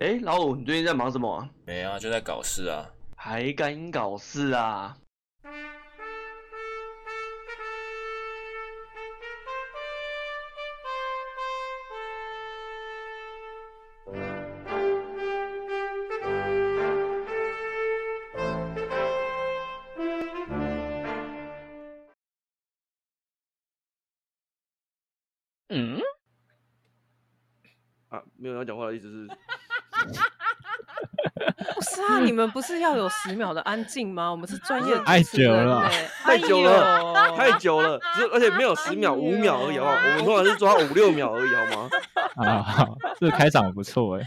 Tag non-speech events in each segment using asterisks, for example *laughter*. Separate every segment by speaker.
Speaker 1: 哎，老五，你最近在忙什么啊？
Speaker 2: 没啊，就在搞事啊。
Speaker 1: 还敢搞事啊？嗯？
Speaker 3: 啊，没有人要讲话的意思是，
Speaker 4: 不是啊，你们不是要有十秒的安静吗？我们是专业主
Speaker 5: 太
Speaker 4: 持人
Speaker 5: 久了
Speaker 4: 欸
Speaker 3: 太久了
Speaker 4: 哎呦
Speaker 3: 太久了，只是而且没有十秒、
Speaker 4: 哎呦
Speaker 3: 五秒而已，好不好？我们通常是抓五六秒而已，好吗？
Speaker 5: 啊，好这个开场不错哎、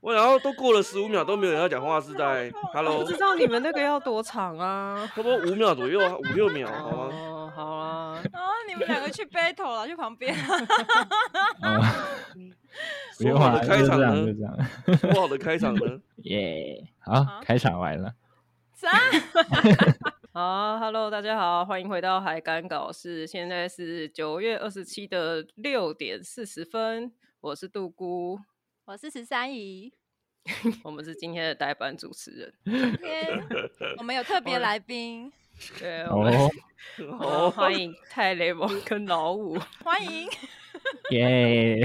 Speaker 3: 我然后都过了十五秒都没有人要讲话，是在 Hello，
Speaker 4: 我不知道你们那个要多长啊？
Speaker 3: 差不多五秒左右啊，五六秒，好吗？
Speaker 4: 哦，好啊，
Speaker 6: 然后你们两 *laughs* 个去 battle 了，去旁边。 *laughs*
Speaker 5: 啊，不
Speaker 3: 说
Speaker 5: 用
Speaker 3: 好
Speaker 5: 啊，
Speaker 3: 的
Speaker 5: 就
Speaker 3: 开
Speaker 5: 这
Speaker 3: 场
Speaker 5: 样，就
Speaker 3: 呢？
Speaker 5: 这样，
Speaker 3: *laughs* 说好的开场呢？
Speaker 5: 耶、 *laughs* 好，开场完了，
Speaker 6: 啥？
Speaker 4: 好，Hello，大家啊好，欢迎回到海干搞事，现在是九月二十七的六点四十分，我是杜姑，
Speaker 6: 我是十三姨。
Speaker 4: 我们是今天的代班主持人，
Speaker 6: 今
Speaker 3: *laughs*
Speaker 6: 天我们有特别来宾，
Speaker 4: 对，我们、
Speaker 5: 哦，
Speaker 4: 我们欢迎泰雷蒙跟老五，
Speaker 3: *laughs*
Speaker 6: 欢迎。
Speaker 5: 耶、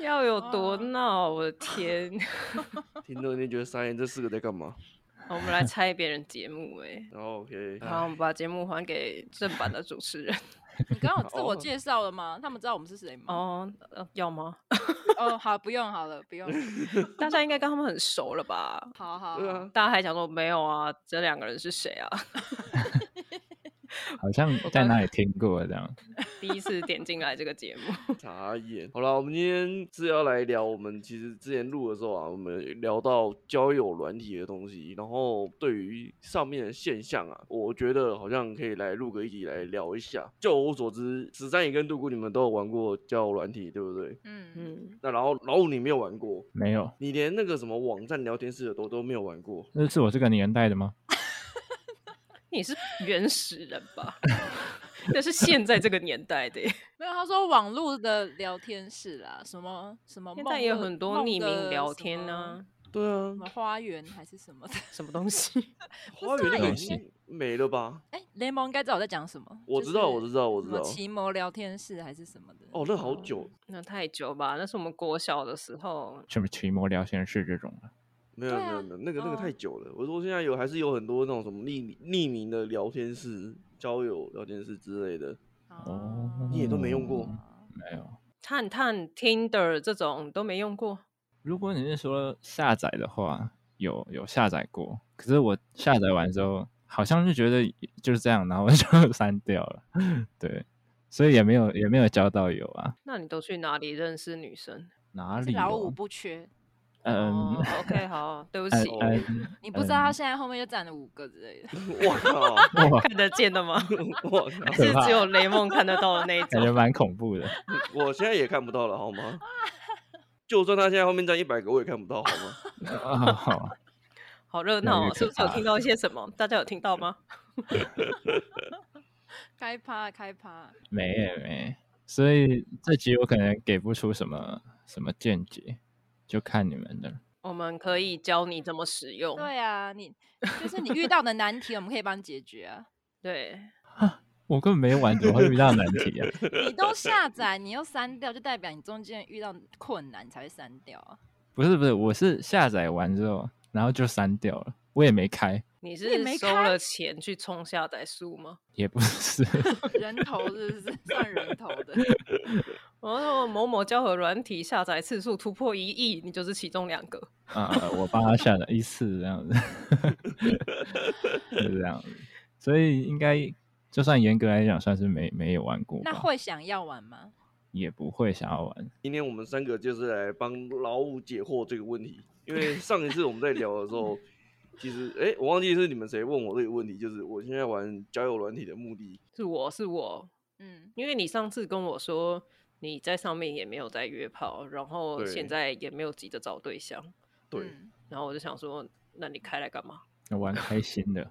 Speaker 4: 要有多
Speaker 6: 哦
Speaker 4: 闹，我的天！
Speaker 3: 听众一定觉得三言这四个在干嘛
Speaker 4: 我们来猜别人节目哎、
Speaker 3: 然后？OK，
Speaker 4: 好，我们把节目还给正版的主持人。
Speaker 6: *laughs*
Speaker 3: *laughs*
Speaker 6: 你刚好自
Speaker 3: 哦
Speaker 6: 我介绍了吗？他们知道我们是谁吗？
Speaker 4: 哦、呃要吗？
Speaker 6: 哦，好，不用好了，不用。
Speaker 3: *laughs*
Speaker 4: *laughs* 大家应该跟他们很熟了吧？嗯
Speaker 6: 好好
Speaker 3: 对
Speaker 6: 好
Speaker 3: 啊，
Speaker 4: 大家还想说没有啊？这两个人是谁啊？ *laughs*
Speaker 5: 好像在哪里听过这样，
Speaker 4: 第一次点进来这个节目，
Speaker 3: 眨眼。好了，我们今天是要来聊我们其实之前录的时候啊，我们聊到交友软体的东西，然后对于上面的现象啊，我觉得好像可以来录个一集来聊一下。就我所知，十三姨跟杜姑你们都有玩过交友软体，对不对？
Speaker 6: 嗯，
Speaker 4: 嗯，
Speaker 3: 那然后老五你没有玩过，
Speaker 5: 没有，
Speaker 3: 你连那个什么网站聊天室的都都没有玩过。
Speaker 5: 那是我这个年代的吗？
Speaker 4: 你是原始人吧？ *laughs* 那是现在这个年代的耶， *laughs*
Speaker 6: 没有。他说网络的聊天室啦，什么什么梦
Speaker 4: 现
Speaker 6: 的，
Speaker 4: 在也有很多
Speaker 6: 梦
Speaker 4: 匿名
Speaker 6: 的
Speaker 4: 聊
Speaker 6: 什
Speaker 4: 天
Speaker 6: 么
Speaker 4: 呢、
Speaker 3: 对啊
Speaker 6: 什，么花园还是什么的。 *laughs*
Speaker 4: 什么东 *laughs* 西？
Speaker 3: 花园那
Speaker 6: 欸
Speaker 3: 个已
Speaker 5: 东西
Speaker 3: 经没了吧？
Speaker 6: 哎，雷蒙应该知道我在讲什么。
Speaker 3: 我知道，我
Speaker 6: 就是
Speaker 3: 知道，我
Speaker 6: 什
Speaker 3: 知
Speaker 6: 么
Speaker 3: 道。
Speaker 6: 奇摩聊天室还是什么的。
Speaker 3: 哦，那好久，
Speaker 4: 那太久吧？那是我们国小的时候，
Speaker 5: 什么群魔聊天室这种的，
Speaker 3: 没有
Speaker 6: 对
Speaker 3: 没有
Speaker 6: 啊
Speaker 3: 没有，那个那个太
Speaker 6: 哦
Speaker 3: 久了。我说现在有还是有很多那种什么匿名匿名的聊天室、交友聊天室之类的， *laughs*
Speaker 6: 哦
Speaker 3: 你也都没用过
Speaker 5: 没有。
Speaker 4: 探探、Tinder 这种都没用过。
Speaker 5: 如果你是说下载的话，有有下载过，可是我下载完之后，好像就觉得就是这样，然后 *laughs* 我就删掉了， *laughs* 对，所以也没有也没有交到友啊，
Speaker 4: 那你都去哪里认识女生？
Speaker 5: 哪
Speaker 6: 是
Speaker 5: 里、哦？
Speaker 6: 老五不缺，
Speaker 5: 嗯
Speaker 4: 哦、，OK，好，对不
Speaker 3: 哎
Speaker 5: 嗯
Speaker 4: 起，
Speaker 5: 嗯，
Speaker 6: 你不知道他现在后面就站了五个之类的。
Speaker 3: 我靠，
Speaker 5: 呃
Speaker 6: *laughs*
Speaker 5: 哇，
Speaker 4: 看得见的吗？
Speaker 3: 我靠，
Speaker 4: 是
Speaker 5: 怕
Speaker 4: 只有雷梦看得到的那一
Speaker 5: 感觉
Speaker 4: 种。
Speaker 5: 蛮恐怖
Speaker 6: *laughs*
Speaker 5: 的。
Speaker 3: 我现在也看不到了，好吗？就算他现在后面站一百个，我也看不到，好吗？
Speaker 5: 啊好
Speaker 4: 好热
Speaker 5: 越来
Speaker 4: 闹
Speaker 5: 越
Speaker 4: 哦！是
Speaker 5: 可
Speaker 4: 不是有
Speaker 5: 怕
Speaker 4: 听到一些什么？大家有听到吗？
Speaker 6: 开趴开趴，
Speaker 5: 没耶没，所以这集我可能给不出什么什么见解，就看你们的了。
Speaker 4: 我们可以教你怎么使用。
Speaker 6: 对啊，你就是你遇到的难题，我们可以帮你解决
Speaker 3: *laughs*
Speaker 6: 啊。
Speaker 4: 对
Speaker 5: 我根本没玩，怎么会遇到难题
Speaker 6: *laughs*
Speaker 5: 啊？
Speaker 6: 你都下载，你又删掉，就代表你中间遇到困难，你才会删掉啊。
Speaker 5: 不是不是，我是下载完之后，然后就删掉了，我也没开，
Speaker 4: 你
Speaker 6: 也
Speaker 4: 是
Speaker 6: 没
Speaker 4: 收
Speaker 6: 开
Speaker 4: 了钱去冲下载数吗？
Speaker 5: 也不
Speaker 6: *laughs*
Speaker 5: 是
Speaker 6: 人头是不是 *laughs* 算人头的？
Speaker 4: 我说哦某某交友软体下载次数突破一亿，你就是其中两个。
Speaker 5: 啊、我帮他下载一次这样子，就这样子，所以应该就算严格来讲，算是没没有玩过
Speaker 6: 那
Speaker 5: 吧，
Speaker 6: 会想要玩吗？
Speaker 5: 也不会想要玩。
Speaker 3: 今天我们三个就是来帮老五解惑这个问题，因为上一次我们在聊的时候，其实哎、我忘记是你们谁问我这个问题，就是我现在玩交友软体的目的，
Speaker 4: 是我是我，
Speaker 6: 嗯，
Speaker 4: 因为你上次跟我说你在上面也没有在约炮，然后
Speaker 3: 对
Speaker 4: 现在也没有急着找对象，
Speaker 3: 对、
Speaker 6: 嗯
Speaker 4: 然后我就想说，那你开来干嘛？
Speaker 5: 要玩开心的，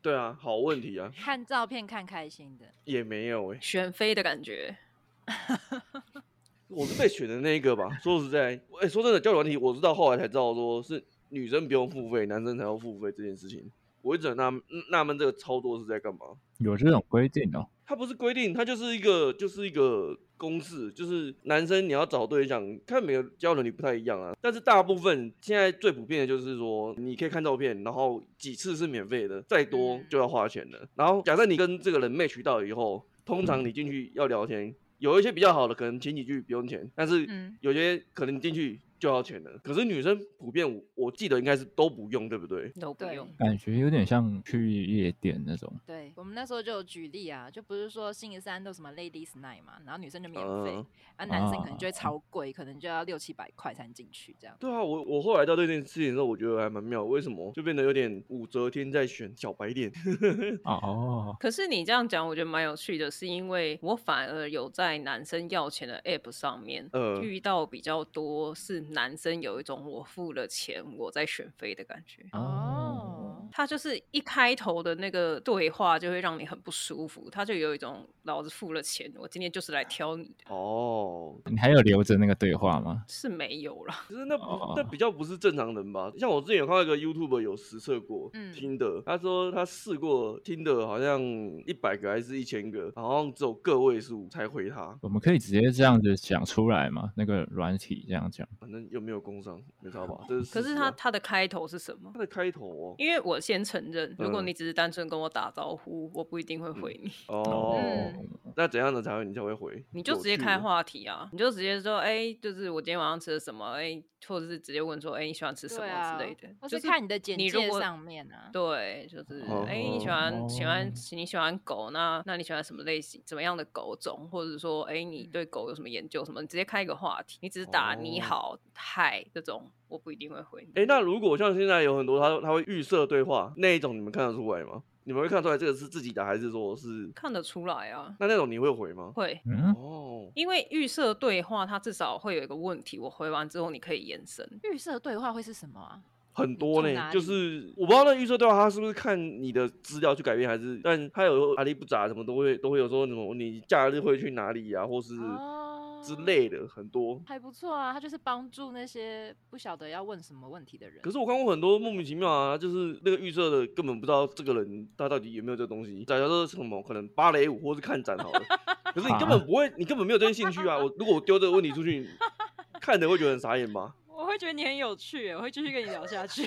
Speaker 3: 对啊，好问题啊，
Speaker 6: 看照片看开心的，
Speaker 3: 也没有哎、
Speaker 4: 选妃的感觉。
Speaker 3: 我是被选的那一个吧。说实在，哎、说真的，交友软体我是到后来才知道，说是女生不用付费，男生才要付费这件事情。我一直很纳嗯纳闷这个操作是在干嘛。
Speaker 5: 有这种规定哦。
Speaker 3: 它不是规定，它就是一个就是一个公式，就是男生你要找对象，看每个交友能力不太一样啊。但是大部分现在最普遍的就是说，你可以看照片，然后几次是免费的，再多就要花钱的。然后假设你跟这个人 match 到以后，通常你进去要聊天，有一些比较好的可能前几句不用钱，但是
Speaker 6: 嗯
Speaker 3: 有些可能进去就要钱的。可是女生普遍我我记得应该是都不用，对不对？
Speaker 4: 都不
Speaker 6: 对
Speaker 4: 用。
Speaker 5: 感觉有点像去夜店那种，
Speaker 6: 对我们那时候就有举例啊，就不是说星期三都什么 Ladies Night 嘛，然后女生就免费，
Speaker 3: 嗯
Speaker 6: 啊男生可能就会超贵，可能就要六七百块才能进去这样。
Speaker 3: 对啊，我我后来到这件事情之后，我觉得还蛮妙，为什么就变得有点武则天在选小白脸？ *laughs*
Speaker 5: 哦，
Speaker 4: 可是你这样讲，我觉得蛮有趣的，是因为我反而有在男生要钱的 app 上面、
Speaker 3: 呃
Speaker 4: 遇到比较多是男生有一种我付了钱我在选妃的感觉。
Speaker 5: 哦，
Speaker 4: 他就是一开头的那个对话就会让你很不舒服，他就有一种老子付了钱，我今天就是来挑你的，
Speaker 3: 哦，
Speaker 5: 你还有留着那个对话吗？
Speaker 4: 是没有啦。
Speaker 3: 其实那不、
Speaker 5: 哦
Speaker 3: 那比较不是正常人吧？像我之前有看到一个 YouTube 有实测过
Speaker 6: 嗯
Speaker 3: 听的，他说他试过听的，好像一百个还是一千个，好像只有个位数才回他，
Speaker 5: 我们可以直接这样子讲出来吗？那个软体这样讲，
Speaker 3: 反正又没有工伤，没差吧？这是
Speaker 4: 可
Speaker 3: 事实
Speaker 4: 是他
Speaker 3: 啊
Speaker 4: 他的开头是什么
Speaker 3: 他？的开头哦，
Speaker 4: 因为我先承认，如果
Speaker 3: 嗯
Speaker 4: 你只是单纯跟我打招呼，我不一定会回你，
Speaker 3: 哦，
Speaker 6: 嗯
Speaker 3: 那怎样的才会你才会回？
Speaker 4: 你就
Speaker 3: 有
Speaker 4: 直接
Speaker 3: 趣
Speaker 4: 开
Speaker 3: 的。
Speaker 4: 话题啊，你就直接说，哎、就是我今天晚上吃了什么，哎、或者是直接问说，哎、你喜欢吃什
Speaker 6: 对啊
Speaker 4: 么之类的，
Speaker 6: 或
Speaker 4: 就是
Speaker 6: 看你的简
Speaker 4: 你如
Speaker 6: 介
Speaker 4: 果
Speaker 6: 上面啊。
Speaker 4: 对，就是哎、
Speaker 3: 哦
Speaker 4: 你喜欢、喜欢
Speaker 5: 哦
Speaker 4: 你喜欢狗，那那你喜欢什么类型、怎么样的狗种，或者说哎、你
Speaker 6: 嗯
Speaker 4: 对狗有什么研究什么？你直接开一个话题，你只是打你
Speaker 3: 哦
Speaker 4: 好、嗨这种，我不一定会回你。
Speaker 3: 哎、那如果像现在有很多他他会预设对话那一种，你们看得出来吗？你们会看出来这个是自己的还是说是？
Speaker 4: 看得出来啊，
Speaker 3: 那那种你会回吗？
Speaker 4: 会。 *laughs*
Speaker 5: 嗯，
Speaker 3: 哦，
Speaker 4: 因为预设对话，它至少会有一个问题，我回完之后你可以延伸。
Speaker 6: 预设对话会是什么啊？
Speaker 3: 很多
Speaker 6: 住
Speaker 3: 呢，
Speaker 6: 哪
Speaker 3: 就
Speaker 6: 里
Speaker 3: 是我不知道那预设对话，他是不是看你的资料去改变，还是但他有时候阿里不杂什么都会都会有说什么你假日会去哪里啊，或是
Speaker 6: 哦
Speaker 3: 之类的很多。
Speaker 6: 还不错啊，他就是帮助那些不晓得要问什么问题的人。
Speaker 3: 可是我看过很多莫名其妙啊，就是那个预设的根本不知道这个人他到底有没有这个东西。假如说是什么可能芭蕾舞或是看展好
Speaker 4: *laughs*
Speaker 3: 了，可是你根本不会，你根本没有这些兴趣啊。我如果我丢这个问题出去，
Speaker 4: *laughs*
Speaker 3: 你看的会觉得很傻眼 *laughs* 吧？
Speaker 6: 我会觉得你很有趣耶，我会继续跟你聊下去。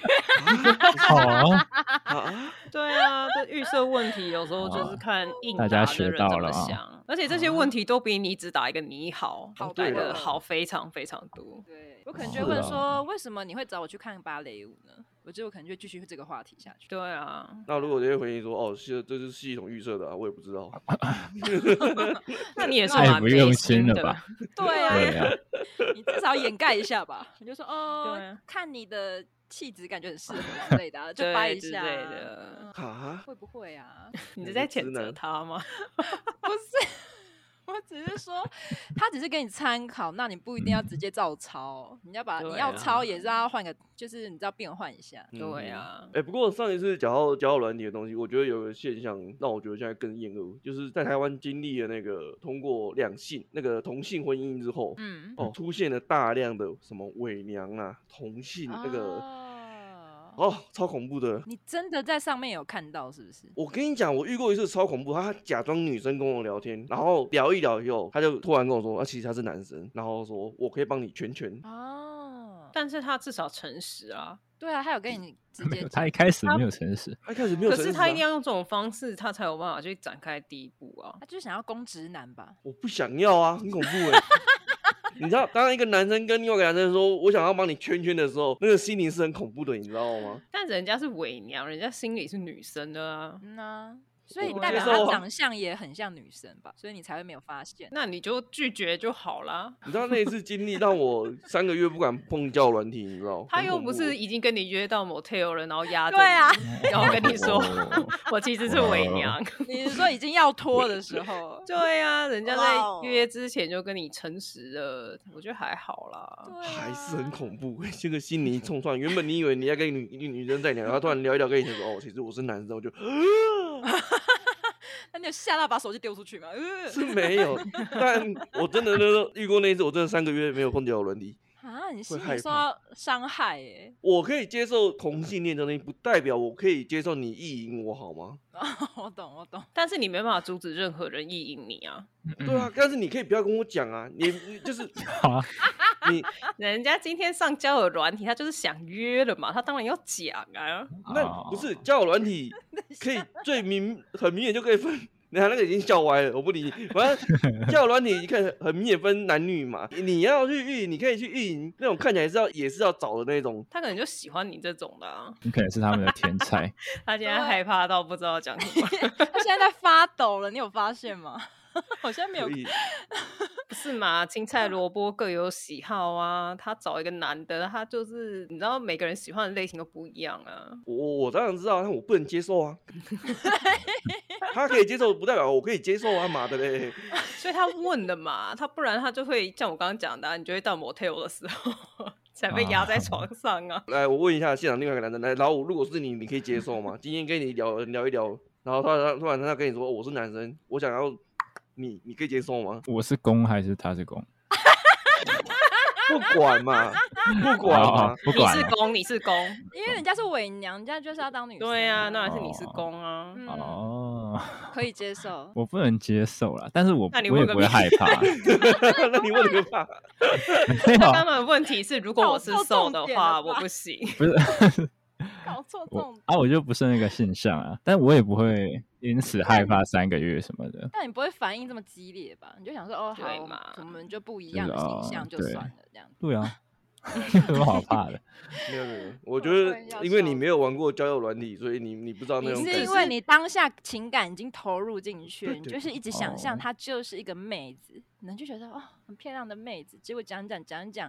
Speaker 5: 好啊，
Speaker 3: 啊，
Speaker 4: 对啊，这预设问题有时候就是
Speaker 5: 啊
Speaker 4: 看应
Speaker 5: 大
Speaker 4: 答
Speaker 5: 家
Speaker 4: 的
Speaker 5: 学
Speaker 4: 人
Speaker 5: 到
Speaker 4: 怎
Speaker 5: 了
Speaker 4: 么
Speaker 5: 啊
Speaker 4: 想，而且这些问题都比你只打一个你好
Speaker 6: 好
Speaker 4: 来
Speaker 3: 对
Speaker 4: 的
Speaker 3: 了
Speaker 4: 好非常非常多。
Speaker 6: *laughs* *laughs* 对我可能就
Speaker 5: 哦
Speaker 6: 会问
Speaker 5: 是啊
Speaker 6: 说，为什么你会找我去看芭蕾舞呢？我觉得我可能就继续这个话题下去。
Speaker 4: 对啊，
Speaker 3: 那如果直接回应说哦，是这是系统预设的、啊，我也不知道。
Speaker 4: 那你也是
Speaker 5: 太
Speaker 4: 蛮
Speaker 5: 不
Speaker 4: 悲
Speaker 5: 用
Speaker 4: 心
Speaker 5: 心了
Speaker 4: 的
Speaker 5: 吧？ *laughs*
Speaker 6: 对
Speaker 5: 对
Speaker 6: 啊，
Speaker 4: *laughs*
Speaker 5: 啊，
Speaker 6: 你至少掩盖一下 *laughs* 吧。你就说
Speaker 4: 对
Speaker 6: 哦
Speaker 4: 啊，
Speaker 6: 看你的气质感觉很
Speaker 3: *laughs*
Speaker 6: 适合之类的啊，就
Speaker 4: 对
Speaker 6: 掰一
Speaker 4: 之
Speaker 6: 下
Speaker 4: 类
Speaker 6: 啊
Speaker 4: 的
Speaker 6: 嗯
Speaker 3: 啊，
Speaker 6: 会不会啊？
Speaker 4: 你
Speaker 3: 哪
Speaker 4: 是
Speaker 3: 个
Speaker 4: 在
Speaker 3: 直
Speaker 4: 谴责
Speaker 3: 男
Speaker 4: 他吗？
Speaker 6: 不是， *laughs* 我只是说， *laughs* 他只是给你参考，那你不一定要直接照抄，哦你要把你
Speaker 4: 对
Speaker 6: 要
Speaker 4: 啊
Speaker 6: 抄也是要换个，就是你知道变换一下。
Speaker 4: 对
Speaker 3: 呀。
Speaker 4: 啊
Speaker 3: 哎、，不过上一次讲到讲到软体的东西，我觉得有个现象让我觉得现在更厌恶，就是在台湾经历了那个通过两性那个同性婚姻之后，
Speaker 6: 嗯，
Speaker 3: 哦，出现了大量的什么伪娘啊、同性那个，
Speaker 4: 啊
Speaker 6: 哦，
Speaker 3: 哦，超恐怖的。
Speaker 6: 你真的在上面有看到是不是？
Speaker 3: 我跟你讲，我遇过一次超恐怖，他假装女生跟我聊天，然后聊一聊以后，他就突然跟我说，啊，其实他是男生，然后说我可以帮你圈圈。
Speaker 6: 哦，
Speaker 4: 但是他至少诚实啊，
Speaker 6: 对啊，他有跟你直
Speaker 5: 没
Speaker 6: 接
Speaker 5: 有，*laughs*
Speaker 6: 讲
Speaker 5: 他一开始没有诚实，
Speaker 3: 他一开始没有
Speaker 4: 可
Speaker 3: 诚实啊、
Speaker 4: 是他一定要用这种方式，他才有办法去展开第一步啊。
Speaker 6: 他就是想要攻直男吧？
Speaker 3: 我不想要啊，很恐怖哎、你知道，当一个男生跟另外一个男生说“我想要帮你圈圈”的时候，那个心灵是很恐怖的，你知道吗？
Speaker 4: 但人家是伪娘，人家心里是女生的啊。
Speaker 6: 嗯呐、所以
Speaker 4: 我
Speaker 6: 代
Speaker 4: 觉
Speaker 6: 表
Speaker 4: 得
Speaker 6: 他
Speaker 4: 我
Speaker 6: 长相也很像女生吧，所以你才会没有
Speaker 4: *laughs*
Speaker 6: 发现。
Speaker 4: 那你就拒绝就好啦。
Speaker 3: 你知道那一次经历让我三个月不敢碰交友软体，你知
Speaker 4: *laughs*
Speaker 3: 道？
Speaker 4: 他
Speaker 3: 很
Speaker 4: 又
Speaker 3: 恐
Speaker 4: 不
Speaker 3: 怖哦
Speaker 4: 是已经跟你约到 motel 了，然后压着
Speaker 6: 对啊
Speaker 4: 你，然后跟你说
Speaker 5: 哦
Speaker 4: *laughs* 我其实是伪娘。？
Speaker 6: 你是说已经要脱的时候
Speaker 4: *laughs* 对啊，人家
Speaker 6: 哇
Speaker 4: 在
Speaker 6: 哦
Speaker 4: 约之前就跟你诚实了，我觉得还好啦。
Speaker 6: 对
Speaker 3: 还是很
Speaker 6: 啊，
Speaker 3: 恐怖、欸， *laughs* 这个心灵冲撞。原本你以为你在跟一个女一个女生在聊，然后突然聊一聊跟你说：“哦，其实我是男生。”我就
Speaker 6: 那你有吓到把手机丢出去吗？呃
Speaker 3: 是没有，但我真的就是遇过那一次，我真的三个月没有碰交友软体。
Speaker 6: 啊，你心
Speaker 3: 害
Speaker 6: 里受
Speaker 3: 怕
Speaker 6: 到伤害耶、 *laughs*
Speaker 3: 我可以接受同性恋这东西，不代表我可以接受你意淫我好吗？
Speaker 6: 我懂，我懂。
Speaker 4: 但是你没办法阻止任何人意淫你啊，
Speaker 3: *laughs* 对啊，但是你可以不要跟我讲啊，你你就是
Speaker 5: 嗯 *laughs* 好啊，
Speaker 3: 你
Speaker 4: 人家今天上交友软体，他就是想约了嘛，他当然要讲啊。
Speaker 5: 嗯
Speaker 3: 那
Speaker 5: 哦
Speaker 3: 不是交友软体可以最明 *laughs* 很明显就可以分，你看那个已经笑歪了，我不理你。反正交友软体你看很明显分男女嘛，你要去运营，你可以去运营那种看起来是要也是要找的那种。
Speaker 4: 他可能就喜欢你这种的、啊，
Speaker 5: 你可能是他们的天才。
Speaker 4: 他现在
Speaker 6: 对
Speaker 4: 害怕到不知道讲什么。
Speaker 6: 他现在在发抖了，你有发现吗？ *laughs* 我现在没有
Speaker 3: 所，以
Speaker 4: 不是嘛？青菜萝卜各有喜好啊。他找一个男的，他就是你知道，每个人喜欢的类型都不一样啊。
Speaker 3: 我我当然知道，但我不能接受
Speaker 6: *laughs*
Speaker 3: 啊。他可以接受，不代表我可以接受啊，妈的嘞！
Speaker 4: 所以他问的嘛，他不然他就会像我刚刚讲的啊、你就会到 motel 的时候才被压在
Speaker 5: 啊
Speaker 4: 床上啊。
Speaker 3: 来，我问一下现场另外一个男生，来，老五，如果是你，你可以接受吗？今天跟你聊聊一聊，然后他他突然他跟你说、哦我是男生，我想要你，你可以接受吗？
Speaker 5: 我是公还是他是公？
Speaker 3: 不管嘛，不管啊
Speaker 5: 哦
Speaker 3: 嘛
Speaker 5: 哦，不
Speaker 4: 你
Speaker 5: 管
Speaker 4: 是
Speaker 5: 了
Speaker 4: 公，你是公，
Speaker 6: 因为人家是伪娘，人家就是要当女生。
Speaker 4: 对啊，那还是你是
Speaker 5: 哦
Speaker 4: 公啊。
Speaker 6: 嗯，
Speaker 5: 哦，
Speaker 6: 可以接受。
Speaker 5: 我不能接受啦，但是我
Speaker 4: 那你
Speaker 5: 我也
Speaker 4: 问个
Speaker 5: 不会
Speaker 4: 屁
Speaker 5: 害怕。
Speaker 4: *laughs*
Speaker 5: *laughs*
Speaker 3: *laughs* 那你问了个爸，
Speaker 5: 没有
Speaker 4: 他
Speaker 5: 啊
Speaker 4: 刚刚的问题是，如
Speaker 6: 那
Speaker 4: 果
Speaker 6: 我
Speaker 4: 我是
Speaker 6: 做
Speaker 4: 瘦
Speaker 6: 重
Speaker 4: 的
Speaker 6: 点
Speaker 4: 话，
Speaker 6: 了
Speaker 4: 我
Speaker 6: 吧
Speaker 4: 不行。
Speaker 5: 不是
Speaker 6: 搞错重
Speaker 5: 我
Speaker 6: 点。
Speaker 5: 啊，我就不是那个性向啊，但我也不会因此害怕三个月什么的。
Speaker 6: 但你不会反应这么激烈吧？你就想说哦，好
Speaker 4: 对嘛，
Speaker 6: 我们就不
Speaker 5: 就
Speaker 6: 一
Speaker 5: 是
Speaker 6: 样的
Speaker 5: 哦
Speaker 6: 形象就
Speaker 5: 对
Speaker 6: 算了，这样。
Speaker 5: 对啊，有什么好怕的？
Speaker 3: 没有没有，我觉
Speaker 6: 突
Speaker 3: 得
Speaker 6: 然要
Speaker 3: 因为你
Speaker 6: 笑
Speaker 3: 没有玩过交友软体，所以你你不知道那
Speaker 6: 你
Speaker 3: 种
Speaker 6: 是
Speaker 3: 感
Speaker 6: 因
Speaker 3: 觉。
Speaker 6: 为你当下情感已经投入进去，
Speaker 3: 对
Speaker 6: 你
Speaker 3: 对
Speaker 6: 就是
Speaker 3: 对
Speaker 6: 一直想象
Speaker 5: 哦
Speaker 6: 她就是一个妹子，你就觉得哦很漂亮的妹子，结果讲讲讲讲，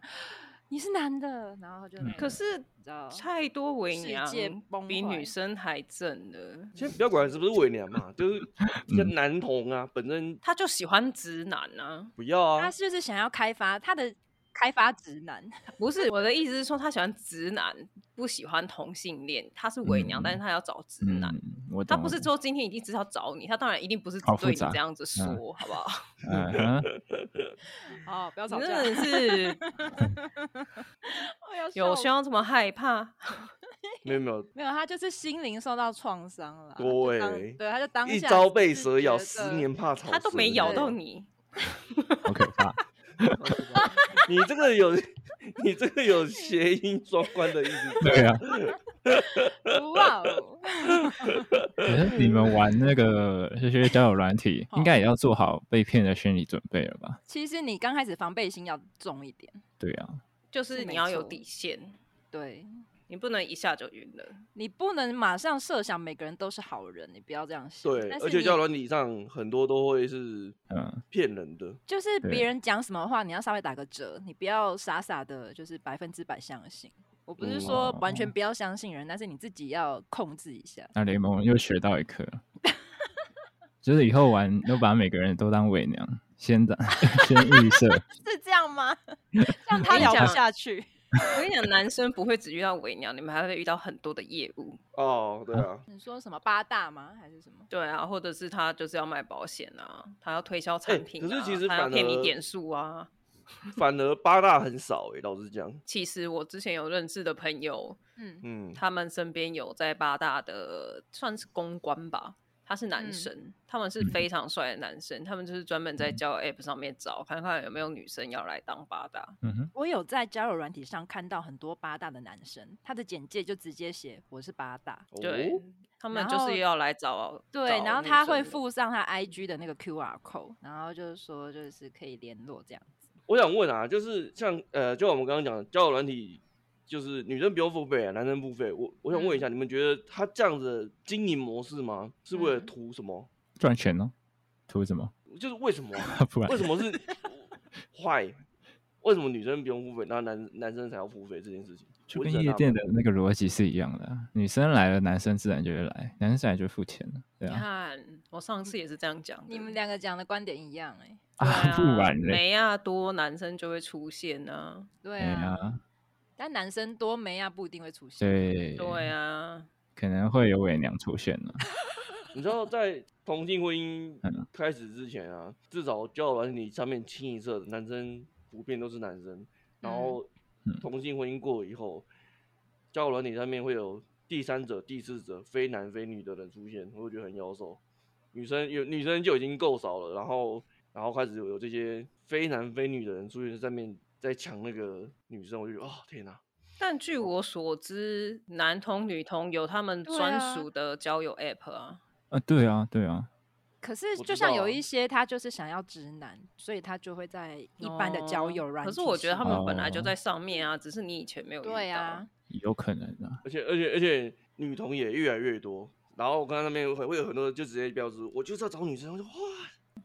Speaker 6: 你是男的，然后就那
Speaker 5: 嗯
Speaker 6: 个
Speaker 4: 可是
Speaker 6: 你知道
Speaker 4: 太多伪
Speaker 6: 世
Speaker 4: 娘
Speaker 6: 界崩
Speaker 4: 比
Speaker 6: 坏
Speaker 4: 女生还正的，
Speaker 3: 先不要管是不是伪娘嘛，就是跟
Speaker 5: 嗯
Speaker 3: 男同啊，本身
Speaker 4: 他就喜欢直男啊。
Speaker 3: 不要
Speaker 6: 他
Speaker 3: 啊，
Speaker 6: 就是想要开发他的开发直
Speaker 4: *laughs*
Speaker 6: 男，
Speaker 4: 不是我的意思是说，他喜欢直男，不喜欢同性恋。他是伪娘，但是
Speaker 5: 嗯
Speaker 4: 他要找直男。
Speaker 5: 嗯，我
Speaker 4: 他
Speaker 5: 懂
Speaker 4: 不
Speaker 5: 我
Speaker 4: 是
Speaker 5: 懂
Speaker 4: 说今天一定只要找你，他当然一定不是只
Speaker 5: 好复
Speaker 4: 对你
Speaker 5: 杂
Speaker 4: 这样子说，好不
Speaker 6: *laughs*
Speaker 4: 好？
Speaker 5: 嗯哼
Speaker 6: 哦，不要吵
Speaker 4: 你
Speaker 6: 架，
Speaker 4: 真 *laughs* 的是
Speaker 6: *laughs* 我哦要
Speaker 4: 有需
Speaker 6: 笑
Speaker 4: 要这么害怕？
Speaker 3: 没有没有，
Speaker 6: 没有，他就是心灵受到创伤了。
Speaker 3: 对
Speaker 6: 就当对，他就 *laughs* 当下
Speaker 3: 一朝被
Speaker 6: 只
Speaker 3: 蛇
Speaker 6: 觉
Speaker 3: 咬，
Speaker 6: 得
Speaker 3: 十年怕草绳。
Speaker 4: 他都没咬
Speaker 6: 对
Speaker 4: 到你，
Speaker 5: 好可怕。
Speaker 6: 哦
Speaker 3: *laughs* 你这个有，你这个有谐音双关的意思。
Speaker 5: *laughs* 对啊，
Speaker 6: *laughs* 哇哦，
Speaker 5: 可是你们玩那个这些交友软体，应该也要做好被骗的心理准备了吧？
Speaker 6: 其实你刚开始防备心要重一点，
Speaker 5: 对啊，
Speaker 4: 就是
Speaker 6: 是
Speaker 4: 你
Speaker 6: 没
Speaker 4: 要有
Speaker 6: 错
Speaker 4: 底线，
Speaker 6: 对
Speaker 4: 你不能一下就晕了。
Speaker 6: 你不能马上设想每个人都是好人，你不要这样想。
Speaker 3: 对，
Speaker 6: 但
Speaker 3: 而
Speaker 6: 是
Speaker 3: 且
Speaker 6: 你
Speaker 3: 交友软体上很多都会是
Speaker 5: 嗯，
Speaker 3: 骗人的，
Speaker 6: 就是
Speaker 5: 对
Speaker 6: 别人讲什么话，你要稍微打个折，你不要傻傻的，就是百分之百相信。我不是
Speaker 3: 嗯
Speaker 6: 说完全
Speaker 5: 哦
Speaker 6: 不要相信人，但是你自己要控制一下。
Speaker 5: 那联盟又学到一课了，就是以后玩都把每个人都当伪娘，先当 *laughs* 先预设，
Speaker 6: 是这样吗？ *laughs* 这
Speaker 4: 我
Speaker 6: 样他
Speaker 4: 跟你
Speaker 6: 聊不
Speaker 4: 讲
Speaker 6: 下去。 *laughs*
Speaker 4: 我跟你讲，男生不会只遇到伪娘，你们还会遇到很多的业务。
Speaker 3: 哦，对啊，
Speaker 6: 你说什么八大吗？还是什么？
Speaker 4: 对啊，或者是他就是要卖保险啊，他要推销产品、啊
Speaker 3: 哎可是其实
Speaker 4: 他要
Speaker 3: 反
Speaker 4: 骗你
Speaker 3: 而
Speaker 4: 点数啊。
Speaker 3: 反而八大很少诶，老实讲，
Speaker 4: 其实我之前有认识的朋友，
Speaker 6: 嗯，
Speaker 3: 嗯，
Speaker 4: 他们身边有在八大的算是公关吧，他是男
Speaker 6: 嗯
Speaker 4: 生，他们是
Speaker 5: 嗯
Speaker 4: 非常帅的男生，他们就是专门在交友 app 上面找，看看有没有女生要来当八大。
Speaker 5: 嗯哼，
Speaker 6: 我有在交友软体上看到很多八大的男生，他的简介就直接写我是八大。
Speaker 3: 哦
Speaker 4: 对，他们
Speaker 6: 然
Speaker 4: 就
Speaker 6: 后
Speaker 4: 是要来找
Speaker 6: 对，
Speaker 4: 找
Speaker 6: 然后
Speaker 4: 女
Speaker 6: 他
Speaker 4: 生
Speaker 6: 会
Speaker 4: 的
Speaker 6: 附上他 IG 的那个 QR code，然后就是说就是可以联络这样。
Speaker 3: 我想问啊，就是像呃，就像我们刚刚讲的，交友软体，就是女生不用付费、啊，男生付费。我我想问一
Speaker 5: 嗯
Speaker 3: 下，你们觉得他这样子的经营模式吗？是为了
Speaker 6: 嗯
Speaker 3: 图什么？
Speaker 5: 赚钱哦，图什么？ *laughs*
Speaker 3: 就是为什么啊？
Speaker 5: 不然
Speaker 3: 为什么是坏？为什么女生不用付费，那男男生才要付费这件事情？
Speaker 5: 就
Speaker 3: 我一
Speaker 5: 跟
Speaker 3: 直很
Speaker 5: 夜
Speaker 3: 纳
Speaker 5: 店
Speaker 3: 闷
Speaker 5: 的那个逻辑是一样的啊、女生来了，男生自然就会来，男生自然就付钱了，对
Speaker 4: 你
Speaker 5: 啊，
Speaker 4: 看，我上次也是这样讲的。
Speaker 6: 你们两个讲的观点一样哎、
Speaker 4: 对啊，
Speaker 5: 不然嘞，
Speaker 4: 没亚多男生就会出现啊。
Speaker 6: 对
Speaker 5: 对
Speaker 6: 啊，
Speaker 5: 啊，
Speaker 6: 但男生多没啊不一定会出现。
Speaker 5: 对
Speaker 4: 对啊，
Speaker 5: 可能会有伪娘出现了，
Speaker 3: *laughs* 你知道在同性婚姻
Speaker 5: 嗯
Speaker 3: 开始之前啊，至少交友软体上面清一色的男生普遍都是男生，然后
Speaker 5: 嗯
Speaker 3: 同性婚姻过以后，交友软体上面会有第三者、第四者非男非女的人出现，我会觉得很妖兽。女生有女生就已经够少了，然后然后开始有有这些非男非女的人出现在上面在抢那个女生，我就觉得哦天哪、
Speaker 4: 但
Speaker 6: 哦
Speaker 4: 据我所知，男同女同有他们
Speaker 6: 对
Speaker 4: 专
Speaker 6: 啊
Speaker 4: 属的交友 app 啊。
Speaker 5: 啊，对啊，对啊，
Speaker 6: 可是
Speaker 3: 我
Speaker 6: 就
Speaker 3: 知道
Speaker 6: 像有
Speaker 3: 啊
Speaker 6: 一些他就是想要直男，所以他就会在一般的交
Speaker 4: 哦
Speaker 6: 友软体
Speaker 4: 可是
Speaker 6: 上。
Speaker 4: 我觉得他们本来就
Speaker 5: 哦
Speaker 4: 在上面啊，只是你以前没有遇到。
Speaker 6: 对啊，
Speaker 5: 有可能啊，
Speaker 3: 而且而且而且女同也越来越多。然后我看到那边会会有很多就直接标志，我就是要找女生，我就哇，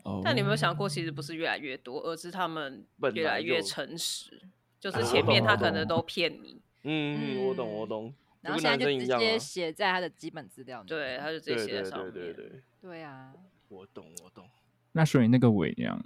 Speaker 5: 哦，
Speaker 4: 但你有没有想过，其实不是越来越多，而是他们
Speaker 3: 本
Speaker 4: 越来
Speaker 3: 来
Speaker 4: 越
Speaker 3: 就
Speaker 4: 诚实，就
Speaker 3: 啊
Speaker 4: 是前
Speaker 3: 我
Speaker 4: 面
Speaker 3: 懂
Speaker 4: 他
Speaker 5: 我
Speaker 4: 可能
Speaker 5: 懂
Speaker 4: 都骗你，
Speaker 3: 嗯，我懂我
Speaker 6: 嗯
Speaker 3: 懂，就
Speaker 6: 然
Speaker 3: 跟
Speaker 6: 后现在
Speaker 3: 男
Speaker 6: 就
Speaker 3: 生
Speaker 6: 直
Speaker 3: 一样
Speaker 6: 接
Speaker 3: 啊
Speaker 6: 写在他的基本资料里面。
Speaker 4: 对，他就直
Speaker 3: 对
Speaker 4: 接写
Speaker 3: 对
Speaker 4: 在上
Speaker 3: 对
Speaker 4: 面。
Speaker 3: 对对，
Speaker 6: 对啊，
Speaker 3: 我懂我懂，
Speaker 5: 那所以那个伪娘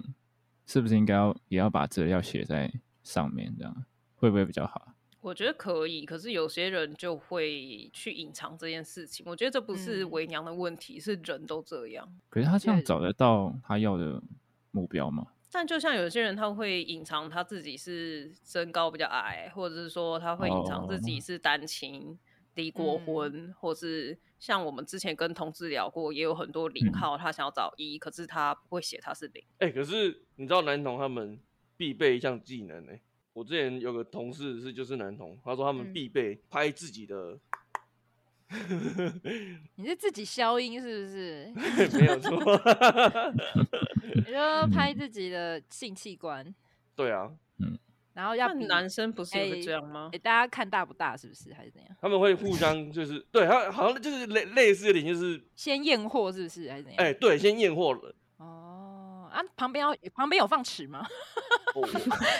Speaker 5: 是不是应该要也要把资料写在上面，这样会不会比较好？
Speaker 4: 我觉得可以，可是有些人就会去隐藏这件事情。我觉得这不是
Speaker 6: 嗯
Speaker 4: 为娘的问题，是人都这样。
Speaker 5: 可是他这样
Speaker 6: 对
Speaker 5: 找得到他要的目标吗？
Speaker 4: 但就像有些人，他会隐藏他自己是身高比较矮，或者是说他会隐藏自己
Speaker 5: 哦
Speaker 4: 是单亲、离过
Speaker 6: 嗯
Speaker 4: 婚，或是像我们之前跟同志聊过，也有很多零
Speaker 5: 嗯
Speaker 4: 号，他想要找一，可是他不会写他是零。
Speaker 3: 哎、可是你知道男童他们必备一项技能呢、我之前有个同事是就是男童，他说他们
Speaker 6: 嗯
Speaker 3: 必备拍自己 *laughs* 的，
Speaker 6: 你是自己消音是不是？
Speaker 3: 没有错， *laughs*
Speaker 6: 你就
Speaker 5: 嗯
Speaker 6: 拍自己的性器官，
Speaker 3: 对啊，
Speaker 6: 然后要
Speaker 4: 那
Speaker 6: 比
Speaker 4: 男生不是也会
Speaker 6: 哎
Speaker 4: 这样吗
Speaker 6: 诶、？大家看大不大，是不是还是怎样？
Speaker 3: 他们会互相就是对，他好像就是类类似的点就是，
Speaker 6: 先验货是不是还是怎样？
Speaker 3: 哎、对，先验货了，
Speaker 6: 哦啊，旁边要旁边有放尺吗？ *laughs*
Speaker 3: 哦我我，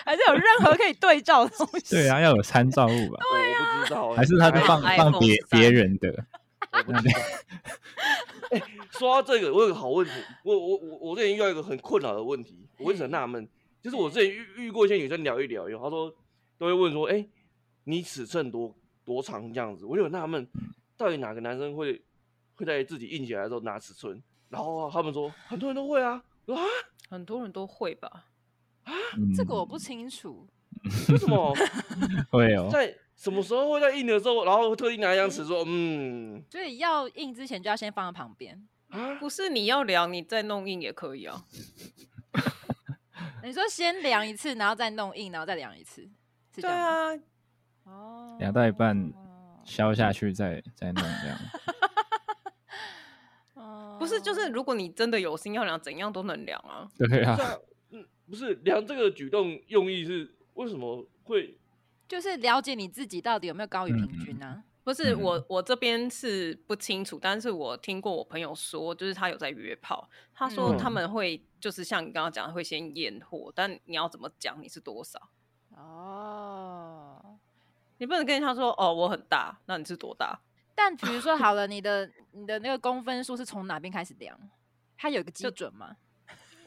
Speaker 6: 还是有任何可以对照的东西？ *laughs*
Speaker 5: 对啊，要有参照物
Speaker 4: *laughs*
Speaker 5: 吧
Speaker 3: 我不知道、欸，
Speaker 5: 还是他
Speaker 4: 就
Speaker 5: 就
Speaker 4: 哎
Speaker 5: 放
Speaker 4: *laughs* 放放
Speaker 5: 放
Speaker 4: iPhone
Speaker 5: 别
Speaker 4: 别13别
Speaker 5: 别人的？
Speaker 3: 我不知道。 *laughs* 哎、说到这个，我有个好问题，我我我我最近遇到一个很困扰的问题，我一直很纳闷，就是我之前遇遇过一些女生聊一聊以后，她说都会问说，哎、你尺寸多多长这样子，我就很纳闷，到底哪个男生会会在自己硬起来的时候拿尺寸？然后他们说很多人都会啊，我说啊
Speaker 4: 很多人都会吧。
Speaker 6: 这个我不清楚。
Speaker 3: 为什么
Speaker 5: 会哦，
Speaker 3: 在什么时候会在硬的时候，然后特地拿一张尺说，嗯
Speaker 6: 所以要印之前就要先放在旁边。
Speaker 3: 啊，
Speaker 4: 不是你要聊，你再弄硬也可以啊。
Speaker 6: 你说先量一次，然后再弄印，然后再量一次，是这
Speaker 4: 对
Speaker 6: 样吗？
Speaker 4: 啊，
Speaker 6: 哦
Speaker 5: 量到一半消下去再再弄这样。 *laughs*
Speaker 6: 哦
Speaker 4: 啊不是，就是如果你真的有心要量，怎样都能量啊。
Speaker 5: 对啊
Speaker 3: 这，样嗯不是量这个举动用意是为什么会？
Speaker 6: 就是了解你自己到底有没有高于
Speaker 5: 嗯
Speaker 6: 平均啊？
Speaker 4: 不是
Speaker 5: 嗯
Speaker 4: 我，我这边是不清楚，但是我听过我朋友说，就是他有在约炮，他说
Speaker 3: 嗯
Speaker 4: 他们会就是像你刚刚讲的，会先验货，但你要怎么讲你是多少？
Speaker 6: 哦，
Speaker 4: 你不能跟他说哦，我很大，那你是多大？
Speaker 6: 但比 *laughs* 如说好了，你的你的那个公分数是从哪边开始量？它有一个基
Speaker 4: 就
Speaker 6: 准吗？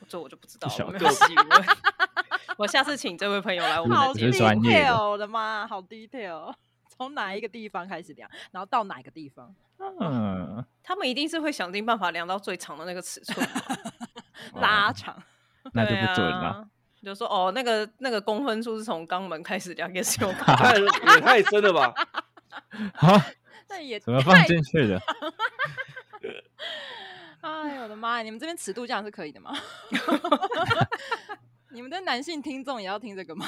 Speaker 4: 这我就不知道
Speaker 5: 小
Speaker 4: 了，没
Speaker 3: 个
Speaker 4: 有细问。 *laughs* 我下次请这位朋友来我们
Speaker 5: 好
Speaker 4: 的
Speaker 5: 这
Speaker 4: 节
Speaker 5: 是
Speaker 4: 目。
Speaker 5: 专业的
Speaker 6: detail，我的妈，好 detail！从 *laughs* 哪一个地方开始量，然后到哪一个地方，
Speaker 5: 嗯，
Speaker 4: 他们一定是会想尽办法量到最长的那个尺寸嘛。
Speaker 6: 拉长？
Speaker 5: *laughs* 那就
Speaker 4: 对
Speaker 5: 不准了。
Speaker 4: 啊。你就说哦，那个那个公分数是从肛门开始 *laughs*
Speaker 5: *laughs*
Speaker 4: 量，也是有可
Speaker 3: 太也太深了
Speaker 6: *laughs*
Speaker 3: 吧？
Speaker 5: 好，
Speaker 6: *laughs* 那也
Speaker 5: 怎么放
Speaker 6: 啊太……
Speaker 5: 进去的？ *laughs*
Speaker 6: 哎呦我的妈呀！你们这边尺度这样是可以的吗？ *laughs* 你们的男性听众也要听这个吗？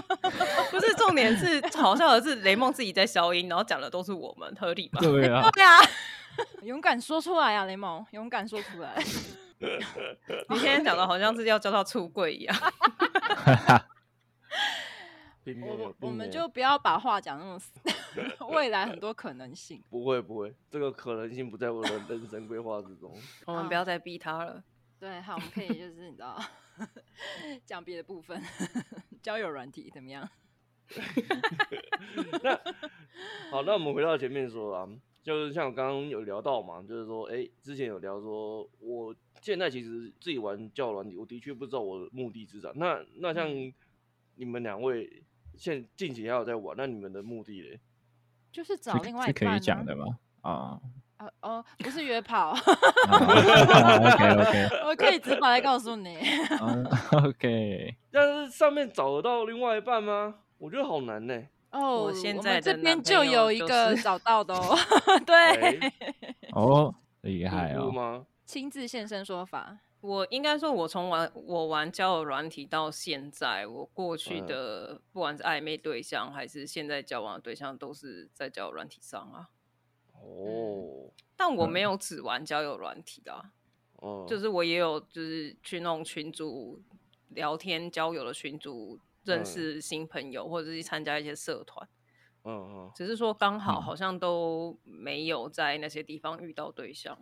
Speaker 6: *laughs*
Speaker 4: 不是重点是好笑的是雷梦自己在消音，然后讲的都是我们合理吧？
Speaker 5: 对啊，
Speaker 6: 对啊， *laughs* 勇敢说出来啊，雷蒙，勇敢说出来。
Speaker 4: 你现在讲的好像是要叫到出柜一样，
Speaker 3: 并没
Speaker 6: *laughs* 我
Speaker 3: 有
Speaker 6: 们
Speaker 3: 并
Speaker 6: 我们
Speaker 3: 没有
Speaker 6: 就不要把话讲那么死， *laughs* 未来很多可能性。
Speaker 3: 不会不会，这个可能性不在我的人生规划之中。 *laughs*
Speaker 4: 我们不要再逼他了。
Speaker 6: 对，好，我们可以就是你知道讲别的部分， *laughs* 交友软体怎么样？
Speaker 3: 那好，那我们回到前面说啊，就是像我刚刚有聊到嘛，就是说，哎、之前有聊说，我现在其实自己玩教软体，我的确不知道我的目的是啥。那那像
Speaker 6: 嗯
Speaker 3: 你们两位现近期还有在玩，那你们的目的嘞？
Speaker 6: 就是找
Speaker 5: 是
Speaker 6: 另外
Speaker 5: 是
Speaker 6: 一
Speaker 5: 可
Speaker 6: 半、啊。 *laughs*
Speaker 5: 以讲的吗？啊，啊
Speaker 6: 哦哦，不是约炮，
Speaker 5: OK OK
Speaker 6: 我可以直白的告诉你，
Speaker 5: OK，
Speaker 3: 但是上面找得到另外一半吗？我觉得好难呢、
Speaker 6: 哦，
Speaker 4: 我现
Speaker 6: 们
Speaker 4: 在
Speaker 6: 这
Speaker 4: 的
Speaker 6: 边
Speaker 4: 男
Speaker 6: 就
Speaker 4: 朋友
Speaker 6: 有一
Speaker 4: 就
Speaker 6: 个
Speaker 4: 是
Speaker 6: 找到的 *laughs* 哦，对，
Speaker 3: 哎
Speaker 5: *laughs* 哦，厉
Speaker 3: 有
Speaker 5: 害
Speaker 3: 过
Speaker 5: 哦，
Speaker 3: 吗？
Speaker 6: 亲自现身说法，
Speaker 4: 我应该说，我从玩我玩交友软体到现在，我过去
Speaker 3: 嗯
Speaker 4: 的、不管是暧昧对象还是现在交往的对象，都是在交友软体上啊。
Speaker 6: 嗯
Speaker 3: 哦，
Speaker 4: 但我
Speaker 5: 嗯
Speaker 4: 没有只玩交友软体的啊、
Speaker 3: 嗯，
Speaker 4: 就是我也有就是去弄群组聊天交友的群组，认
Speaker 3: 嗯
Speaker 4: 识新朋友，或者是参加一些社团。
Speaker 3: 嗯
Speaker 4: 只是说刚好
Speaker 5: 嗯
Speaker 4: 好像都没有在那些地方遇到对象。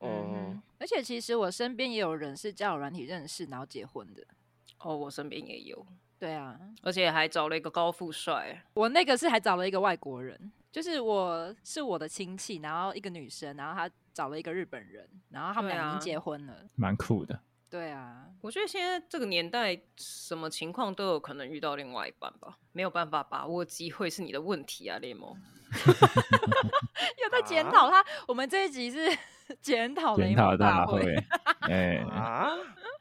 Speaker 3: 嗯
Speaker 5: 哦
Speaker 3: 嗯，
Speaker 6: 而且其实我身边也有人是交友软体认识然后结婚的，
Speaker 4: 哦，我身边也有，
Speaker 6: 对啊，
Speaker 4: 而且还找了一个高富帅。
Speaker 6: 我那个是还找了一个外国人，就是我是我的亲戚，然后一个女生，然后她找了一个日本人，然后他们
Speaker 4: 对
Speaker 6: 俩已
Speaker 4: 啊
Speaker 6: 经结婚了。
Speaker 5: 蛮酷的。
Speaker 6: 对啊，
Speaker 4: 我觉得现在这个年代，什么情况都有可能遇到另外一半吧，没有办法把握机会是你的问题啊，联盟。
Speaker 6: 又在检
Speaker 3: 啊
Speaker 6: 讨他。我们这一集是 *laughs* 检讨
Speaker 5: 检
Speaker 6: 哦雷
Speaker 5: 讨
Speaker 6: 蒙
Speaker 5: 大
Speaker 6: 大
Speaker 5: 会，哎、
Speaker 3: 嗯啊，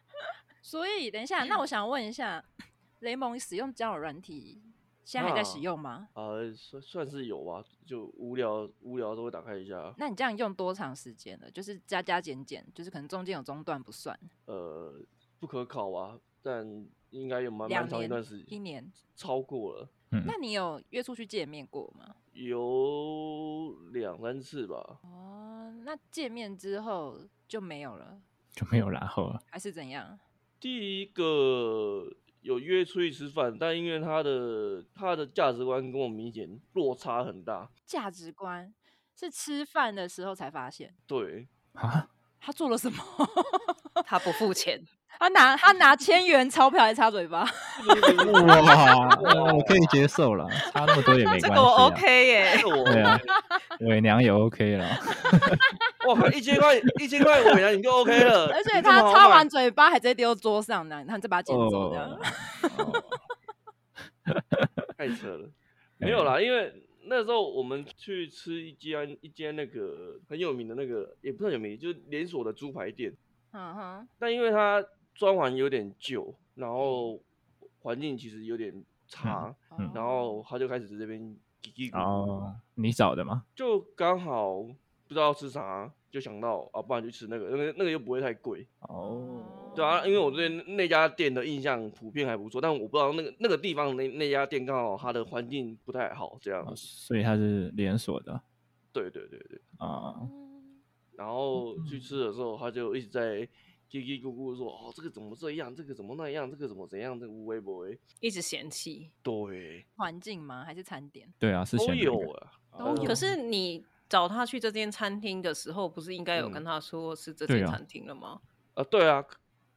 Speaker 6: *laughs* 所以等一下，那我想问一下，雷蒙使用交友软体现在还在使
Speaker 3: 啊
Speaker 5: 哦
Speaker 6: 用吗？
Speaker 3: *laughs* 呃，算算是有吧，就无聊无聊都会打开一下，
Speaker 6: 那你这样用多长时间了？就是加加减减，就是可能中间有中断不算，
Speaker 5: 嗯
Speaker 3: 呃，不可考啊，但应该有蛮
Speaker 6: 两
Speaker 3: 蛮长一
Speaker 6: 年
Speaker 3: 段时
Speaker 6: 一
Speaker 3: 间，
Speaker 6: 年。
Speaker 3: 超过了
Speaker 5: 嗯
Speaker 6: 那你有约出去见面过吗？
Speaker 3: 有两三次吧，
Speaker 6: 哦，那见面之后就没有了，
Speaker 5: 就没有然后了。
Speaker 6: 还是怎样？
Speaker 3: 第一个有约出去吃饭，但因为他的他的价值观跟我明显落差很大，
Speaker 6: 价值观是吃饭的时候才发现
Speaker 3: 对，
Speaker 5: 啊，
Speaker 6: 他做了什么？ *laughs*
Speaker 4: 他不付钱，
Speaker 6: 他拿他拿千元钞票来插嘴
Speaker 5: *laughs*
Speaker 6: 巴，
Speaker 5: 哇，我可以接受了，差那么
Speaker 6: *laughs*
Speaker 5: 多也没关系、
Speaker 4: 这
Speaker 5: 啊。
Speaker 4: 个我 OK 耶、
Speaker 3: 这我
Speaker 5: *laughs* 对啊，伪娘也 OK
Speaker 6: *laughs*
Speaker 5: 了，
Speaker 3: 哇靠，一千块一千块我拿你就 OK 了，
Speaker 6: *laughs* 而且
Speaker 3: 你这么
Speaker 6: 他
Speaker 3: 好
Speaker 6: 插
Speaker 3: 买
Speaker 6: 完嘴巴还直接丢桌上呢，然后你再把它捡走这样。
Speaker 5: 哦，
Speaker 3: 太扯
Speaker 5: *laughs*
Speaker 3: 了，没
Speaker 5: 嗯
Speaker 3: 有啦，因为那时候我们去吃一间一间那个很有名的那个，也不算有名，就是连锁的猪排店，
Speaker 6: 嗯哼，
Speaker 3: 但因为它装潢有点旧，然后环境其实有点差，
Speaker 6: 哦
Speaker 5: 嗯
Speaker 3: 然后他就开始在这边叽叽咕咕，
Speaker 5: 哦，你找的吗？
Speaker 3: 就刚好不知道吃啥，就想到啊，不然去吃那个，那个那个又不会太贵，
Speaker 5: 哦，
Speaker 3: 对啊，因为我对那家店的印象普遍还不错，但我不知道那个那个地方那那家店刚好它的环境不太好，这样
Speaker 5: 哦，所以它是连锁的
Speaker 3: 对对对对。
Speaker 5: 啊、
Speaker 6: 嗯
Speaker 3: 然后去吃的时候，他就一直在叽叽咕咕说：“哦，这个怎么这样？这个怎么那样？这个怎么怎样？这个无微不微。
Speaker 4: 一直嫌弃。”
Speaker 3: 对，
Speaker 6: 环境吗？还是餐点？
Speaker 5: 对啊，是
Speaker 3: 都
Speaker 5: 选哪
Speaker 3: 有
Speaker 5: 个
Speaker 3: 啊，
Speaker 6: 都
Speaker 3: 呃
Speaker 6: 有
Speaker 4: 可是你找他去这间餐厅的时候，不是应该有
Speaker 3: 嗯
Speaker 4: 跟他说是这
Speaker 5: 对
Speaker 4: 间
Speaker 5: 啊
Speaker 4: 餐厅了吗？
Speaker 3: 啊，对啊，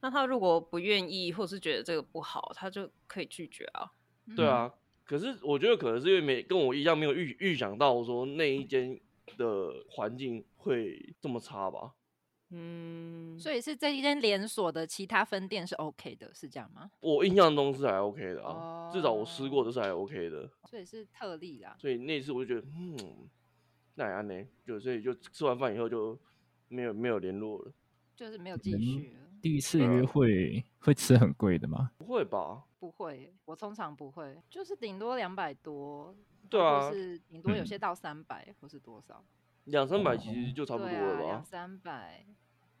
Speaker 4: 那他如果不愿意，或是觉得这个不好，他就可以拒绝啊。
Speaker 6: 嗯
Speaker 3: 对啊。可是我觉得可能是因为没跟我一样没有预预想到说那一间的环境会这么差吧？
Speaker 4: 嗯，
Speaker 6: 所以是这一间连锁的其他分店是 OK 的，是这样吗？
Speaker 3: 我印象中是还 OK 的啊，至少我吃过
Speaker 6: 哦
Speaker 3: 都是还 OK 的。
Speaker 6: 所以是特例啦。
Speaker 3: 所以那次我就觉得，嗯，那也安呢，就所以就吃完饭以后就没有没有联络了，
Speaker 6: 就是没有继
Speaker 5: 嗯
Speaker 6: 续了。
Speaker 5: 第一次
Speaker 3: 对啊
Speaker 5: 约会会吃很贵的吗？
Speaker 3: 不会吧？
Speaker 6: 不会，我通常不会，就是顶多两百多，
Speaker 3: 对
Speaker 6: 或
Speaker 3: 啊，
Speaker 6: 是顶多有
Speaker 5: 嗯
Speaker 6: 些到三百或是多少，
Speaker 3: 两三百其实就差不多
Speaker 6: 对啊，
Speaker 3: 了吧？
Speaker 6: 两三百，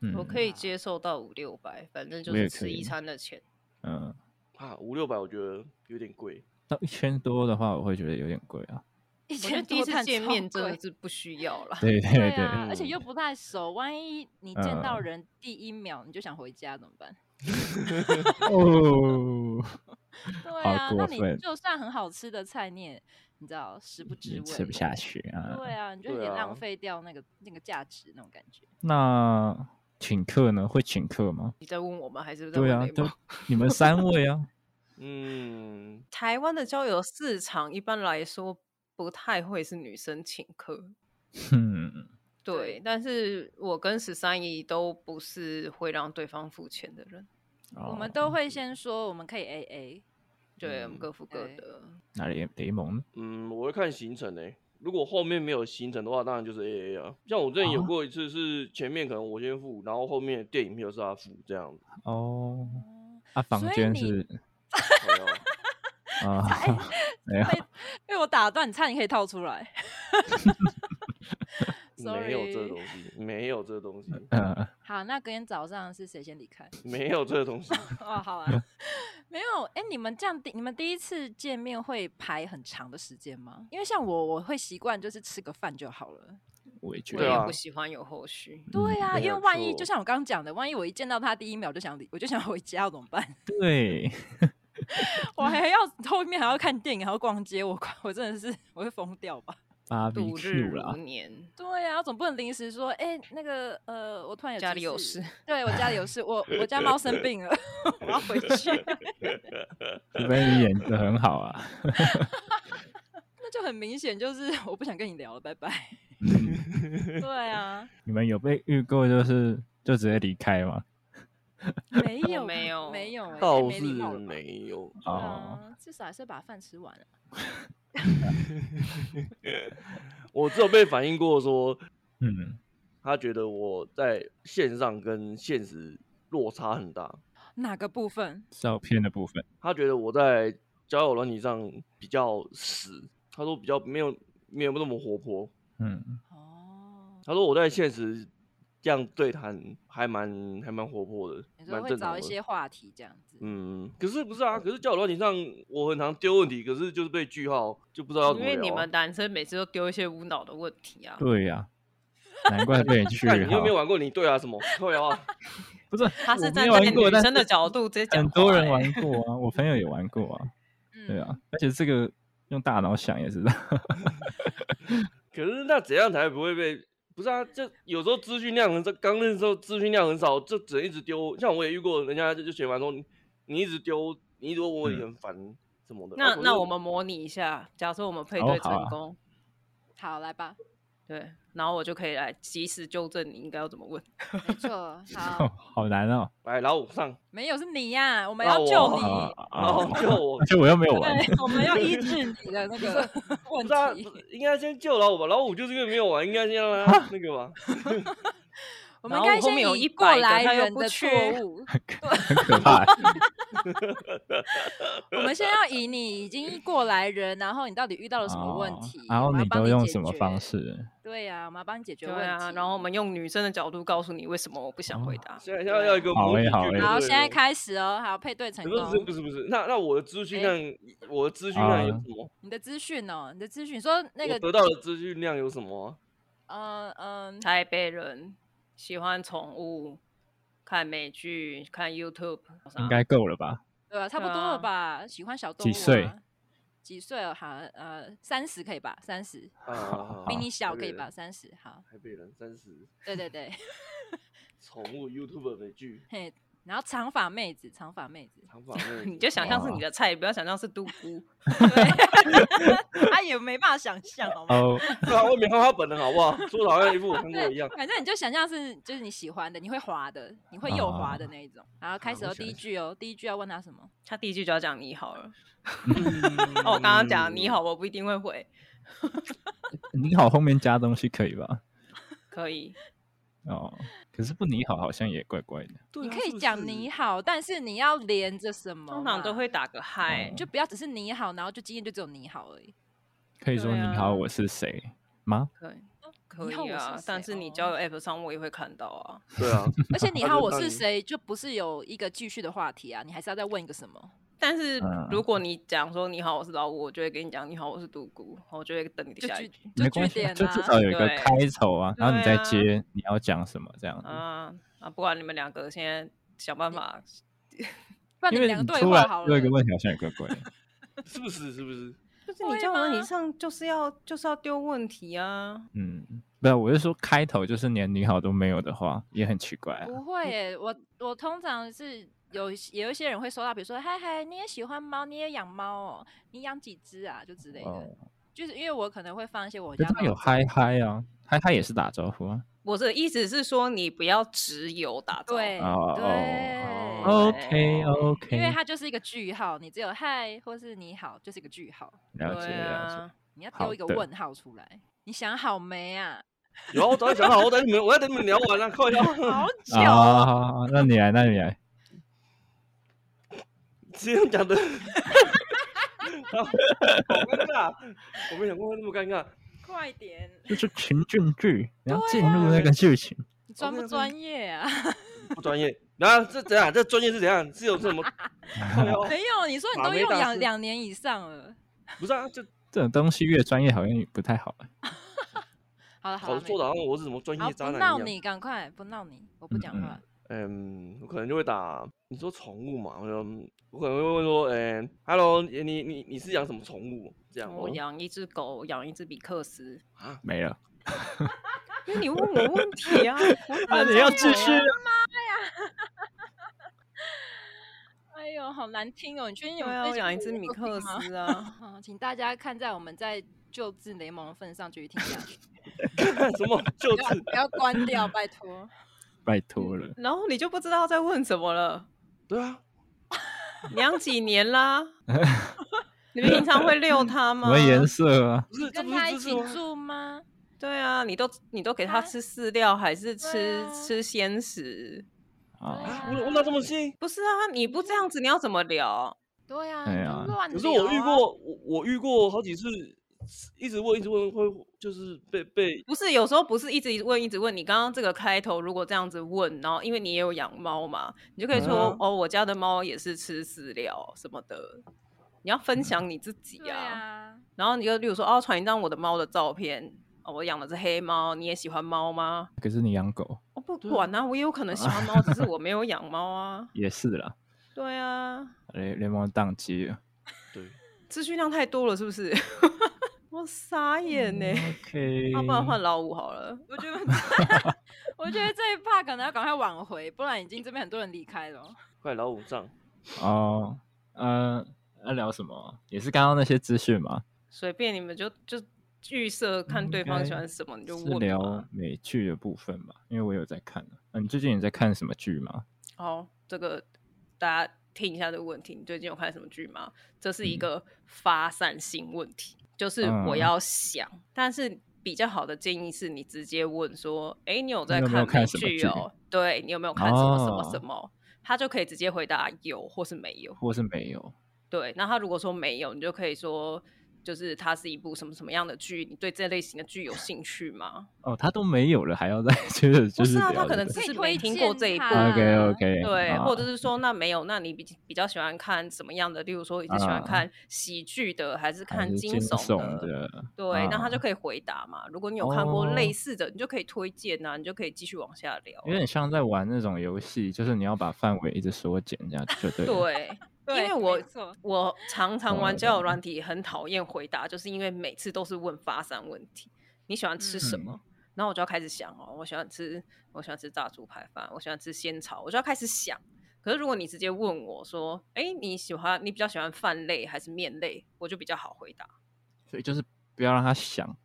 Speaker 5: 嗯，
Speaker 4: 我可以接受到五六百，反正就
Speaker 5: 我也
Speaker 4: 是
Speaker 5: 可
Speaker 4: 啊吃一
Speaker 5: 以
Speaker 4: 餐的钱。
Speaker 5: 嗯，
Speaker 3: 啊，五六百我觉得有点贵。
Speaker 5: 到一千多的话，我会觉得有点贵啊。
Speaker 6: 一
Speaker 4: 我觉得
Speaker 6: 千
Speaker 4: 第
Speaker 6: 多
Speaker 4: 一次
Speaker 6: 碳
Speaker 4: 见
Speaker 6: 超
Speaker 4: 面真
Speaker 6: 贵
Speaker 4: 的是不需要啦。
Speaker 5: 对对
Speaker 6: 对
Speaker 5: 对，
Speaker 6: 啊，而且又
Speaker 3: 嗯
Speaker 6: 不太熟，万一你见到
Speaker 5: 嗯
Speaker 6: 人第一秒你就想回家怎么办？
Speaker 5: 哦，
Speaker 6: 对
Speaker 5: 好
Speaker 6: 啊，
Speaker 5: 过
Speaker 6: 那你
Speaker 5: 分
Speaker 6: 就算很好吃的菜，你也你知道食不知
Speaker 5: 也
Speaker 6: 味，
Speaker 5: 吃不下去啊。
Speaker 6: 对啊，你就有
Speaker 3: 对
Speaker 6: 点
Speaker 3: 啊
Speaker 6: 浪费掉那个那个价值那种感觉。
Speaker 5: 那请客呢？会请客吗？
Speaker 4: 你在问我们还是在问
Speaker 5: 对啊
Speaker 4: 雷，
Speaker 5: 都
Speaker 4: 蒙？
Speaker 5: 你们三位啊，
Speaker 3: 嗯，
Speaker 4: 台湾的交 *laughs* 友市场一般来说不太会是女生请客，
Speaker 5: 嗯，
Speaker 4: 对，但是我跟十三姨都不是会让对方付钱的人，
Speaker 6: 我们
Speaker 5: 哦
Speaker 6: 都会先说我们可以 A
Speaker 5: *laughs*
Speaker 6: A，
Speaker 4: 对，我
Speaker 3: 嗯
Speaker 4: 们各付各
Speaker 6: 对
Speaker 4: 的。
Speaker 5: 哪里雷蒙呢？
Speaker 3: 嗯，我会看行程诶、如果后面没有行程的话，当然就是 A A 啊。像我之前有
Speaker 5: 啊
Speaker 3: 过一次是前面可能我先付，然后后面电影票是他付这样
Speaker 6: *laughs*
Speaker 3: 子。
Speaker 5: 哦，
Speaker 6: 哦
Speaker 5: 啊，房
Speaker 6: 所以
Speaker 5: 间
Speaker 6: 你
Speaker 5: 是
Speaker 3: 哎呦
Speaker 6: *laughs*
Speaker 5: 啊，没有
Speaker 6: 被被我打断，你差点可以套出
Speaker 5: *laughs*
Speaker 6: 来。
Speaker 3: 没有这
Speaker 6: Sorry
Speaker 3: 东西，没有这东西，
Speaker 5: 嗯，
Speaker 6: 好，那隔天早上是谁先离开？
Speaker 3: 没有这东西。
Speaker 6: 哦，好
Speaker 4: 嗯
Speaker 6: 啊， *laughs* 没有，哎、你们这样第你们第一次见面会排很长的时间吗？因为像我，我会习惯就是吃个饭就好
Speaker 4: 嗯
Speaker 6: 了。
Speaker 5: 我也觉
Speaker 4: 我
Speaker 3: 对
Speaker 5: 得
Speaker 4: 也
Speaker 3: 啊
Speaker 4: 不喜欢有后续。
Speaker 5: 嗯
Speaker 6: 对啊呀、
Speaker 3: 没
Speaker 6: 因为
Speaker 3: 有
Speaker 6: 万一
Speaker 3: 错
Speaker 6: 就像我刚刚讲的，万一我一见到他第一秒就想离，我就想回家，我怎么办？ *laughs*
Speaker 5: 对，
Speaker 6: 我
Speaker 4: 嗯
Speaker 6: 还要后面还要看电影，还要逛街，我我真的是我会疯掉吧？
Speaker 5: 芭比
Speaker 4: 度日
Speaker 5: Q
Speaker 4: 如
Speaker 5: 啦，
Speaker 4: 年，
Speaker 6: 对呀、总不能临时说，哎、那个呃，我突然有
Speaker 4: 家
Speaker 6: 急
Speaker 4: 里有事，
Speaker 6: 对我家里有事，我我家猫生病了， *laughs* 我要回去， *laughs*
Speaker 5: 除非你演的很好啊，
Speaker 6: 那就很明显就是我不想跟你聊了，拜
Speaker 4: *laughs*
Speaker 6: 拜。
Speaker 5: 嗯，
Speaker 6: 对啊，
Speaker 5: 你们有被遇过就是就直接离开吗？
Speaker 6: *laughs* 没
Speaker 4: 我
Speaker 6: 有
Speaker 4: 没有
Speaker 6: 没有欸，太
Speaker 3: 倒
Speaker 6: 没
Speaker 3: 是
Speaker 6: 礼貌了吧
Speaker 3: 没有，
Speaker 6: 对
Speaker 5: 哦，
Speaker 6: 啊，至少还是把饭吃完了。
Speaker 3: 我只有被反映过说，
Speaker 5: 嗯，
Speaker 3: 他觉得我在线上跟现实落差很大，
Speaker 6: 哪个部分？
Speaker 5: 照片的部分，
Speaker 3: 他觉得我在交友软体上比较死，他说比较没有没有那么活泼，
Speaker 5: 嗯，
Speaker 6: 哦，
Speaker 3: 他说我在现实这样对谈还蛮还蛮活泼的
Speaker 6: 你，说
Speaker 3: 蛮
Speaker 6: 会
Speaker 3: 正常
Speaker 6: 找
Speaker 3: 的
Speaker 6: 一。些话题这样子。
Speaker 3: 嗯，可是不是啊？可是交友软体上我很常丢问题，可是就是被句号，就 *laughs* 不知道要怎
Speaker 4: 因
Speaker 3: 么
Speaker 4: 为
Speaker 3: 聊
Speaker 4: 你
Speaker 3: 啊
Speaker 4: 们男生每次都丢一些无脑的问题啊。
Speaker 5: 对呀，难怪
Speaker 6: *laughs*
Speaker 5: 被你去
Speaker 3: 干你又没有
Speaker 5: 好，
Speaker 3: 玩过，你对啊什么？ *laughs* 对啊，
Speaker 5: 不是，
Speaker 4: 他是
Speaker 5: 我
Speaker 4: 站
Speaker 5: 没
Speaker 4: 在
Speaker 5: 玩过，
Speaker 4: 女
Speaker 5: 但
Speaker 4: 生的
Speaker 5: 是
Speaker 4: 角度直接讲
Speaker 5: 很
Speaker 4: 话
Speaker 5: 多人
Speaker 4: 欸 *laughs*
Speaker 5: 玩过啊，我朋友也玩过啊，
Speaker 6: 嗯
Speaker 5: 对啊，而且这个用大脑想也知道，
Speaker 3: 可是那怎样才不会被？不是啊，就有时候资讯量很少，刚认识的时候资讯量很少，就只能一直丢。像我也遇过，人家就就写完说你你一直丢，你一直问我
Speaker 5: 嗯
Speaker 3: 也很烦什么的。
Speaker 4: 那
Speaker 3: 啊可是
Speaker 4: 那我们模拟一下，假设我们配
Speaker 5: 好
Speaker 4: 对
Speaker 5: 好
Speaker 4: 成
Speaker 5: 啊
Speaker 4: 功，
Speaker 6: 好，来 *laughs* 吧，
Speaker 4: 对，然后我就可以来及时纠正你应该要怎么问。
Speaker 6: 没错，好，
Speaker 5: *laughs* 好难哦，
Speaker 3: 来老五上，
Speaker 6: *laughs* 没有是你呀、我们
Speaker 3: 那
Speaker 6: 要
Speaker 3: 我
Speaker 6: 救
Speaker 5: 啊
Speaker 6: 你，
Speaker 5: 啊
Speaker 3: 然后
Speaker 5: *laughs* 啊，
Speaker 6: 哦
Speaker 3: 救我
Speaker 6: *laughs*
Speaker 5: 而。且我又没有玩，
Speaker 6: 对，我们要医治你的那个 *laughs*
Speaker 3: 不是啊，
Speaker 6: 问
Speaker 3: 不
Speaker 6: 题。
Speaker 3: 是应该先救老五吧。老五就是因为没有玩，应该先让他那个吧。
Speaker 6: 我
Speaker 4: 然
Speaker 6: 们应
Speaker 4: 后
Speaker 6: 该
Speaker 4: 我后
Speaker 6: 先
Speaker 4: 面有
Speaker 6: 以
Speaker 4: 一
Speaker 6: 过
Speaker 4: 百个
Speaker 6: 来
Speaker 4: 他又
Speaker 6: 人
Speaker 4: 不
Speaker 6: 的错
Speaker 4: 缺 *laughs*
Speaker 6: 误，
Speaker 5: 很可怕，
Speaker 6: 我们先要以你已经过来人，然后你到底遇到了什么问
Speaker 5: 哦
Speaker 6: 题，
Speaker 5: 然
Speaker 6: 我
Speaker 5: 后
Speaker 6: 们要
Speaker 5: 你
Speaker 6: 帮
Speaker 5: 都
Speaker 6: 你
Speaker 5: 用
Speaker 6: 解
Speaker 5: 什么
Speaker 6: 决
Speaker 5: 方？式？
Speaker 6: 对呀、我们要帮你解决
Speaker 4: 对
Speaker 6: 问题。
Speaker 4: 啊，然后我们用女生的角度告诉你为什么我不想回
Speaker 5: 哦
Speaker 4: 答。
Speaker 3: 现在现在要一个
Speaker 5: 好
Speaker 3: 模
Speaker 5: 欸
Speaker 3: 拟
Speaker 5: 好
Speaker 3: 就
Speaker 5: 欸
Speaker 3: 对
Speaker 6: 好，
Speaker 3: 了
Speaker 6: 现在。开始哦。好，配对成
Speaker 3: 不是不是不
Speaker 6: 功。
Speaker 3: 是不是，那那我的资讯
Speaker 6: 哎
Speaker 3: 量，我的资讯量有
Speaker 5: 啊
Speaker 3: 什么？
Speaker 6: 你的资讯哦，你的资讯说那
Speaker 3: 我
Speaker 6: 个
Speaker 3: 得到的资讯量有什么啊？
Speaker 6: 嗯嗯，
Speaker 4: 台北人喜欢宠物，看美剧，看 YouTube，
Speaker 5: 应
Speaker 6: 啊
Speaker 5: 该够了吧？
Speaker 6: 对啊，差不
Speaker 4: 对
Speaker 6: 多了
Speaker 4: 啊
Speaker 6: 吧？喜欢小动物、
Speaker 5: 几
Speaker 6: 啊。
Speaker 5: 岁？
Speaker 6: 几岁了？好，呃，三十可以吧？三十
Speaker 3: 啊好好
Speaker 6: 比
Speaker 3: 好
Speaker 6: 你小
Speaker 3: 台
Speaker 6: 可以
Speaker 3: 北
Speaker 6: 吧？
Speaker 3: 人
Speaker 6: 三十好，
Speaker 3: 台北人三十，
Speaker 6: 对对对，
Speaker 3: 宠物 YouTube 美剧，
Speaker 6: 嘿，然后长发妹子，长发妹
Speaker 3: *laughs*
Speaker 6: 子，
Speaker 3: 长发妹子，
Speaker 4: *laughs* *laughs* 你
Speaker 3: *laughs*
Speaker 4: 就想象是你
Speaker 5: 哇
Speaker 4: 的菜，不要想象是独孤。
Speaker 6: 对，他也没办法想象，好吗？
Speaker 5: 哦，
Speaker 3: 对啊，我也没看过他本人好不好？说的好像一副我看过一样。
Speaker 6: 反正你就想象是就是你喜欢的，你会滑的，你会右滑的那一种。然后开始
Speaker 5: 好
Speaker 6: 哦，
Speaker 5: 我想
Speaker 6: 第
Speaker 5: 一
Speaker 6: 一句哦，第一句要问他什么？
Speaker 4: 他第一句就要讲你好了。哦，
Speaker 5: 嗯
Speaker 3: 哦
Speaker 4: 我刚刚讲你好，，我不一定会回，
Speaker 5: 你好，后面加东西可以吧？
Speaker 4: 可以。
Speaker 5: 哦，可是不你好好像也怪怪的，
Speaker 3: 啊
Speaker 4: 啊
Speaker 6: 你可以讲你好，但是你要连着什么嘛？
Speaker 4: 通常都会打
Speaker 5: 哦
Speaker 4: 个嗨
Speaker 6: 你，就不要只是你好，然后就今天就只有你好而已。
Speaker 5: 可以说
Speaker 4: 对
Speaker 5: 你
Speaker 4: 啊
Speaker 5: 好，我是谁吗？
Speaker 4: 可以。可
Speaker 6: 哦你好
Speaker 4: 以
Speaker 6: 我是
Speaker 4: 啊
Speaker 6: 谁，
Speaker 4: 但是你
Speaker 6: 哦
Speaker 4: 交友 app 上我也会看到啊。
Speaker 3: 对啊，
Speaker 6: 而且你
Speaker 3: 他
Speaker 6: 好，
Speaker 3: 就
Speaker 6: 我
Speaker 3: 让
Speaker 6: 是
Speaker 3: 你
Speaker 6: 谁，就不是有一个继续的话题啊，你还是要再问一个什么？
Speaker 4: 但是
Speaker 5: 嗯
Speaker 4: 如果你讲说你好，我是老五，我就会跟你讲你好，我是独孤，我就会等你
Speaker 6: 就
Speaker 4: 下一
Speaker 6: 据
Speaker 4: 句。
Speaker 6: 就
Speaker 5: 没
Speaker 6: 据
Speaker 5: 关系啊，
Speaker 6: 点
Speaker 5: 就
Speaker 6: 啊
Speaker 5: 至，少有一个
Speaker 4: 对
Speaker 5: 开头啊，然后你
Speaker 4: 对
Speaker 5: 再
Speaker 4: 啊
Speaker 5: 接你要讲什么这样子。
Speaker 6: 哦
Speaker 4: 啊啊，不管你们两个现在想办法，
Speaker 6: 不然你
Speaker 5: 因
Speaker 6: 们
Speaker 5: 为
Speaker 6: 两个
Speaker 5: 你
Speaker 6: 对
Speaker 5: 突然
Speaker 6: 话好
Speaker 5: 问一个
Speaker 6: 了。
Speaker 5: 问题，好像也怪怪的。
Speaker 3: 是不是？是不是？
Speaker 4: 就是
Speaker 6: 会
Speaker 4: 你交友软
Speaker 6: 吗
Speaker 4: 体上就是要就是要丢问题啊。
Speaker 5: 嗯，不是，我是说开头就是连你好都没有的话，也很奇怪啊。
Speaker 6: 不会耶，我我通常是有也有一些人会收到，比如说嗨嗨，你也喜欢猫，你也养猫哦，你养几只啊，就之类的。
Speaker 5: 哦，
Speaker 6: 就是因为我可能会放一些我
Speaker 5: 可
Speaker 6: 家
Speaker 5: 是他
Speaker 6: 猫
Speaker 5: 有
Speaker 6: 的
Speaker 5: 嗨嗨啊，嗨嗨也是打招呼啊。
Speaker 4: 我的意思是说，你不要只有打招呼，
Speaker 6: 对
Speaker 5: 哦
Speaker 6: 对
Speaker 4: 哦
Speaker 5: OK
Speaker 6: 因为
Speaker 5: OK，
Speaker 6: 它就是一个句号，你只有嗨或是你好，就是一个句号。
Speaker 5: 了解
Speaker 4: 对
Speaker 5: 了解。
Speaker 4: 啊，
Speaker 6: 你要
Speaker 5: 好
Speaker 6: 丢一个
Speaker 5: 的
Speaker 6: 问号出来。你想好没啊？
Speaker 3: 有啊，我早就想好，我等你们，我要等你们聊完了，靠一下。
Speaker 6: 好久
Speaker 5: 啊，好
Speaker 6: 哦、
Speaker 5: 好好那你来，那你来，
Speaker 3: 这样讲的，好好尴尬，我没想过会那么尴尬。
Speaker 6: 快点！
Speaker 5: 就是情境剧，你要
Speaker 6: 对
Speaker 5: 进入那个剧情。
Speaker 6: 你专不
Speaker 3: OK，OK
Speaker 6: 专业啊？
Speaker 3: 不专业。然后这怎样？这专业是怎样？是有什么？靠
Speaker 6: *laughs*
Speaker 3: 腰
Speaker 6: 没有，你说你
Speaker 3: 把
Speaker 6: 都
Speaker 3: 妹
Speaker 6: 用
Speaker 3: 哦大
Speaker 6: 两
Speaker 3: 师
Speaker 6: 两年以上了。
Speaker 3: 不是啊，这
Speaker 5: 这种东西越专业好像也不太好了。
Speaker 6: 好了好
Speaker 3: 好像哦
Speaker 6: 了，
Speaker 3: 做
Speaker 6: 没
Speaker 3: 的好像我是什么专
Speaker 6: 好
Speaker 3: 业渣
Speaker 6: 不
Speaker 3: 男
Speaker 6: 闹
Speaker 3: 一样。
Speaker 6: 你，赶快不闹你，我不
Speaker 5: 嗯
Speaker 6: 讲
Speaker 5: 嗯
Speaker 6: 话。
Speaker 3: 嗯，我可能就会打你说宠物嘛，我就我可能会问说，嗯、h e l l o 你你你你是养什么宠物？这样
Speaker 4: *laughs* 我
Speaker 3: 哦
Speaker 4: 养一只狗，养一只比克斯。
Speaker 3: 啊，
Speaker 5: 没了，
Speaker 4: 因为你问我问 *laughs* 题啊，
Speaker 5: 那你要继续啊。
Speaker 6: 哎呦，好难听哦！你确定你
Speaker 4: 对
Speaker 6: 们
Speaker 4: 啊，
Speaker 6: 最
Speaker 4: 我
Speaker 6: 近
Speaker 4: 养一
Speaker 6: 有
Speaker 4: 只
Speaker 6: 这
Speaker 4: 米
Speaker 6: 个
Speaker 4: 克
Speaker 6: 病吗？
Speaker 4: 斯 *laughs* 啊。
Speaker 6: *laughs* 好，请大家看在我们在救治联盟的份上继续听下去，
Speaker 3: *laughs* 什么就
Speaker 6: 不要
Speaker 3: 是
Speaker 6: 不要关掉，拜托。
Speaker 5: 拜托了。
Speaker 4: 然后你就不知道在问什么了。
Speaker 3: 对啊，
Speaker 4: 养几年啦？
Speaker 5: *laughs*
Speaker 4: 你们平常会遛它
Speaker 5: 嗯什
Speaker 4: 吗？
Speaker 5: 么颜色啊？
Speaker 3: 不是 *laughs* 这
Speaker 6: 跟
Speaker 3: 不
Speaker 6: 他
Speaker 3: 是
Speaker 6: 一
Speaker 3: 知
Speaker 6: 起
Speaker 3: 识吗？
Speaker 6: 住吗？
Speaker 4: 对啊，你都你都给它
Speaker 6: 啊
Speaker 4: 吃饲料，还是吃、
Speaker 6: 啊
Speaker 4: 吃鲜食？
Speaker 5: 啊，
Speaker 3: 我问到这么细，
Speaker 4: 不是啊，你不这样子，你要怎么聊？
Speaker 6: 对呀、
Speaker 5: 哎
Speaker 6: 你就
Speaker 5: 呀
Speaker 6: 乱
Speaker 3: 可是我
Speaker 6: 聊
Speaker 3: 遇
Speaker 6: 啊
Speaker 3: 过，我我遇过好几次，一直问一直问会就是被被
Speaker 4: 不是，有时候不是一直问一直问。你刚刚这个开头如果这样子问，然后因为你也有养猫嘛，你就可以说、
Speaker 3: 嗯
Speaker 4: 哦，我家的猫也是吃饲料什么的。你要分享你自己
Speaker 3: *laughs*
Speaker 6: 对啊，
Speaker 4: 然后你就例如说哦，传一张我的猫的照片，哦，我养的是黑猫，你也喜欢猫吗？
Speaker 5: 可是你养狗
Speaker 4: 我、不管啊，我也有可能喜欢猫，只是我没有养猫啊。
Speaker 5: 也是啦，
Speaker 4: 对啊，
Speaker 5: 联联盟宕机了。
Speaker 3: 对。
Speaker 4: 资讯量太多了，是不是？ *laughs* 我傻眼呢、
Speaker 5: 嗯 OK，
Speaker 4: 啊要、不然换老五好了。
Speaker 6: 我觉得 *laughs* 我觉得这一趴可能要赶快挽回，不然已经这边很多人离开了。
Speaker 3: 快老五丈， *laughs*
Speaker 5: 哦，呃，要聊什么？也是刚刚那些资讯嘛，
Speaker 4: 随便你们就就预设看对方喜欢什么，你就是问
Speaker 5: 嗯聊
Speaker 4: 嘛。
Speaker 5: 美剧的部分吧，因为我有在看啊。嗯、你最近有在看什么剧吗？
Speaker 4: 好，这个大家听一下这个问题，你最近有看什么剧吗？这是一
Speaker 5: 嗯
Speaker 4: 个发散性问题，就是我
Speaker 5: 嗯
Speaker 4: 要想，但是比较好的建议是你直接问说，哎、你有在
Speaker 5: 有没有
Speaker 4: 看美
Speaker 5: 看什么
Speaker 4: 剧
Speaker 5: 剧
Speaker 4: 哦？对你有没有看什么什么什
Speaker 5: 哦
Speaker 4: 么？他就可以直接回答有或是没有。
Speaker 5: 或是没有？
Speaker 4: 对，那他如果说没有，你就可以说，就是它是一部什么什么样的剧，你对这类型的剧有兴趣吗？
Speaker 5: 哦，他都没有了，还要再 *laughs* 接着就
Speaker 4: 不是
Speaker 5: 聊啊
Speaker 4: 啊
Speaker 5: 这个。
Speaker 4: 他可能只
Speaker 6: 可以
Speaker 4: 是
Speaker 6: 推
Speaker 4: 没听过
Speaker 6: 荐
Speaker 4: 这一部
Speaker 6: 他
Speaker 5: OK OK，
Speaker 4: 对，或者
Speaker 5: 是
Speaker 4: 是说那没有，那你比比较喜欢看什么样的？例如说，你是喜欢
Speaker 5: 啊
Speaker 4: 看喜剧的，还是看
Speaker 5: 惊
Speaker 4: 惊
Speaker 5: 悚
Speaker 4: 悚的？
Speaker 5: 的，
Speaker 4: 对，那他
Speaker 5: 啊
Speaker 4: 就可以回答嘛。如果你有看过类
Speaker 5: 哦
Speaker 4: 似的，你就可以推荐啊呐、你就可以继续往下聊
Speaker 5: 有
Speaker 4: 啊。
Speaker 5: 点像在玩那种游戏，就是你要把范围一直缩减，这样就对了。
Speaker 4: 对，因
Speaker 6: 对
Speaker 4: 为我
Speaker 6: 没错
Speaker 4: 我常常玩
Speaker 5: 懂
Speaker 4: 交友软体，很讨厌回答，就是因为每次都是问发散问题。你喜欢吃什
Speaker 5: 嗯
Speaker 4: 么？然后我就要开始想哦，我喜欢吃，我喜欢吃炸猪排饭，我喜欢吃仙草，我就要开始想。可是如果你直接问我说，哎，你喜欢你比较喜欢饭类还是面类？我就比较好回答。
Speaker 5: 所以就是不要让他想。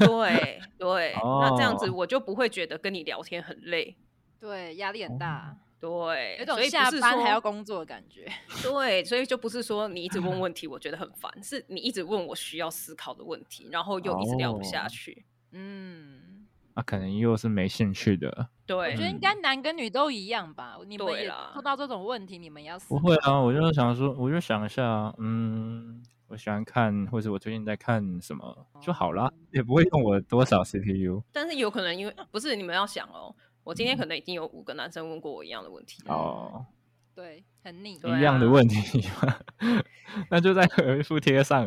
Speaker 4: 对对，那这样子
Speaker 5: 哦
Speaker 4: 我就不会觉得跟你聊天很累。
Speaker 6: 对，压力很
Speaker 5: 哦
Speaker 6: 大，啊
Speaker 4: 对，
Speaker 6: 有种
Speaker 4: 所以不
Speaker 6: 下
Speaker 4: 是
Speaker 6: 班
Speaker 4: 说
Speaker 6: 还要工作的感
Speaker 4: *laughs*
Speaker 6: 觉。
Speaker 4: 对，所以就不是说你一直问问题，我觉得很烦，是你一直问我需要思考的问题，然后又一直聊不下
Speaker 5: 哦
Speaker 4: 去。
Speaker 6: 嗯，
Speaker 5: 啊，可能又是没兴趣的。
Speaker 6: 我
Speaker 4: 对
Speaker 6: 觉，得应该男跟女都一样吧。你们
Speaker 4: 对
Speaker 6: 也
Speaker 4: 啦
Speaker 6: 碰到这种问题，你们也要思
Speaker 5: 不
Speaker 6: 考
Speaker 5: 会啊，我就想说，我就想一下，嗯，我喜欢看，或者我最近在看什
Speaker 4: 哦
Speaker 5: 么就好啦，也不会用我多少 CPU。
Speaker 4: 但是有可能因为不是你们要想哦，我今天可能已经有五个男生问过我一样的问题了，
Speaker 5: 哦，
Speaker 6: 对，很腻。
Speaker 4: 嗯对
Speaker 5: 一样的
Speaker 4: 啊
Speaker 5: 问题嘛， *laughs* 那就再回复贴上。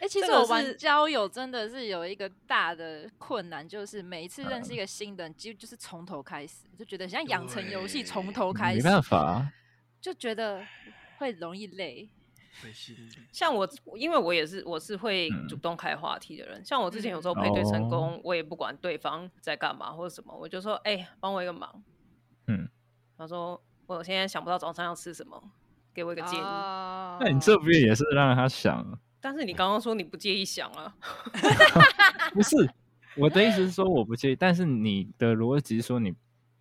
Speaker 6: 哎、其
Speaker 4: 这
Speaker 6: 实
Speaker 4: 个
Speaker 6: 我玩
Speaker 4: 是
Speaker 6: 交友真的是有一个大的困难，就是每一次认
Speaker 5: 嗯
Speaker 6: 识一个新的人，几乎就是从头开始，就觉得像养成游戏从头开
Speaker 5: 嗯没
Speaker 6: 始，
Speaker 5: 办法啊，
Speaker 6: 就觉得会容易累。
Speaker 3: 被吸引
Speaker 4: 像我，因为我也是我是会主
Speaker 5: 嗯
Speaker 4: 动开话题的人。像我之前有时候
Speaker 5: 嗯
Speaker 4: 配对成
Speaker 5: 哦
Speaker 4: 功，我也不管对方在干嘛或者什么，我就说：“哎、帮我一个忙。”
Speaker 5: 嗯，
Speaker 4: 他说：“我现在想不到早上要吃什么，给我一个建议。
Speaker 6: 哦
Speaker 5: 那你这不也是让他想？
Speaker 4: 但是你刚刚说你不介意想啊，
Speaker 5: 不是我的意思是说我不介意，但是你的逻辑说你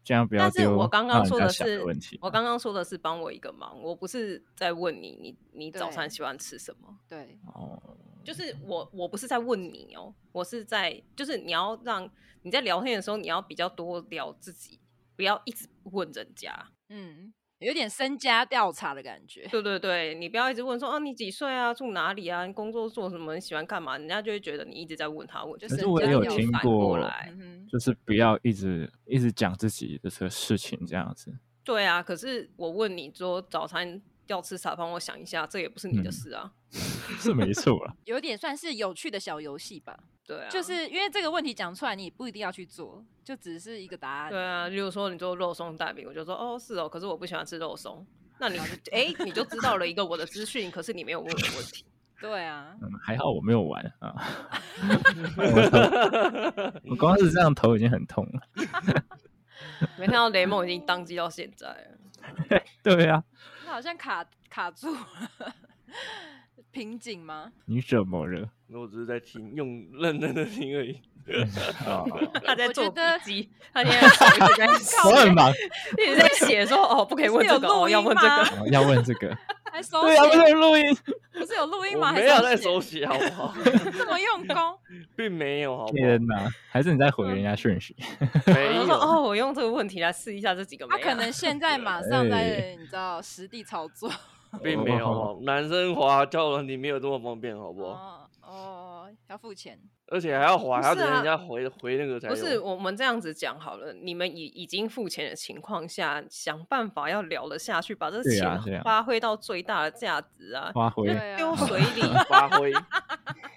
Speaker 5: 这样不要
Speaker 4: 但是
Speaker 5: 丢，啊
Speaker 4: 我刚刚说
Speaker 5: 的
Speaker 4: 是
Speaker 5: 问题。啊
Speaker 4: 我刚刚说的是帮我一个忙，我不是在问你你你早
Speaker 6: 对
Speaker 4: 餐喜欢吃什么。
Speaker 6: 对，
Speaker 5: 哦，
Speaker 4: 就是我我不是在问你哦，我是在就是你要让你在聊天的时候，你要比较多聊自己，不要一直问人家。
Speaker 6: 嗯，有点身家调查的感觉。
Speaker 4: 对对对，你不要一直问说啊你几岁啊，住哪里啊，你工作做什么，你喜欢干嘛，人家就会觉得你一直在问他问题，
Speaker 6: 可是
Speaker 4: 人
Speaker 6: 我
Speaker 4: 家
Speaker 6: 也有
Speaker 4: 就
Speaker 6: 听
Speaker 4: 反过
Speaker 5: 过
Speaker 4: 来。
Speaker 6: 嗯哼，
Speaker 5: 就是不要一直一直讲自己的这个事情这样子。 *laughs*
Speaker 4: 对啊，可是我问你说早餐要吃啥，帮我想一下，这也不是你的
Speaker 5: 嗯
Speaker 4: 事啊。
Speaker 5: 是没错啦。
Speaker 6: 有点算是有趣的小游戏吧。
Speaker 4: 对啊，
Speaker 6: 就是因为这个问题讲出来，你也不一定要去做，就只是一个答案。
Speaker 4: 对啊，例如说你做肉松蛋饼，我就说哦是哦，可是我不喜欢吃肉松。那
Speaker 6: 啊
Speaker 4: 你就哎、你就知道了一个我的资讯，可是你没有问我问
Speaker 6: *laughs*
Speaker 4: 题。
Speaker 6: 对啊，
Speaker 5: 嗯，还好我没有玩啊，我头我光是这样头已经很痛了。 *laughs*
Speaker 4: 没看到雷蒙已经当机到现在了，
Speaker 6: *laughs*
Speaker 5: 对啊，
Speaker 6: 那好像卡卡住了瓶颈吗？
Speaker 5: 你怎么了？
Speaker 3: 那我只是在听，用认真的听而已。
Speaker 5: 啊，
Speaker 4: 他在
Speaker 6: 我
Speaker 4: 做
Speaker 6: 觉
Speaker 4: 笔
Speaker 6: 得
Speaker 4: 记，他现在手一
Speaker 6: *laughs*
Speaker 4: 直在
Speaker 5: 我很
Speaker 4: 写，
Speaker 5: 忙，
Speaker 4: 一直在写说哦不可以
Speaker 6: 是
Speaker 4: 问
Speaker 6: 有
Speaker 4: 这个，
Speaker 6: 录
Speaker 4: 哦要
Speaker 6: 音
Speaker 4: 问这
Speaker 6: 吗
Speaker 4: *laughs* 个。
Speaker 5: 哦要问这个。
Speaker 6: 还手
Speaker 5: 对啊，
Speaker 6: 写
Speaker 5: 没有录音。
Speaker 6: 不是有录音
Speaker 3: 我
Speaker 6: 吗？
Speaker 3: 没有在
Speaker 6: 还
Speaker 3: 手
Speaker 6: *laughs* 手
Speaker 3: 写，好不好？ *laughs*
Speaker 6: 写这么用
Speaker 4: *laughs*
Speaker 6: 功？
Speaker 3: 并没有，好不
Speaker 5: 天
Speaker 3: 好？
Speaker 5: 哪，还是你在回人家讯息？
Speaker 3: 没
Speaker 4: 我
Speaker 3: 有
Speaker 4: 就说。哦，我用这个问题来试一下这几个没
Speaker 6: 他
Speaker 4: 啊。
Speaker 6: 可能现在马上在
Speaker 5: 哎
Speaker 6: 你知道实地操作。
Speaker 3: 并没有哦，男生滑交友软体没有这么方便，好不好？
Speaker 6: 哦哦，要付钱。
Speaker 3: 而且还要滑，
Speaker 4: 不
Speaker 3: 还要
Speaker 4: 是
Speaker 3: 等
Speaker 4: 啊
Speaker 3: 人家回回那个才有。
Speaker 4: 不是我们这样子讲好了，你们已已经付钱的情况下，想办法要聊得下去，把这
Speaker 5: 对啊对
Speaker 4: 钱
Speaker 5: 啊哦
Speaker 4: 发挥到最大的价值啊，
Speaker 5: 花灰
Speaker 6: 对
Speaker 4: 丢
Speaker 6: 啊，
Speaker 4: 水
Speaker 5: *laughs*
Speaker 4: 里。
Speaker 3: 发
Speaker 4: *laughs*
Speaker 3: 挥，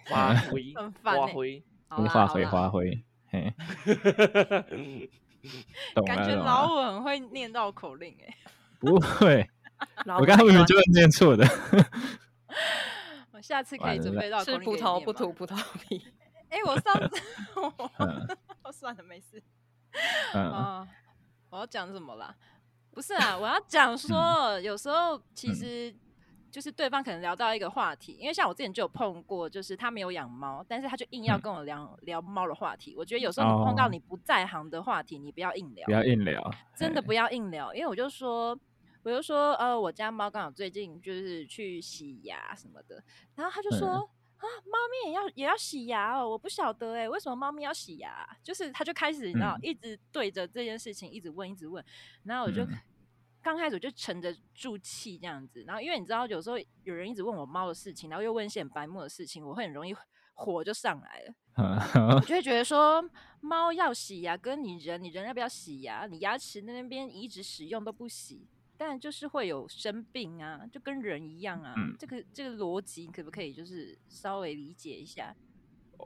Speaker 3: 发挥，
Speaker 6: *laughs* 很烦
Speaker 3: 发
Speaker 6: 欸
Speaker 3: 挥。
Speaker 6: 好
Speaker 5: 无
Speaker 6: 啦
Speaker 5: 法
Speaker 6: 好
Speaker 5: 回
Speaker 6: 啦
Speaker 5: 花灰，嘿，懂
Speaker 6: 感
Speaker 4: 啊
Speaker 5: 了
Speaker 6: 觉
Speaker 5: 懂
Speaker 6: 老
Speaker 5: 了。
Speaker 6: 五很会念绕口令哎、
Speaker 5: 不会，
Speaker 4: 然后
Speaker 5: 我刚刚
Speaker 4: 还
Speaker 5: 明明
Speaker 4: 说
Speaker 5: 就会念错的。
Speaker 6: 我下次可
Speaker 5: 完
Speaker 6: 以准
Speaker 5: 了
Speaker 6: 备绕口
Speaker 4: 吃
Speaker 6: 令给
Speaker 4: 葡
Speaker 6: 你
Speaker 4: 萄
Speaker 6: 念
Speaker 4: 不
Speaker 6: 吗
Speaker 4: 吐葡萄皮，
Speaker 6: 哎、我上次 *laughs*
Speaker 5: 嗯
Speaker 6: 我 *laughs* 算了，没事
Speaker 5: 嗯，
Speaker 6: 啊、我要讲什么啦？不是啊，我要讲说，有时候其
Speaker 5: 嗯
Speaker 6: 实就是对方可能聊到一个话题，因为像我之前就有碰过，就是他没有养猫，但是他就硬要
Speaker 5: 嗯
Speaker 6: 跟我聊、聊猫的话题。我觉得有时候你碰到
Speaker 5: 哦
Speaker 6: 你不在行的话题，你不要硬聊
Speaker 5: 不，要硬聊， *laughs*
Speaker 6: 真的
Speaker 5: 嘿
Speaker 6: 不要硬聊，因为我就说，我就说，呃，我家猫刚好最近就是去洗牙什么的，然后他就
Speaker 5: 嗯
Speaker 6: 说，啊，猫咪也要也要洗牙哦，我不晓得哎、为什么猫咪要洗牙啊？就是他就开始你知道，
Speaker 5: 嗯
Speaker 6: 一直对着这件事情一直问，一直问，然后我就。
Speaker 5: 嗯
Speaker 6: 刚开始我就沉着住气这样子，然后因为你知道，有时候有人一直问我猫的事情，然后又问一些很白目的事情，我会很容易火就上来了。
Speaker 5: 嗯
Speaker 6: 我就会觉得说，猫要洗牙，跟你人，你人要不要洗牙？你牙齿那边一直使用都不洗，但就是会有生病啊，就跟人一样啊。
Speaker 5: 嗯
Speaker 6: 这个这个逻辑，可不可以就是稍微理解一下？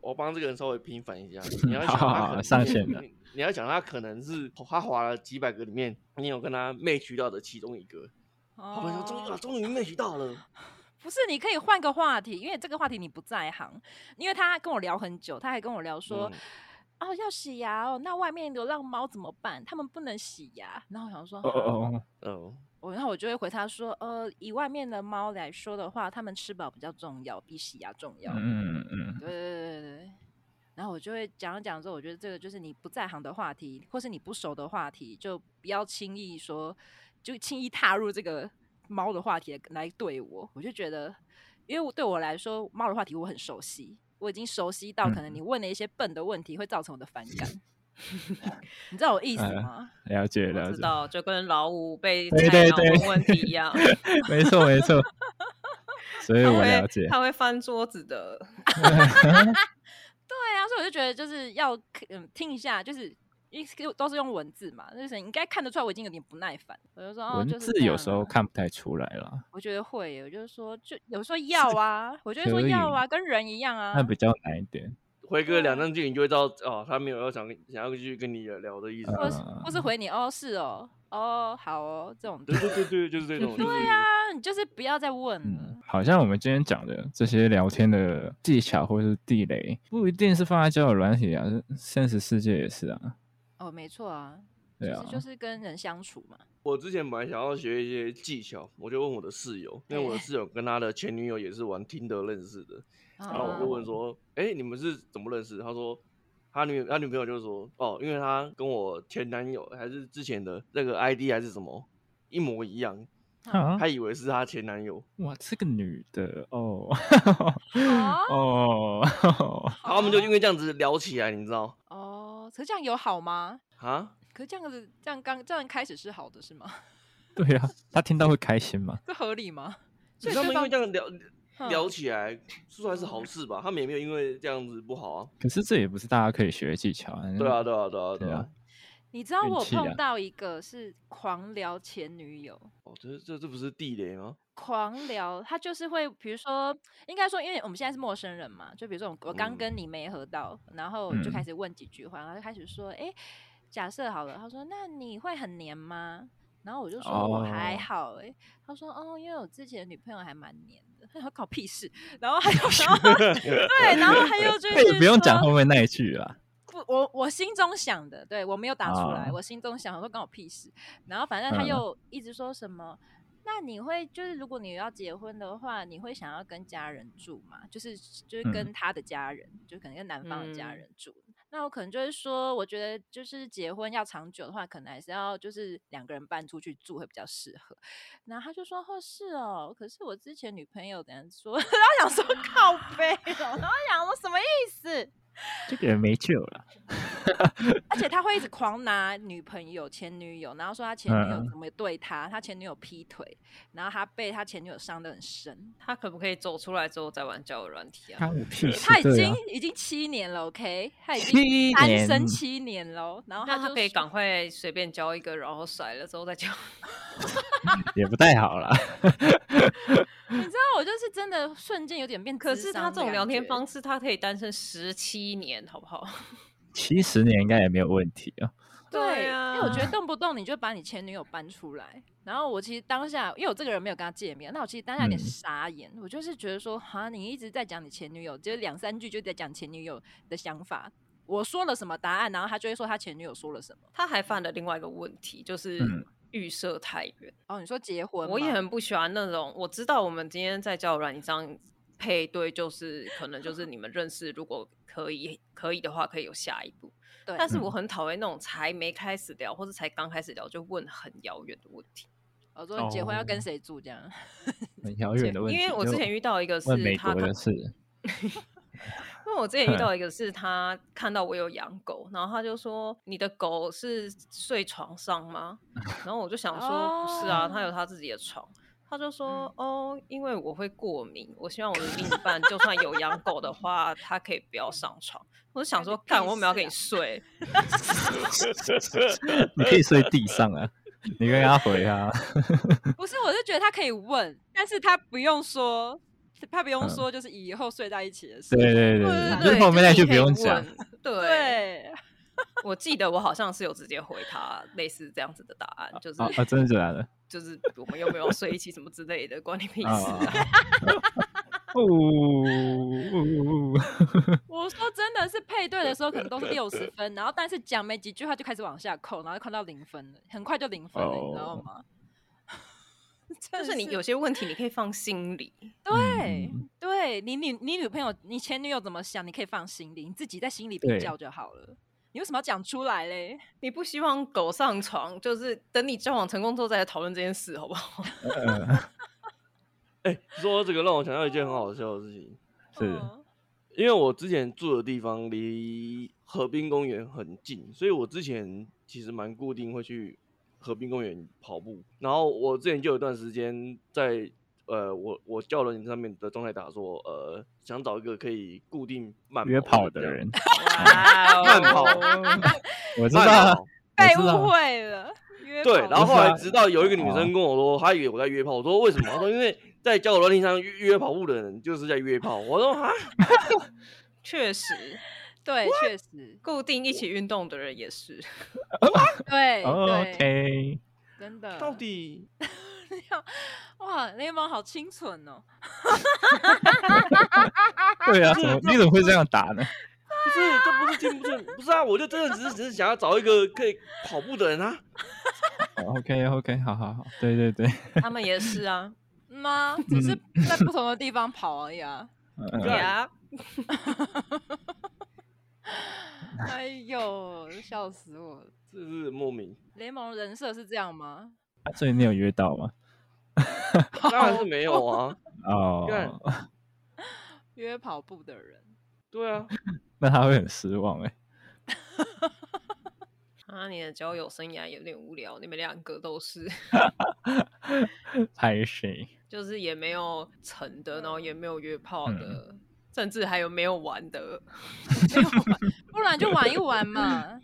Speaker 3: 我帮这个人稍微平反一下，你要想
Speaker 5: 好好
Speaker 3: 他
Speaker 5: 好
Speaker 3: 可能
Speaker 5: 上线了
Speaker 3: 你 *laughs* 你要想他可能是他滑了几百个里面，你有跟他 match 到的其中一个，他们说终于啊
Speaker 6: 哦
Speaker 3: 终于 match 到
Speaker 4: *laughs*
Speaker 3: 了，
Speaker 6: 不是，你可以换个话题，因为这个话题你不在行。因为他跟我聊很久，他还跟我聊
Speaker 5: 嗯
Speaker 6: 说，哦要洗牙哦，那外面流浪猫怎么办？他们不能洗牙。然后我想说，
Speaker 5: 哦
Speaker 6: 哈
Speaker 5: 哦哦，
Speaker 3: 嗯哦，
Speaker 6: 我然后我就会回他说，呃，以外面的猫来说的话，它们吃饱比较重要，比洗牙重要。
Speaker 5: 嗯嗯嗯，
Speaker 6: 对对对对对。然后我就会讲一讲之后，我觉得这个就是你不在行的话题，或是你不熟的话题，就不要轻易说，就轻易踏入这个猫的话题来对我。我就觉得，因为我对我来说，猫的话题我很熟悉，我已经熟悉到可能你问了一些笨的问题会造成我的反感。 *laughs* 你知道我意思
Speaker 5: 呃
Speaker 6: 吗？
Speaker 5: 了解
Speaker 4: 我
Speaker 5: 了
Speaker 4: 知
Speaker 5: 解，
Speaker 4: 道，就跟老五被
Speaker 5: 对
Speaker 4: 菜
Speaker 5: 对
Speaker 4: 鸟
Speaker 5: 对
Speaker 4: 问问题一样，
Speaker 5: *laughs*
Speaker 4: *laughs*
Speaker 5: 没错没
Speaker 6: *laughs*
Speaker 5: 错，所以
Speaker 4: 他
Speaker 5: 我
Speaker 4: 会
Speaker 5: 了解，
Speaker 4: 他会翻桌子的。
Speaker 6: 对啊，所以我就觉得就是要嗯听一下，就是因为都是用文字嘛，就是你应该看得出来我已经有点不耐烦。我就说哦，
Speaker 5: 文
Speaker 6: 就是
Speaker 5: 字
Speaker 6: 这
Speaker 5: 有
Speaker 6: 样
Speaker 5: 时候
Speaker 6: 啊
Speaker 5: 看不太出来了，
Speaker 6: 我觉得会耶，我就是说就有时候要啊，我就会说
Speaker 5: 可
Speaker 6: 要
Speaker 5: 以
Speaker 6: 啊，跟人一样啊
Speaker 5: 那。比较难一点。
Speaker 3: 回个两
Speaker 4: 啊
Speaker 3: 三句你就会知道哦，他没有要想想要继续跟你聊的意思。
Speaker 6: 或是
Speaker 5: 嗯
Speaker 6: 或是回你哦是哦哦好哦这种的
Speaker 3: 对，
Speaker 5: 呃
Speaker 3: 对对对，就是
Speaker 4: *laughs*
Speaker 3: 这种。对呀，
Speaker 6: 啊你就是不要再问了。
Speaker 5: 嗯，好像我们今天讲的这些聊天的技巧或是地雷，不一定是放在交友软体啊，现实世界也是啊。
Speaker 6: 哦，没错啊，其
Speaker 5: 对
Speaker 6: 实
Speaker 5: 啊，
Speaker 6: 就是跟人相处嘛。
Speaker 3: 我之前本来想要学一些技巧，我就问我的室友，
Speaker 4: 哎
Speaker 3: 因为我的室友跟他的前女友也是玩听得认识的，然后我就
Speaker 6: 哦
Speaker 3: 问说，哎、你们是怎么认识？他说。他女他女朋友就说哦，因为他跟我前男友还是之前的那个 ID 还是什么一模一样，
Speaker 5: 啊
Speaker 6: 嗯
Speaker 3: 她，以为是她前男友。
Speaker 5: 哇，这个女的哦，
Speaker 6: 啊
Speaker 5: 哦， *laughs*
Speaker 3: 然后我们就因为这样子聊起来，你知道
Speaker 6: 哦，可是这样有好吗？
Speaker 3: 啊？
Speaker 6: 可是这样子，这样刚这样开始是好的，是吗？ *laughs*
Speaker 5: 对啊，她听到会开心吗？
Speaker 6: 这合理吗？ *laughs*
Speaker 3: 你
Speaker 6: 所以
Speaker 3: 知道他
Speaker 6: 对
Speaker 3: 们因为
Speaker 6: 方嗯
Speaker 3: 这样聊
Speaker 6: 哼
Speaker 3: 聊起来，说还是好事吧？他们也没有因为这样子不好
Speaker 6: 嗯
Speaker 3: 啊。
Speaker 5: 可是这也不是大家可以学的技巧啊。
Speaker 3: 对啊，对啊，对啊，对
Speaker 5: 对
Speaker 3: 啊
Speaker 5: 啊。
Speaker 6: 你知道
Speaker 5: 运
Speaker 6: 我
Speaker 5: 气
Speaker 6: 碰
Speaker 5: 啊
Speaker 6: 到一个是狂聊前女友，
Speaker 3: 哦，这这这不是地雷吗？
Speaker 6: 狂聊，他就是会，比如说，应该说，因为我们现在是陌生人嘛，就比如说我我刚
Speaker 3: 嗯
Speaker 6: 跟你没合到，然后就开
Speaker 5: 嗯
Speaker 6: 始问几句话，然后就开始说，哎、假设好了，他说那你会很黏吗？然后我就说我还
Speaker 5: 哦
Speaker 6: 好、欸，他说哦，因为我之前的女朋友还蛮黏的，他说搞屁事，然后还
Speaker 5: *laughs*
Speaker 6: 有，然后 *laughs* 对，然后还有就
Speaker 5: 那
Speaker 6: 是
Speaker 5: 哎也不用讲
Speaker 6: 说
Speaker 5: 后面那一句啦。
Speaker 6: 不，我我心中想的，对我没有打出来，
Speaker 5: 啊
Speaker 6: 我心中想的说关我屁事。然后反正他
Speaker 5: 嗯
Speaker 6: 又一直说什么，那你会就是如果你要结婚的话，你会想要跟家人住吗？就是就是
Speaker 5: 嗯
Speaker 6: 跟他的家人，就可能跟男方的家
Speaker 4: 嗯
Speaker 6: 人住。那我可能就会说，我觉得就是结婚要长久的话，可能还是要就是两个人搬出去住会比较适合。然后他就说：“哦，是哦，可是我之前女朋友怎样说？” *laughs* 然后想说靠背哦，然后想说什么意思？
Speaker 5: 这个也没救了。
Speaker 6: 而且他会一直狂拿女朋友、前女友，然后说他前女友
Speaker 5: 嗯
Speaker 6: 怎么对他，他前女友劈腿，然后他被他前女友伤得很深。
Speaker 4: 他可不可以走出来之后再玩交友软体啊？
Speaker 5: 关我屁事。
Speaker 6: 他已
Speaker 5: 对
Speaker 6: 经、
Speaker 5: 啊
Speaker 6: 已经七年了，OK，他已经
Speaker 5: 七
Speaker 6: 单
Speaker 5: 年
Speaker 6: 身七年了，然后
Speaker 4: 那
Speaker 6: 他
Speaker 4: 他
Speaker 6: 就
Speaker 4: 可以
Speaker 6: 说
Speaker 4: 赶快随便交一个，然后甩了之后再
Speaker 6: *laughs*
Speaker 4: 交。
Speaker 5: 也不太好啦。
Speaker 6: 你知道我就是真的瞬间有点变
Speaker 4: 可
Speaker 6: 智
Speaker 4: 是
Speaker 6: 商
Speaker 4: 他
Speaker 6: 的
Speaker 4: 这种
Speaker 6: 感
Speaker 4: 聊天
Speaker 6: 觉
Speaker 4: 方式，他可以单身十七年，好不好？ *laughs*
Speaker 5: 七十年应该也没有问题啊。
Speaker 6: 对，
Speaker 4: 对
Speaker 6: 因为我觉得
Speaker 4: 啊
Speaker 6: 动不动你就把你前女友搬出来，然后我其实当下，因为我这个人没有跟他见面，那我其实当下有点
Speaker 5: 嗯
Speaker 6: 傻眼，我就是觉得说，哈，你一直在讲你前女友，就是两三句就在讲前女友的想法。我说了什么答案，然后他就会说他前女友说了什么。
Speaker 4: 他还犯了另外一个问题，就是
Speaker 5: 嗯
Speaker 4: 预设太远。
Speaker 6: 哦，你说结婚吗，
Speaker 4: 我也很不喜欢那种，我知道我们今天在交友软件上配对，就是可能就是你们认识，如果可以可以的话，可以有下一步。
Speaker 6: 对，
Speaker 4: 但是
Speaker 5: 嗯
Speaker 4: 我很讨厌那种才没开始聊，或者才刚开始聊就问很遥远的问题。
Speaker 6: 我说你结婚要跟
Speaker 5: 哦
Speaker 6: 谁住这样。 *laughs*
Speaker 5: 很遥远的问题。
Speaker 4: 因为我之前遇到一个是
Speaker 5: 问美
Speaker 4: 他
Speaker 5: 国
Speaker 4: 看
Speaker 5: 的事，
Speaker 4: 因为我之前遇到一个是他看到我有养狗，然后他就说：“你的狗是睡床上吗？”
Speaker 5: *laughs*
Speaker 4: 然后我就想说：“不是啊，他
Speaker 5: 哦
Speaker 4: 有他自己的床。”他就说：“
Speaker 5: 嗯
Speaker 4: 哦，因为我会过敏，我希望我的另一半就算有养狗的话，他可以不要上床。”我就想说：“干，
Speaker 6: 干你屁
Speaker 4: 我没有
Speaker 6: 事
Speaker 4: 跟你
Speaker 6: 啊 *laughs*
Speaker 4: 睡。
Speaker 5: 你可以睡地上啊，你跟他回啊。
Speaker 6: 不是，我是觉得他可以问，但是他不用说，他不用
Speaker 5: 嗯
Speaker 6: 说，就是以后睡在一起的事。
Speaker 5: 对
Speaker 4: 对”
Speaker 5: 对对对，
Speaker 4: 对
Speaker 5: 就是后面那
Speaker 4: 你
Speaker 5: 句
Speaker 4: 可
Speaker 5: 不
Speaker 4: 以
Speaker 5: 用讲。 *laughs*
Speaker 4: 问。对，
Speaker 6: 对，
Speaker 4: 我记得我好像是有直接回他类似这样子的答案，就是
Speaker 5: 啊啊，真的假的？
Speaker 4: 就是我们有没有睡一起什么之类的，关你屁事
Speaker 5: 啊
Speaker 4: 啊！
Speaker 5: 哦哦哦
Speaker 6: 我说真的是配对的时候可能都是六十分，然后但是讲没几句话就开始往下扣，然后就扣到零分了，很快就零分了，你知道
Speaker 5: 哦
Speaker 6: 吗？ *laughs*
Speaker 4: 就
Speaker 6: 真
Speaker 4: 是你有些问题你可以放心里，
Speaker 6: 对、
Speaker 5: 嗯
Speaker 6: 对，你女你女朋友你前女友怎么想，你可以放心里，你自己在心里比
Speaker 5: 对
Speaker 6: 较就好了。你为什么要讲出来嘞？
Speaker 4: *laughs* 你不希望狗上床，就是等你交往成功之后再来讨论这件事，好不好？
Speaker 3: 哎，说到这个让我想到一件很好笑的事情，
Speaker 5: 是
Speaker 6: 嗯
Speaker 3: 因为我之前住的地方离河滨公园很近，所以我之前其实蛮固定会去河滨公园跑步。然后我之前就有一段时间在呃，我我教人上面的状态打说，呃，想找一个可以固定慢
Speaker 5: 约
Speaker 3: 跑
Speaker 5: 跑的
Speaker 3: 这样
Speaker 5: 人，
Speaker 4: 哦
Speaker 3: 慢
Speaker 5: *laughs*
Speaker 3: 跑
Speaker 5: 我知道
Speaker 3: 慢
Speaker 5: 啊
Speaker 3: 跑，，
Speaker 6: 被
Speaker 5: 我知道
Speaker 6: 误会了，约
Speaker 3: 对，
Speaker 6: 炮
Speaker 3: 然后
Speaker 5: 不
Speaker 3: 后
Speaker 5: 是
Speaker 3: 来
Speaker 5: 啊
Speaker 3: 直到有一个女生跟我说，她以为我在约炮，我说为什么？她说因为在交友软件上约约跑步的人就是在约炮。我说啊哈，
Speaker 4: *laughs* 确实，
Speaker 6: 对，确实，
Speaker 4: 固定一起运动的人也是。 *laughs*
Speaker 6: 对、
Speaker 5: 哦
Speaker 6: 对
Speaker 5: ，OK，
Speaker 6: 真的。
Speaker 3: 到
Speaker 6: *laughs*
Speaker 3: 底
Speaker 6: 哇，雷蒙好清纯哦，
Speaker 5: *laughs* 对啊，怎么你怎么会这样打
Speaker 3: 不
Speaker 5: 呢？
Speaker 3: 是这不是进步正， *laughs* 不是啊，我就真的只是只是想要找一个可以跑步的人啊。
Speaker 5: OK OK，好哦好好，对对 *laughs* 对，
Speaker 4: 他们也是啊，
Speaker 6: 妈，只是在不同的地方跑而已啊。
Speaker 5: 嗯
Speaker 4: 对
Speaker 5: 嗯
Speaker 4: 啊，
Speaker 6: 哎呦，笑死我了！
Speaker 3: 这是莫名，
Speaker 6: 雷蒙人设是这样吗？
Speaker 5: 啊所以你有约到吗？
Speaker 3: 当然是没有
Speaker 6: *laughs*
Speaker 3: 啊。
Speaker 5: 哦，
Speaker 3: 干
Speaker 6: 约跑步的人，
Speaker 3: 对啊，
Speaker 5: 那他会很失望哎、
Speaker 4: 啊，你的交友生涯有点无聊，你们两个都是， *laughs*
Speaker 5: 拍谁？
Speaker 4: 就是也没有成的，然后也没有约炮的，
Speaker 5: 嗯
Speaker 4: 甚至还有没有玩的。
Speaker 6: 不然就玩一玩
Speaker 5: *laughs*
Speaker 6: 嘛。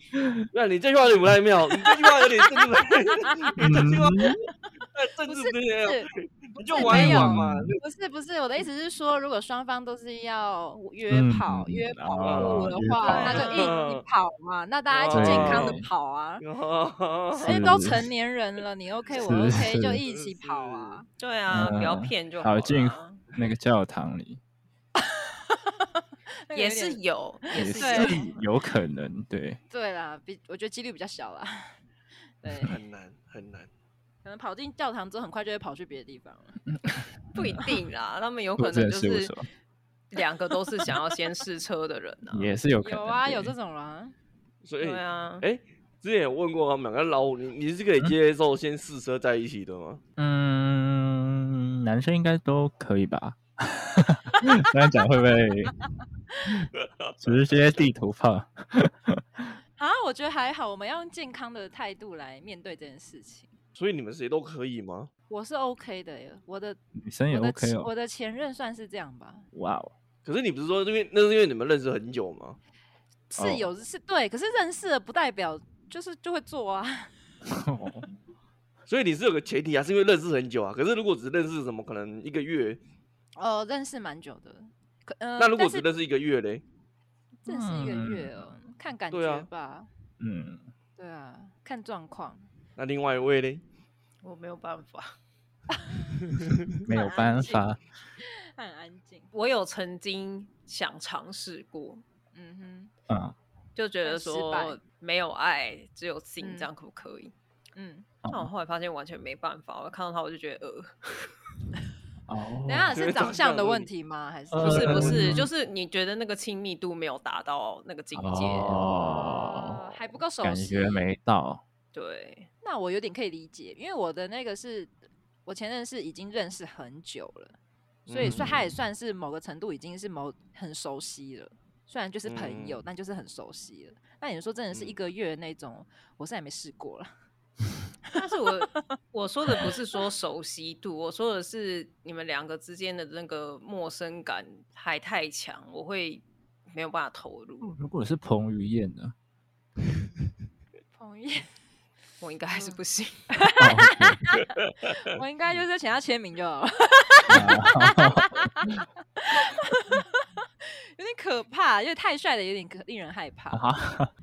Speaker 3: 那你这句话有点不太妙，你这句话有点政治不太，你这句话
Speaker 5: 嗯
Speaker 3: 哎政
Speaker 6: 不
Speaker 3: 治
Speaker 6: 是
Speaker 3: 不太妙
Speaker 6: 是，
Speaker 3: 你就玩一玩嘛
Speaker 5: 没。有
Speaker 6: 不是不是，我的意思是说，如果双方都是要约
Speaker 5: 嗯
Speaker 6: 跑、
Speaker 5: 嗯
Speaker 6: 约
Speaker 5: 嗯
Speaker 6: 跑
Speaker 5: 啊
Speaker 6: 步的
Speaker 5: 约
Speaker 6: 话，
Speaker 5: 跑
Speaker 6: 那就一起
Speaker 3: 嗯
Speaker 6: 跑嘛，那大家一起健康的跑啊。
Speaker 3: 那
Speaker 5: 是
Speaker 6: 因为都成年人了，你 OK 我
Speaker 5: 是
Speaker 6: OK 就是一起跑啊。
Speaker 4: 对啊，不要
Speaker 5: 嗯
Speaker 4: 骗就
Speaker 5: 好
Speaker 4: 好
Speaker 5: 进
Speaker 4: 啦
Speaker 5: 那个教堂里
Speaker 6: 那个
Speaker 4: 也
Speaker 6: 有点
Speaker 4: 是有，也
Speaker 5: 也
Speaker 4: 是
Speaker 5: 是
Speaker 6: 对
Speaker 4: 有。
Speaker 5: 有可能，对，
Speaker 6: 对啦，比我觉得几率比
Speaker 5: *laughs*
Speaker 6: 较小啦。对，
Speaker 3: 很难很难。
Speaker 6: 可能跑进教堂之后，很快就会跑去别的地方了。
Speaker 4: 不一定啦，他们有可
Speaker 5: 或者
Speaker 4: 能就是是
Speaker 5: 事务所
Speaker 4: 两个都是想要先试车的人呢、啊。
Speaker 5: 也是有可能。
Speaker 6: 有啊，有
Speaker 5: 对
Speaker 6: 这种啦。
Speaker 3: 所以
Speaker 4: 对啊，
Speaker 3: 哎，之前有问过他们两个老虎，你你是可以接受先试车在一起的吗？
Speaker 5: 嗯，男生应该都可以吧？ *laughs* 这样讲会不
Speaker 6: *laughs*
Speaker 5: 会直接地图炮？
Speaker 6: 啊，我觉得还好，我们要用健康的态度来面对这件事情。
Speaker 3: 所以你们谁都可以吗？
Speaker 6: 我是 OK 的耶，我的
Speaker 5: 女生也
Speaker 6: 我的
Speaker 5: OK
Speaker 6: 前我
Speaker 5: 哦，
Speaker 6: 的前任算是这样吧，
Speaker 5: 哇哦，
Speaker 3: 可是你不是说因为那是因为你们认识很久吗？
Speaker 5: 哦
Speaker 6: 是有、是对，可是认识了不代表就是就会做啊。 *laughs*
Speaker 5: 哦
Speaker 3: 所以你是有个前提啊，是因为认识很久啊。可是如果只认识什么可能一个月，
Speaker 6: 哦，认识蛮久的，可呃，
Speaker 3: 那如果
Speaker 6: 但
Speaker 3: 只
Speaker 6: 是
Speaker 3: 认识一个月嘞，
Speaker 6: 认识一个
Speaker 5: 嗯
Speaker 6: 月哦，看感
Speaker 3: 对啊
Speaker 6: 觉吧，
Speaker 5: 嗯，
Speaker 6: 对啊，看状况。
Speaker 3: 那另外一位嘞？
Speaker 4: 我没有办法。 *laughs*
Speaker 5: 没有
Speaker 6: 安
Speaker 5: 办
Speaker 6: *laughs* 静
Speaker 5: 法，
Speaker 6: 很安静。
Speaker 4: 我有曾经想尝试过，
Speaker 6: 嗯哼，
Speaker 5: 嗯
Speaker 4: 就觉得
Speaker 6: 但失败
Speaker 4: 说没有爱，只有性，
Speaker 6: 嗯
Speaker 4: 这样可不可以？
Speaker 6: 嗯，
Speaker 4: 但我后来发现完全没办法，我看到他我就觉
Speaker 5: *laughs*
Speaker 4: 得呃，
Speaker 5: 哦
Speaker 6: 等一，下
Speaker 3: 觉
Speaker 6: 是
Speaker 3: 得
Speaker 6: 长
Speaker 3: 长
Speaker 6: 相
Speaker 3: 相
Speaker 6: 的
Speaker 3: 而
Speaker 6: 问
Speaker 3: 已
Speaker 6: 题吗？还是
Speaker 5: 呃
Speaker 4: 不是不是，
Speaker 5: 嗯
Speaker 4: 就是你觉得那个亲密度没有达到那个境界，
Speaker 5: 哦
Speaker 6: 呃还不够熟悉，
Speaker 5: 感觉没到，
Speaker 4: 对，
Speaker 6: 那我有点可以理解，因为我的那个是我前任是已经认识很久了，所以算他也
Speaker 3: 嗯
Speaker 6: 算是某个程度已经是某很熟悉了。虽然就是朋友，
Speaker 3: 嗯
Speaker 6: 但就是很熟悉了。那你说真的是一
Speaker 3: 嗯
Speaker 6: 个月那种，我是还没试过了。
Speaker 4: 但是我我说的不是说熟悉度，我说的是你们两个之间的那个陌生感还太强，我会没有办法投入，
Speaker 5: 如果是彭于晏呢？
Speaker 6: *laughs*
Speaker 5: *laughs*
Speaker 6: 彭于，
Speaker 4: 我应该还是不
Speaker 5: *laughs*
Speaker 4: 行。
Speaker 5: 哦，OK
Speaker 6: 我
Speaker 5: 嗯
Speaker 6: 应该就是请他签名就好了， *laughs* 有点可怕，因为太帅的有点可令人害
Speaker 5: 啊
Speaker 6: 怕。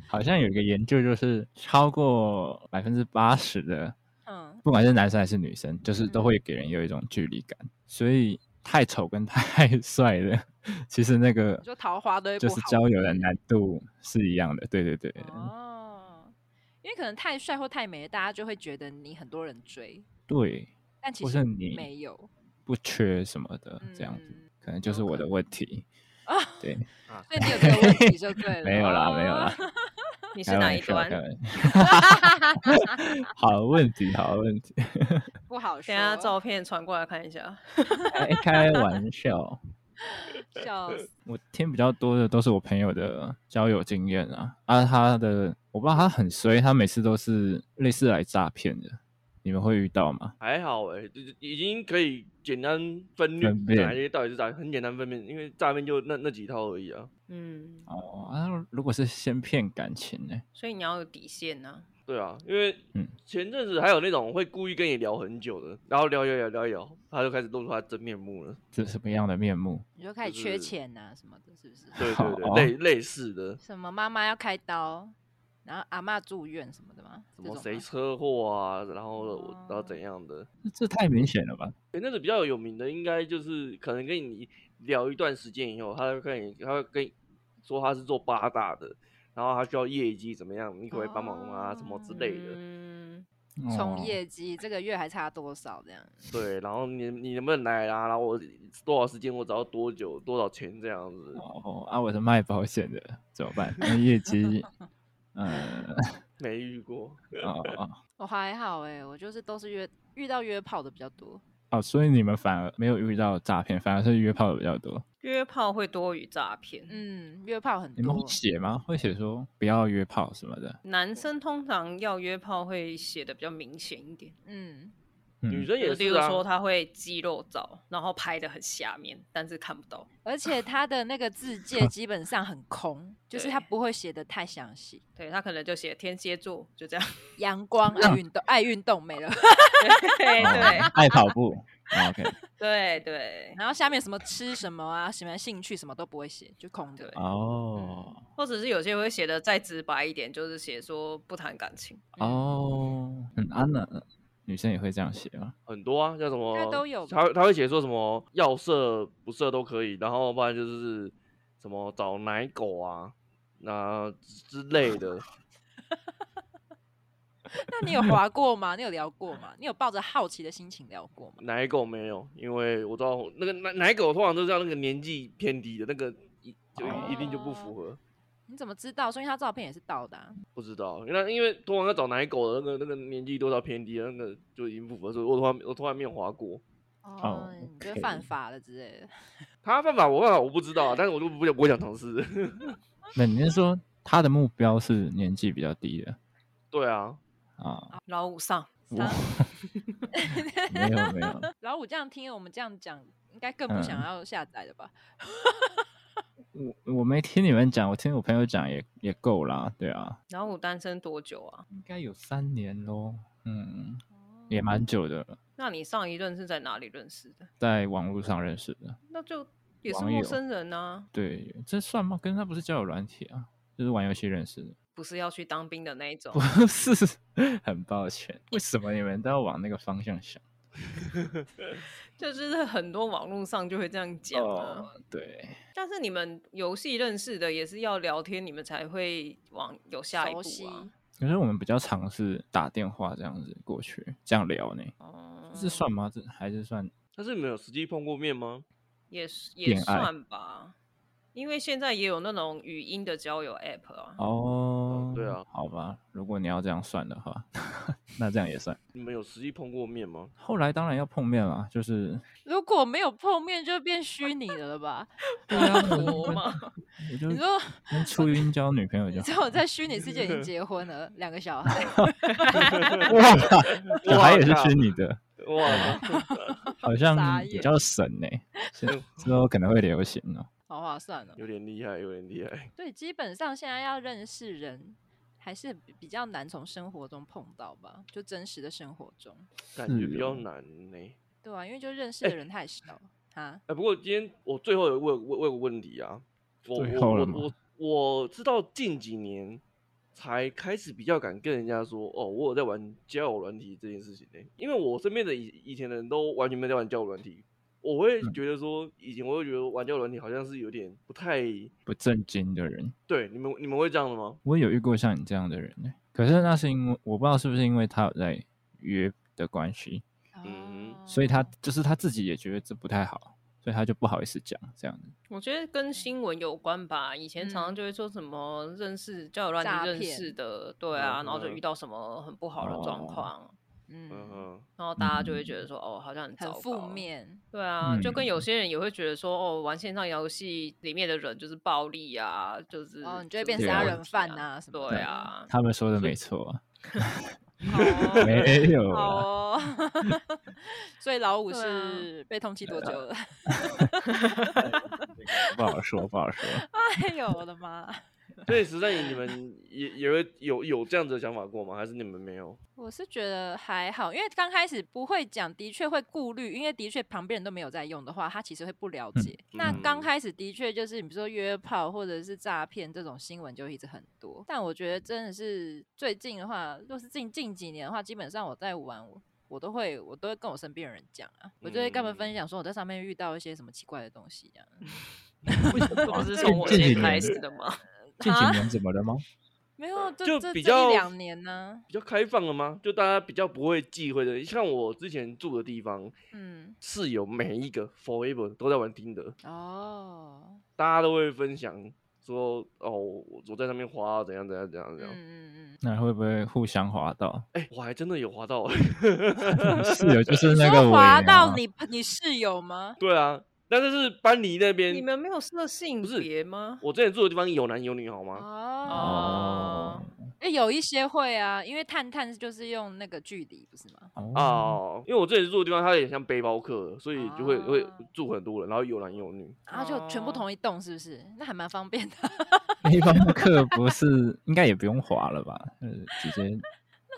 Speaker 5: 好 *laughs* 像有一个研究，就是超过百分之八十的，
Speaker 6: 嗯，
Speaker 5: 不管是男生还是女生，就是都
Speaker 6: 嗯
Speaker 5: 会给人有一种距离感。所以太丑跟太 *laughs* 帅的，其实那个
Speaker 6: 你说桃花都会
Speaker 5: 就
Speaker 6: 不
Speaker 5: 是
Speaker 6: 好
Speaker 5: 交友的难度是一样的。对对对，
Speaker 6: 哦，因为可能太帅或太美，大家就会觉得你很多人追，
Speaker 5: 对，
Speaker 6: 但其
Speaker 5: 或
Speaker 6: 实
Speaker 5: 是你
Speaker 6: 没有
Speaker 5: 不缺什么的这样子，
Speaker 6: 嗯
Speaker 5: 可能就是
Speaker 6: 有
Speaker 5: 我
Speaker 6: 可
Speaker 5: 的问
Speaker 6: *laughs*
Speaker 5: 题。
Speaker 6: 啊，
Speaker 5: 对，
Speaker 6: 所以你有这个问题就对
Speaker 5: *laughs*
Speaker 6: 了。
Speaker 5: 没有啦，没有
Speaker 6: 哦 *laughs*
Speaker 5: 啦，
Speaker 4: 你是
Speaker 5: 开
Speaker 4: 哪
Speaker 5: 玩
Speaker 4: 一
Speaker 5: 笑，
Speaker 4: 端
Speaker 5: 开？玩笑。
Speaker 4: *laughs*
Speaker 5: *laughs* 好问题，好问题，
Speaker 6: 不好
Speaker 4: 等一下
Speaker 6: 说。
Speaker 4: 照片传过来看一下。
Speaker 5: 开开玩笑。
Speaker 6: 笑死，
Speaker 5: 我听比较多的都是我朋友的交友经验啊，啊，他的我不知道他很衰，他每次都是类似来诈骗的，你们会遇到吗？
Speaker 3: 还好哎、就是已经可以简单分
Speaker 5: 分
Speaker 3: 辨
Speaker 5: 辨
Speaker 3: 哪些到底是诈，很简单分辨，因为诈骗就那那几套而已啊。
Speaker 4: 嗯，
Speaker 5: 哦，啊，如果是先骗感情呢、
Speaker 4: 所以你要有底线呢、
Speaker 3: 对啊，因为
Speaker 5: 嗯
Speaker 3: 前阵子还有那种会故意跟你聊很久的，然后聊一聊聊一聊，他就开始露出他真面目了。
Speaker 5: 这什么样的面目？
Speaker 6: 你就开始
Speaker 3: 就
Speaker 6: 缺
Speaker 3: 是
Speaker 6: 钱呐、什么的，是不是？
Speaker 3: 对
Speaker 5: 好
Speaker 3: 对对，类类似的，
Speaker 6: 什么妈妈要开刀，然后阿嬷住院什么的吗？
Speaker 3: 什么
Speaker 6: 这种
Speaker 3: 谁
Speaker 6: 吗
Speaker 3: 车祸啊，然后我然后
Speaker 6: 哦
Speaker 3: 怎样的。
Speaker 5: 这太明显了吧？
Speaker 3: 前阵子比较有名的，应该就是可能跟你聊一段时间以后，他会跟你，他会跟你说他是做八大的，然后他需要业绩怎么样，你可不可以帮忙啊、什么之
Speaker 4: 啊。
Speaker 3: 类
Speaker 6: 哦
Speaker 3: 的。
Speaker 4: 嗯，
Speaker 6: 冲
Speaker 5: 哦
Speaker 6: 业绩，这个月还差多少这样？
Speaker 3: 对，然后你你能不能来啦、然后我多少时间，我只要多久多少钱这样子。
Speaker 5: 哦啊，我是卖保险的，怎么办？那业
Speaker 4: *laughs*
Speaker 5: 绩，呃，
Speaker 3: 没遇过，
Speaker 5: 哦哦，
Speaker 6: 欸我还好哎、我就是都是约遇到约炮的比较多，
Speaker 5: 哦，所以你们反而没有遇到诈骗，反而是约炮的比较多。
Speaker 4: 约炮会多于诈骗。
Speaker 6: 嗯，约炮很
Speaker 5: 你们
Speaker 6: 多
Speaker 5: 会，写吗？会写说不要约炮什么的。
Speaker 4: 男生通常要约炮会写的比较明显一点，
Speaker 6: 嗯，
Speaker 3: 女
Speaker 5: 嗯，
Speaker 3: 生
Speaker 4: 就
Speaker 3: 也
Speaker 4: 例
Speaker 3: 是
Speaker 4: 如
Speaker 3: 啊，
Speaker 4: 说他会肌肉照，然后拍的很下面，但是看不到。
Speaker 6: 而且他的那个字
Speaker 5: *laughs*
Speaker 6: 界基本上很空，就是他
Speaker 4: 对
Speaker 6: 不会写的太详细。
Speaker 4: 对他可能就写天蝎座，就这样。 *laughs*
Speaker 6: 阳光爱运动，爱运动没了，
Speaker 4: 对
Speaker 3: *laughs*
Speaker 4: 哎对
Speaker 5: 爱跑步。哦 OK，
Speaker 4: 对对，
Speaker 6: 然后下面什么吃什么啊，什么兴趣什么都不会写，就空的
Speaker 4: 对。
Speaker 5: 哦
Speaker 4: 或者是有些会写的再直白一点，就是写说不谈感情。
Speaker 5: 哦，嗯啊那女生也会这样写吗？
Speaker 3: 很多啊，像什么
Speaker 6: 应该都有吧
Speaker 3: 他会他会写说什么要色不色都可以，然后不然就是什么找奶狗啊，那、之类的。
Speaker 6: 那 *laughs* 你有划过吗？你有聊过吗？你有抱着好奇的心情聊过吗？
Speaker 3: 奶狗没有，因为我知道那个奶奶狗通常都是要那个年纪偏低的那个一就一定就不符合。
Speaker 6: 你怎么知道？所以他照片也是盗的、啊。
Speaker 3: 不知道，那因为通常要找奶狗的那个那个年纪多少偏低，那个就已经不符合，所以我从来我从来没有划过。
Speaker 6: 哦，你觉得
Speaker 5: OK
Speaker 6: 犯法了之类的？
Speaker 3: 他犯法我犯法我不知道啊，但是我就不想不会想尝试。 *laughs*
Speaker 5: 那你是说她的目标是年纪比较低的
Speaker 3: 对啊，
Speaker 5: 啊？
Speaker 4: 老五上，
Speaker 5: 我 *laughs* 没有没有，
Speaker 6: *laughs* 老五这样听我们这样讲，应该更不想
Speaker 5: 嗯
Speaker 6: 要下载了吧？
Speaker 5: 我我没听你们讲，我听我朋友讲也也够啦，对啊，
Speaker 4: 老五单身多久啊？
Speaker 5: 应该有三年咯，嗯，也蛮久的了，
Speaker 4: 那你上一任是在哪里认识的？
Speaker 5: 在网络上认识的，
Speaker 4: 那就也是
Speaker 5: 网
Speaker 4: 陌
Speaker 5: 友
Speaker 4: 生人啊，
Speaker 5: 对，这算吗？跟他不是交友软体啊，就是玩游戏认识的， *laughs*
Speaker 4: 不是要去当兵的那一种
Speaker 5: 不。是，很抱歉，为什么你们都要往那个方向想？
Speaker 4: 就是很多网络上就会这样讲啊。
Speaker 5: 哦，对，
Speaker 4: 但是你们游戏认识的也是要聊天，你们才会往有下一
Speaker 6: 熟
Speaker 4: 步
Speaker 6: 悉
Speaker 4: 啊。
Speaker 5: 可是我们比较尝试打电话这样子过去，这样聊
Speaker 6: 嗯
Speaker 5: 呢，
Speaker 4: 哦，
Speaker 5: 这算吗？这还是算
Speaker 3: 但是你们有实际碰过面吗？
Speaker 4: 也是也
Speaker 5: 恋爱
Speaker 4: 算吧，因为现在也有那种语音的交友 app 啊。
Speaker 5: 哦，
Speaker 3: 对啊
Speaker 5: 好吧，如果你要这样算的话， *laughs* 那这样也算。
Speaker 3: 你们有实际碰过面吗？
Speaker 5: 后来当然要碰面了，就是
Speaker 6: 如果没有碰面，就变虚拟的了吧？
Speaker 5: 对啊，
Speaker 4: 多嘛， *laughs*
Speaker 5: 我就 *laughs*
Speaker 6: 你说，
Speaker 5: 跟初音交女朋友
Speaker 6: 你
Speaker 5: 就
Speaker 6: 知
Speaker 5: 好
Speaker 6: 道我在虚拟世界已经结婚了，两个小
Speaker 5: *laughs*
Speaker 6: 孩。
Speaker 5: 哇，小孩也是
Speaker 3: 靠
Speaker 5: 虚拟的，
Speaker 3: 哇，
Speaker 5: 好
Speaker 6: 傻
Speaker 5: 像比
Speaker 6: 眼
Speaker 5: 较神呢、
Speaker 6: *laughs*
Speaker 5: 是之后可能会流行哦、
Speaker 6: 好划算哦。
Speaker 3: 有点厉害，有点厉害。
Speaker 6: 对，基本上现在要认识人，还是比比较难从生活中碰到吧，就真实的生活中。
Speaker 3: 感
Speaker 5: 是
Speaker 3: 觉比较
Speaker 5: 哦
Speaker 3: 难呢、
Speaker 6: 对啊，因为就认识的人太少
Speaker 4: *laughs*
Speaker 6: 啊。
Speaker 3: 哎、不过今天我最后有问问问个问题啊，我
Speaker 5: 最
Speaker 3: 我
Speaker 5: 后
Speaker 3: 我
Speaker 5: 了吗
Speaker 3: 我我知道近几年才开始比较敢跟人家说，哦，我有在玩交友软体这件事情呢、因为我身边的以以前的人都完全没有在玩交友软体，我会
Speaker 5: 嗯
Speaker 3: 觉得说，以前我会觉得玩交友软体好像是有点不太
Speaker 5: 不正经的人，
Speaker 3: 对，你们你们会这样的吗？
Speaker 5: 我有遇过像你这样的人呢、欸可是那是因为我不知道是不是因为他有在约的关系，
Speaker 3: 嗯
Speaker 6: 哦
Speaker 5: 所以他就是他自己也觉得这不太好，所以他就不好意思讲这样子。
Speaker 4: 我觉得跟新闻有关吧。以前常常就会说什么认识交友软
Speaker 6: 诈
Speaker 4: 体认
Speaker 6: 骗
Speaker 4: 识的，对啊，
Speaker 3: 嗯
Speaker 4: 然后就
Speaker 3: 嗯
Speaker 4: 遇到什么很不好的状
Speaker 5: 哦
Speaker 4: 况，
Speaker 3: 嗯
Speaker 6: 嗯，
Speaker 3: 哼，
Speaker 4: 然后大家就会觉得说，哦，好像很
Speaker 6: 很
Speaker 4: 糟
Speaker 6: 负
Speaker 4: 糕。
Speaker 6: 面。
Speaker 4: 对啊，就跟有
Speaker 5: 嗯
Speaker 4: 些人也会觉得说，哦，玩线上游戏里面的人就是暴力啊，就是
Speaker 6: 哦你就会
Speaker 4: 是
Speaker 6: 变
Speaker 4: 有
Speaker 5: 杀
Speaker 4: 问
Speaker 6: 人
Speaker 4: 题
Speaker 6: 犯
Speaker 4: 啊
Speaker 6: 啊什么
Speaker 4: 对
Speaker 6: 的
Speaker 4: 啊，
Speaker 5: 他们说的没错啊，
Speaker 6: 好哦
Speaker 5: 没有
Speaker 6: 好
Speaker 5: 啊，
Speaker 6: 哦， *laughs* 所以老五
Speaker 4: 对啊
Speaker 6: 是被通缉多
Speaker 4: *laughs*
Speaker 6: 久了？
Speaker 5: 不好说，不好
Speaker 6: *laughs*
Speaker 5: 说。
Speaker 6: 哎呦我的妈！
Speaker 3: 所以实在你们也也会有有这样子的想法过吗？还是你们没
Speaker 4: *laughs*
Speaker 3: 有？
Speaker 6: 我是觉得还好，因为刚开始不会讲，的确会顾虑，因为的确旁边人都没有在用的话，他其实会不了解。那刚
Speaker 3: 嗯
Speaker 6: 开始的确就是，你比如说约炮或者是诈骗这种新闻就一直很多，但我觉得真的是最近的话，若是近近几年的话，基本上我在玩我。我都会，我都会跟我身边的人讲啊，我就会跟他们分
Speaker 3: 嗯
Speaker 6: 享说我在上面遇到一些什么奇怪的东西这样。
Speaker 4: 这
Speaker 5: *laughs*
Speaker 4: 不是
Speaker 5: 这
Speaker 4: 从我
Speaker 5: 这
Speaker 4: 先
Speaker 5: 啊几
Speaker 4: 开
Speaker 5: 年
Speaker 4: 始的
Speaker 6: *laughs*
Speaker 4: 吗？
Speaker 5: 近几
Speaker 6: 啊
Speaker 5: 年怎么了吗？
Speaker 6: 没有，啊这
Speaker 3: 就
Speaker 6: 这
Speaker 3: 比
Speaker 6: 这
Speaker 3: 较
Speaker 6: 一两年呢、
Speaker 3: 比较开放了吗？就大家比较不会忌讳的，像我之前住的地方，
Speaker 6: 嗯，
Speaker 3: 室友每一个 forever 都在玩听的，
Speaker 6: 哦，
Speaker 3: 大家都会分享说哦，我我在上面滑怎样怎样怎样怎样，
Speaker 6: 嗯嗯嗯，
Speaker 5: 那会不会互相滑
Speaker 6: *laughs*
Speaker 5: 到？
Speaker 3: 哎、我还真的有滑到、欸
Speaker 5: 室友就是那个尾啊
Speaker 6: 说
Speaker 5: 鸟
Speaker 6: 滑到你你室友吗？
Speaker 3: *laughs* 对啊，但是是班尼那边
Speaker 4: 你，们没有设性
Speaker 3: 不是
Speaker 4: 别吗？
Speaker 3: 我之前住的地方有男有女好吗？
Speaker 6: 哦，
Speaker 5: 哦
Speaker 6: 哎，有一些会啊，因为探探就是用那个距离，不是吗？
Speaker 5: 哦，
Speaker 3: 哦，因为我之前住的地方，它也像背包客，所以就会、会
Speaker 6: 哦
Speaker 3: 住很多人，然后有男有女。
Speaker 6: 然后啊就全部
Speaker 4: 哦
Speaker 6: 同一栋，是不是？那还蛮方
Speaker 5: *laughs*
Speaker 6: 便的。
Speaker 5: 一般的课不是应该也不用滑了吧？呃，直接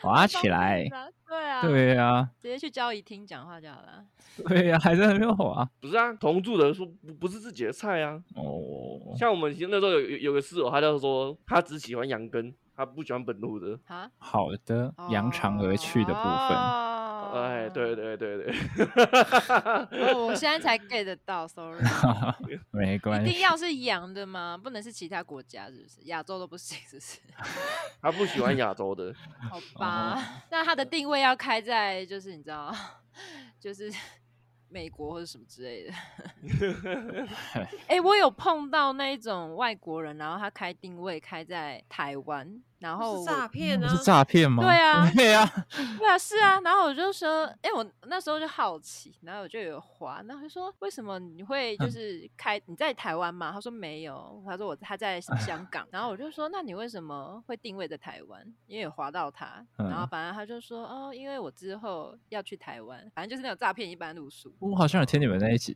Speaker 5: 滑起
Speaker 6: *laughs*
Speaker 5: 来。
Speaker 6: 对啊，，
Speaker 5: 对呀、
Speaker 6: 直接去交易厅讲话就好了。
Speaker 5: 对呀、还在那边滑。
Speaker 3: 不是啊，同住的人说不不是自己的菜啊。
Speaker 5: 哦，
Speaker 3: 像我们以前那时候有有有个室友，他就说他只喜欢羊羹，他不喜欢本路的。
Speaker 6: 啊，
Speaker 5: 好的，扬长而去的部
Speaker 6: 哦
Speaker 5: 分。
Speaker 6: 分
Speaker 3: 哎，对，对对对，
Speaker 6: 哦我现在才 get 得到，sorry。
Speaker 5: *laughs* 没关
Speaker 6: 一
Speaker 5: 系
Speaker 6: 定，要是洋的吗？不能是其他国家，是不是？亚洲都不行，是不是？
Speaker 3: 他不喜欢亚洲的。
Speaker 6: 好吧， *laughs* 那它的定位要开在就是你知道， *laughs* 就是 *laughs* 美国或者什么之类的。
Speaker 4: *laughs*
Speaker 6: 哎、我有碰到那一种外国人，然后他开定位开在台湾，然
Speaker 4: 那
Speaker 6: 后
Speaker 4: 哦是
Speaker 6: 我
Speaker 4: 诈骗
Speaker 5: 那
Speaker 4: 啊！
Speaker 5: 是诈骗吗？ *laughs*
Speaker 6: 对啊
Speaker 5: 对呀、
Speaker 6: 对啊，是啊，然后我就说，哎、我那时候就好奇，然后我就有滑，然后就说为什么你会就
Speaker 5: 嗯
Speaker 6: 是开你在台湾嘛？他说没有，他说我他
Speaker 5: *laughs*
Speaker 6: 在什么香港，然后我就说那你为什么会定位在台湾？因为有滑到他，然后
Speaker 5: 嗯
Speaker 6: 反正他就说哦，因为我之后要去台湾，反正就是那种诈骗一般路数。
Speaker 5: 我好像有听你们那一集。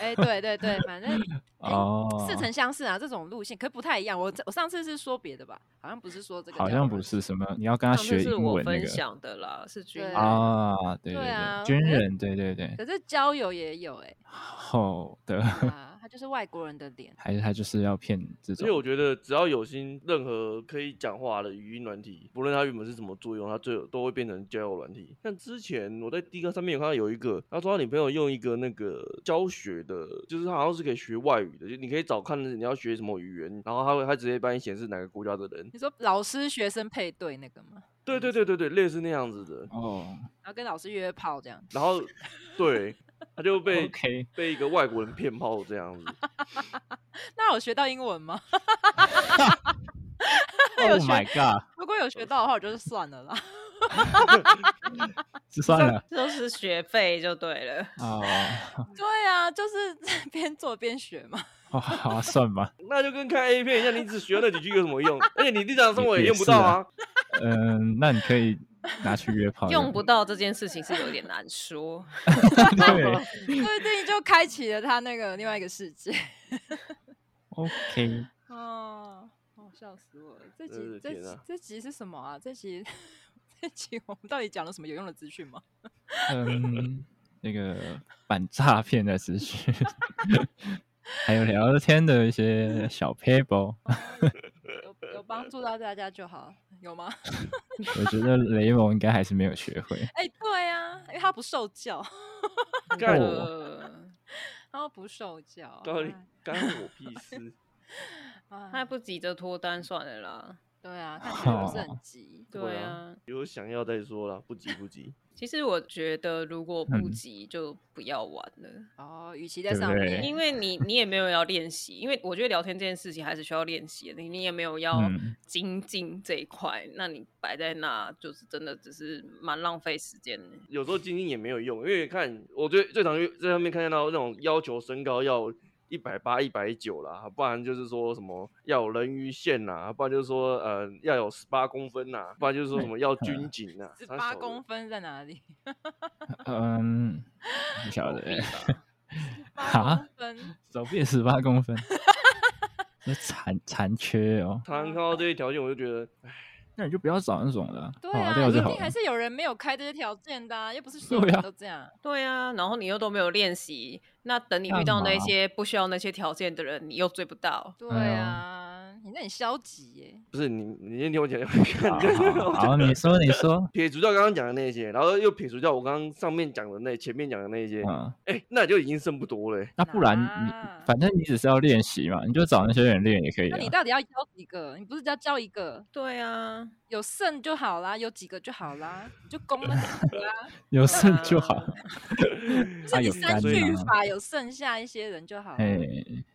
Speaker 6: 哎、对对对，反正哎
Speaker 5: 哦，
Speaker 6: 似曾相识啊，这种路线可不太一样。我这我上次是说别的吧，好像不是说这个，
Speaker 5: 好像不。是什么，你要跟他
Speaker 4: 上次
Speaker 5: 学
Speaker 4: 是
Speaker 5: 英
Speaker 4: 我
Speaker 5: 文那
Speaker 4: 分
Speaker 5: 个
Speaker 4: 享的啦，是军
Speaker 6: 对
Speaker 4: 人。
Speaker 5: 啊，对
Speaker 6: 对啊
Speaker 5: 对，军
Speaker 6: 我觉得
Speaker 5: 人，对对对，
Speaker 6: 可是交友也有哎、
Speaker 5: 好的，
Speaker 6: 对啊，他就是外国人的脸。
Speaker 5: 还是他就是要骗这
Speaker 3: 因为我
Speaker 5: 种，
Speaker 3: 觉得只要有心，任何可以讲话的语音软体，不论它原本是什么作用，它最后都会变成交友软体。像之前我在 D 哥上面有看到有一个，他说他女朋友用一个那个教学的，就是他好像是可以学外语的，就你可以找看你要学什么语言，然后他会他直接帮你显示哪个国家的人。
Speaker 6: 你说老师学生配对那个吗？
Speaker 3: 对对对对对，类似那样子的。
Speaker 5: 哦
Speaker 6: 然后跟老师约炮这样？
Speaker 3: 然后对，他就被
Speaker 5: *laughs* ，OK，
Speaker 3: 被一个外国人骗炮这样子。 *laughs*
Speaker 6: 那有学到英文吗？ *laughs* *laughs* 有
Speaker 5: Oh my god！
Speaker 6: 如果有学到的话，我就是算了啦。
Speaker 5: 就算了
Speaker 4: 这都是学费就对了。
Speaker 5: 哦，
Speaker 6: *laughs* 对啊，就是 *laughs* 边做边学 *laughs* 嘛。
Speaker 5: 好哦好算吧。
Speaker 3: 那就跟看 A 片一样，你只学那几句有什么用？而且你日常生活也用不到
Speaker 5: 也
Speaker 3: 啊。
Speaker 5: 嗯，那你可以拿去约炮，
Speaker 4: 用不到这件事情是有点难说。
Speaker 5: *laughs* 对
Speaker 6: 说不定就开启了他那个另外一个世界。
Speaker 5: ，OK，
Speaker 6: *laughs* 哦，哦，笑死我了！这
Speaker 3: 真
Speaker 6: 集
Speaker 3: 是
Speaker 6: 这
Speaker 3: 天
Speaker 6: 集
Speaker 3: 啊
Speaker 6: 这集是什么啊？这集这集我们到底讲了什么有用的资讯吗？
Speaker 5: 嗯，那个反诈骗的资讯， *laughs* 还有聊天的一些小 paper，
Speaker 6: 有有帮助到大家就好，有吗？ *laughs*
Speaker 5: 我觉得雷蒙应该还是没有学会。
Speaker 6: 哎、对啊，因为他不受教， *laughs*
Speaker 3: 干
Speaker 5: 我
Speaker 4: 呃，
Speaker 6: 他不受教。
Speaker 3: 到底
Speaker 6: 哎
Speaker 3: 干我屁事？
Speaker 4: 他
Speaker 6: 哎
Speaker 4: 不急着脱单算了啦。
Speaker 6: 对啊，看起来不是
Speaker 5: 好
Speaker 6: 很急。
Speaker 4: 对
Speaker 3: 啊
Speaker 4: 啊，
Speaker 3: 有想要再说啦，不急不急。
Speaker 4: 其实我觉得如果不
Speaker 5: 嗯
Speaker 4: 急就不要玩了，
Speaker 6: 哦，与其在
Speaker 5: 对不
Speaker 6: 上面，
Speaker 5: 对
Speaker 4: 因为你你也没有要练习，因为我觉得聊天这件事情还是需要练习的，你你也没有要
Speaker 5: 嗯
Speaker 4: 精进这一块，那你摆在那就是真的只是蛮浪费时间的。
Speaker 3: 有时候精英也没有用，因为看我最最常在上面看见到那种要求身高要一百八、一百九啦，不然就是说什么要有人鱼线呐，不然就是说呃要有十八公分呐，不然就是说什么要军警呐，
Speaker 6: 十
Speaker 3: 三
Speaker 6: 八
Speaker 3: 小的
Speaker 6: 公分在哪里？ *laughs*
Speaker 5: 嗯，不晓
Speaker 4: 手臂
Speaker 5: 得，
Speaker 4: 吧
Speaker 6: 八
Speaker 5: 哈
Speaker 6: 公分，
Speaker 5: 手臂十八公
Speaker 6: *laughs*
Speaker 5: 分，那残残缺哦。
Speaker 3: 常常看
Speaker 6: 啊
Speaker 3: 到这些条件，我就觉得
Speaker 5: 那你就不要找那种的啊，
Speaker 6: 对
Speaker 5: 划
Speaker 6: 啊，
Speaker 5: 掉
Speaker 6: 一
Speaker 5: 就好
Speaker 6: 定还
Speaker 5: 了。
Speaker 6: 是有人没有开这些条件的、啊，又不是所有
Speaker 5: 对啊
Speaker 6: 人都这样。
Speaker 4: 对啊，然后你又都没有练习，那等你遇
Speaker 5: 干
Speaker 4: 到那
Speaker 5: 嘛
Speaker 4: 些不需要那些条件的人，你又追不到。
Speaker 6: 对
Speaker 5: 哎呀
Speaker 6: 啊，你那很消极耶。
Speaker 3: 不是你，你啊 *laughs* 先听我讲，看你
Speaker 5: *laughs* 好好好，你说你说，
Speaker 3: 撇除掉刚刚讲的那些，然后又撇除掉我刚刚上面讲的那前面讲的那些，
Speaker 5: 嗯，
Speaker 3: 哎，那就已经剩不多了欸。
Speaker 5: 那不然你
Speaker 6: 啊
Speaker 5: 反正你只是要练习嘛，你就找那些人练也可以
Speaker 6: 那你
Speaker 5: 啊。
Speaker 6: 到底要教几个？你不是只要教一个，
Speaker 4: 对啊，
Speaker 6: 有剩就好啦，有几个就好啦，你就攻那几个
Speaker 5: *laughs*
Speaker 6: 啊。
Speaker 5: 有剩就好，
Speaker 6: *laughs* 就
Speaker 5: 啊
Speaker 6: 是你
Speaker 5: 有啊
Speaker 6: 三
Speaker 5: 干
Speaker 3: 所以
Speaker 6: 句
Speaker 5: 嘛
Speaker 6: 法有剩下一些人就好了。
Speaker 5: 哎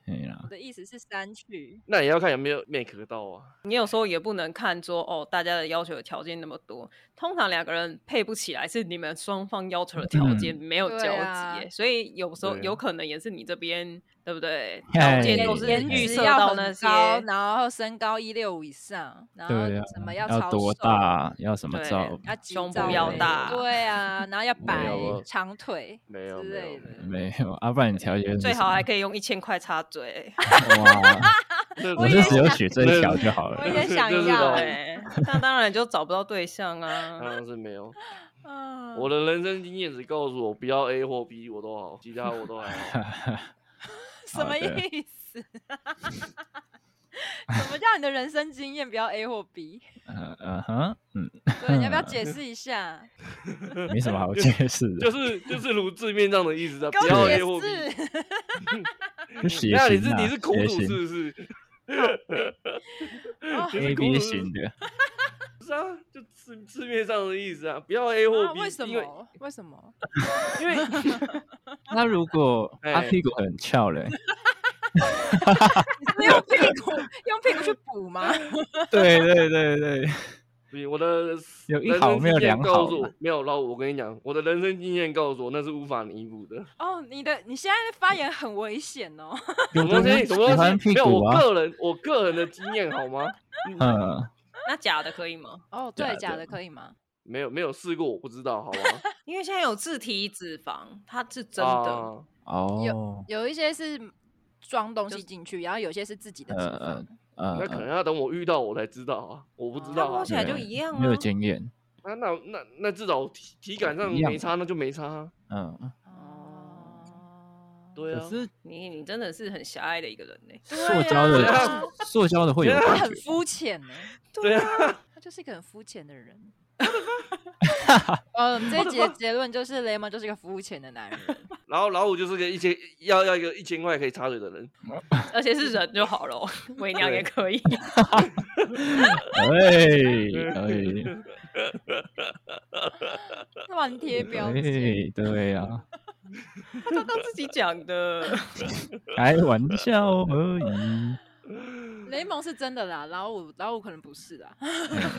Speaker 5: 哎啦
Speaker 6: 我，的意思是删去，
Speaker 3: 那也要看有没有 make 到啊。
Speaker 4: 你有时候也不能看说哦，大家的要求的条件那么多，通常两个人配不起来，是你们双方要求的条件没有
Speaker 6: 对
Speaker 4: 交集耶、
Speaker 6: 啊
Speaker 4: 所以有时候
Speaker 3: 对啊
Speaker 4: 有可能也是你这边对不对？条
Speaker 5: 哎
Speaker 4: 件都是
Speaker 6: 颜
Speaker 4: 预
Speaker 6: 值
Speaker 4: 设
Speaker 6: 要
Speaker 4: 到
Speaker 6: 很
Speaker 4: 那些，
Speaker 6: 高然后身高一六五以上，然后
Speaker 5: 对啊
Speaker 6: 什么
Speaker 5: 要
Speaker 6: 超
Speaker 5: 多
Speaker 6: 瘦？
Speaker 5: 大，啊要什么
Speaker 4: 对
Speaker 5: 照，
Speaker 6: 要几
Speaker 4: 胸部
Speaker 6: 罩
Speaker 5: 要
Speaker 6: 杯
Speaker 4: 大
Speaker 6: 对啊，然
Speaker 3: *laughs*
Speaker 6: 后要摆
Speaker 3: 有啊
Speaker 6: 长腿
Speaker 3: 没有
Speaker 6: 之
Speaker 3: 没有
Speaker 6: 类的 *laughs*
Speaker 3: 没
Speaker 5: 没有，啊，不然你条件是
Speaker 4: 最
Speaker 5: 什
Speaker 4: 好
Speaker 5: 么
Speaker 4: 还可以用一千块插嘴。
Speaker 5: 哇，
Speaker 3: 有，
Speaker 5: 我
Speaker 6: 也
Speaker 5: 就
Speaker 6: 想
Speaker 5: 只有许这一
Speaker 3: 对
Speaker 5: 条就好
Speaker 6: 我
Speaker 5: 了。
Speaker 6: 也想
Speaker 3: 就是
Speaker 6: 要
Speaker 3: 老
Speaker 6: 哎、
Speaker 4: 对，那当然就找不到对象
Speaker 3: 当
Speaker 4: 啊。
Speaker 3: 然是没有。
Speaker 6: 嗯，
Speaker 3: 我的人生经验只告诉我，不要 A 或 B 我都好，其他我都还好。
Speaker 6: 什
Speaker 3: 啊
Speaker 6: 么
Speaker 5: 好的
Speaker 6: 意思？ *laughs* 什么叫你的人生经验不要 A 或 B？
Speaker 3: *laughs*
Speaker 5: 嗯 *laughs* 嗯哼，嗯，
Speaker 6: 对，你要不要解释一下？
Speaker 5: 没什么好解释
Speaker 3: 就
Speaker 5: 的，
Speaker 3: 是就是如字面上的意思啊，
Speaker 6: 跟
Speaker 3: 不
Speaker 6: 我
Speaker 3: 要
Speaker 6: 解
Speaker 3: A
Speaker 6: *laughs*
Speaker 3: 或 B。
Speaker 6: 释，
Speaker 5: 就血
Speaker 3: 那你
Speaker 5: 型
Speaker 3: 是
Speaker 5: 啊，
Speaker 3: 你是苦
Speaker 5: 血
Speaker 3: 主是
Speaker 5: 型
Speaker 3: 不是？
Speaker 6: *laughs* 哦
Speaker 3: 你是
Speaker 5: A
Speaker 3: 苦
Speaker 5: B
Speaker 3: 主
Speaker 5: 型的， *laughs*
Speaker 3: 不是啊，就字字面上的意思啊，不要 A 或
Speaker 6: 啊
Speaker 3: B，、
Speaker 6: 为什
Speaker 3: 因为
Speaker 6: 么？为什么？
Speaker 3: *laughs* 因为
Speaker 5: 那如果他
Speaker 3: *laughs* 哎
Speaker 5: 屁股很
Speaker 3: *laughs*
Speaker 5: 翘嘞，
Speaker 6: 没有屁股，用屁股去
Speaker 3: *laughs*
Speaker 6: 补吗？
Speaker 5: 对对对对，
Speaker 3: 不行我的
Speaker 5: 有一
Speaker 3: 人
Speaker 5: 好
Speaker 3: 生
Speaker 5: 没有
Speaker 3: 经验
Speaker 5: 两
Speaker 3: 告
Speaker 5: 好
Speaker 3: 诉
Speaker 5: 嘛
Speaker 3: 我没有，然后我跟你讲，我的人生经验告诉我那是无法弥补的。
Speaker 6: 哦，你的你现在的发言很危险哦。
Speaker 5: 有
Speaker 3: 什么东
Speaker 5: 的人
Speaker 3: 西？什
Speaker 5: 喜
Speaker 3: 么
Speaker 5: 欢
Speaker 3: 东西？
Speaker 5: 屁
Speaker 3: 没有，
Speaker 5: 股
Speaker 3: 我
Speaker 5: 啊，
Speaker 3: 个人我个人的经验好吗？
Speaker 5: 嗯，
Speaker 4: 那假的可以吗？
Speaker 6: 哦，对，
Speaker 5: 假
Speaker 6: 假
Speaker 5: 的
Speaker 6: 的可以吗？
Speaker 3: 没有没有试过，我不知道，好吗？
Speaker 4: 因为现在有自体脂肪，它是真的。
Speaker 5: 嗯
Speaker 3: 啊
Speaker 5: 哦，
Speaker 6: 有一些是装东
Speaker 4: 就
Speaker 6: 西
Speaker 4: 是
Speaker 6: 进去，然后有些是自
Speaker 3: 嗯
Speaker 6: 己的脂
Speaker 5: 呃呃
Speaker 6: 肪。
Speaker 5: 呃，
Speaker 3: 那可能
Speaker 5: 呃
Speaker 3: 要等我哦遇到我才知道啊，我不知
Speaker 6: 哦
Speaker 3: 道
Speaker 4: 摸
Speaker 3: 啊。
Speaker 4: 起来就
Speaker 5: 对
Speaker 4: 一样
Speaker 5: 没有
Speaker 4: 啊。
Speaker 5: 经验，
Speaker 3: 那那那那至少体体感上
Speaker 5: 一样
Speaker 3: 没差，那就没差啊。
Speaker 5: 嗯，
Speaker 6: 哦，
Speaker 3: 对
Speaker 5: 可
Speaker 3: 啊，
Speaker 5: 是
Speaker 4: 你你真的是很狭隘的一个人呢、
Speaker 5: 塑胶的塑胶的会有
Speaker 3: 对啊
Speaker 5: 感
Speaker 6: 很
Speaker 5: 觉，
Speaker 6: 肤浅 *laughs* 呢。
Speaker 3: 对啊，
Speaker 6: 他就是一个很肤浅的人。嗯，这一集的结论就是雷蒙就是一个肤浅的男人。
Speaker 3: 然后然后我就是个一千要要一个一千块可以插嘴的人， *laughs*
Speaker 4: 而且是人就好了 *laughs* 哦，伪娘也可 *laughs* 以。
Speaker 5: 哎哎。
Speaker 6: 乱贴标签，
Speaker 5: 对哎对啊呀，
Speaker 4: 他刚刚自己讲的，
Speaker 5: 开玩笑而已。
Speaker 6: 雷蒙是真的啦，老五老五可能不是啦。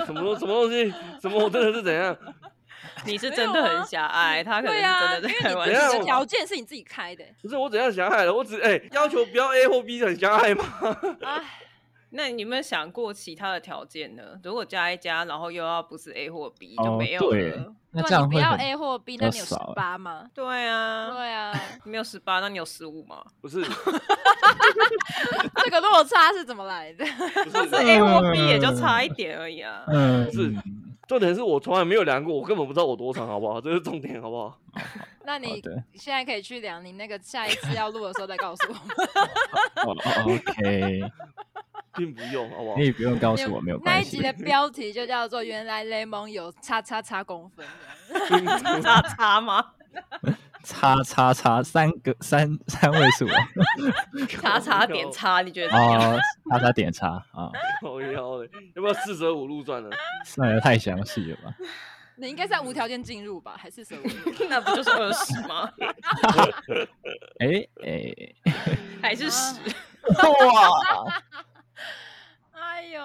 Speaker 3: 什么什么东西，什么我真的是怎样？
Speaker 4: *laughs* 你是真的很狭隘，他可能
Speaker 6: 对
Speaker 4: 是
Speaker 6: 啊，
Speaker 4: 真
Speaker 6: 因
Speaker 4: 的
Speaker 6: 为
Speaker 4: 在开玩
Speaker 6: 你
Speaker 3: 等一下
Speaker 6: 这
Speaker 4: 笑
Speaker 6: 个
Speaker 3: 我。
Speaker 6: 条件是你自己开的。
Speaker 3: 不是我怎样狭隘了？我只哎、要求不要 A 或 B 很狭隘吗？
Speaker 6: 哎，
Speaker 4: 那你有没有想过其他的条件呢？如果加一加，然后又要不是 A 或 B 就
Speaker 5: 哦
Speaker 4: 没有
Speaker 5: 对
Speaker 4: 了。
Speaker 5: 那
Speaker 6: 对
Speaker 5: 这
Speaker 6: 啊
Speaker 5: 样
Speaker 6: 你不
Speaker 5: 会
Speaker 6: 要
Speaker 5: 很
Speaker 6: A 或 B，
Speaker 5: 比
Speaker 6: 那
Speaker 5: 较
Speaker 6: 你有十
Speaker 5: 少欸
Speaker 6: 八
Speaker 4: *laughs*
Speaker 6: 吗？
Speaker 4: 对啊，
Speaker 6: 对啊，
Speaker 4: 你没有十八，那你有十五吗？
Speaker 3: 不是，
Speaker 6: 这个落差是怎么来的？ *laughs*
Speaker 3: 不
Speaker 4: 就是是 A 或 B 也就差一点而已 *laughs* 啊。
Speaker 5: 嗯，
Speaker 3: 是重点是我从来没有量过，我根本不知道我多长，好不好？这是重点，好不好？
Speaker 6: 那
Speaker 5: 好
Speaker 6: 你
Speaker 5: 的
Speaker 6: 现在可以去量，你那个下一次要录的时候再告诉我们。
Speaker 5: 哦哦 OK，
Speaker 3: 并不用，好不好 *laughs*
Speaker 5: 你？也不用告诉我，没有
Speaker 6: 那
Speaker 5: 关
Speaker 6: 一
Speaker 5: 系 *laughs*
Speaker 6: 集。的标题就叫做“原来雷蒙有叉叉叉公分
Speaker 4: 叉叉吗？
Speaker 5: 叉叉叉三个三 *laughs* 三位数啊
Speaker 4: 叉叉点叉，你觉得怎么样？
Speaker 5: 哦，叉叉点叉啊，
Speaker 3: 靠腰嘞，要不要四舍五入算了？
Speaker 5: 算的太详细了吧？”，
Speaker 6: 你应该是要无条件进入吧？还是什么？
Speaker 4: 那不就是二十 *laughs* 吗？
Speaker 5: 哎哎，
Speaker 4: 还是十？ *laughs*
Speaker 5: 哇，
Speaker 6: 哎呦，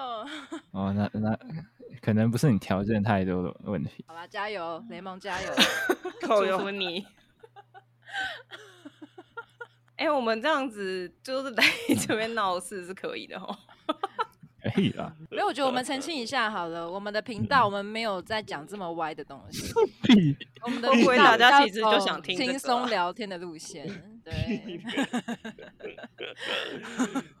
Speaker 5: 哦，那那可能不是你条件太多的问题，
Speaker 6: 好啦，加油，雷蒙
Speaker 4: *laughs*
Speaker 6: 加油！
Speaker 3: 靠
Speaker 4: 祝
Speaker 3: 腰
Speaker 4: 福你。 *laughs* 哎、我们这样子就是来 *laughs* 这边闹事是可以的 *laughs* 哦。
Speaker 5: 可以啦，
Speaker 6: 没有，我觉得我们澄清一下好了，我们的频
Speaker 4: 嗯
Speaker 6: 道我们没有在讲这么歪的东
Speaker 4: *laughs*
Speaker 6: 西，我们的
Speaker 4: 会不
Speaker 6: 频
Speaker 4: 会
Speaker 6: 道
Speaker 4: 大家
Speaker 6: 比
Speaker 4: 其
Speaker 6: 较
Speaker 4: 实就
Speaker 6: 走
Speaker 4: 想听这个
Speaker 6: 轻
Speaker 4: 啊
Speaker 6: 松聊天的路线。
Speaker 4: *laughs*
Speaker 6: 对，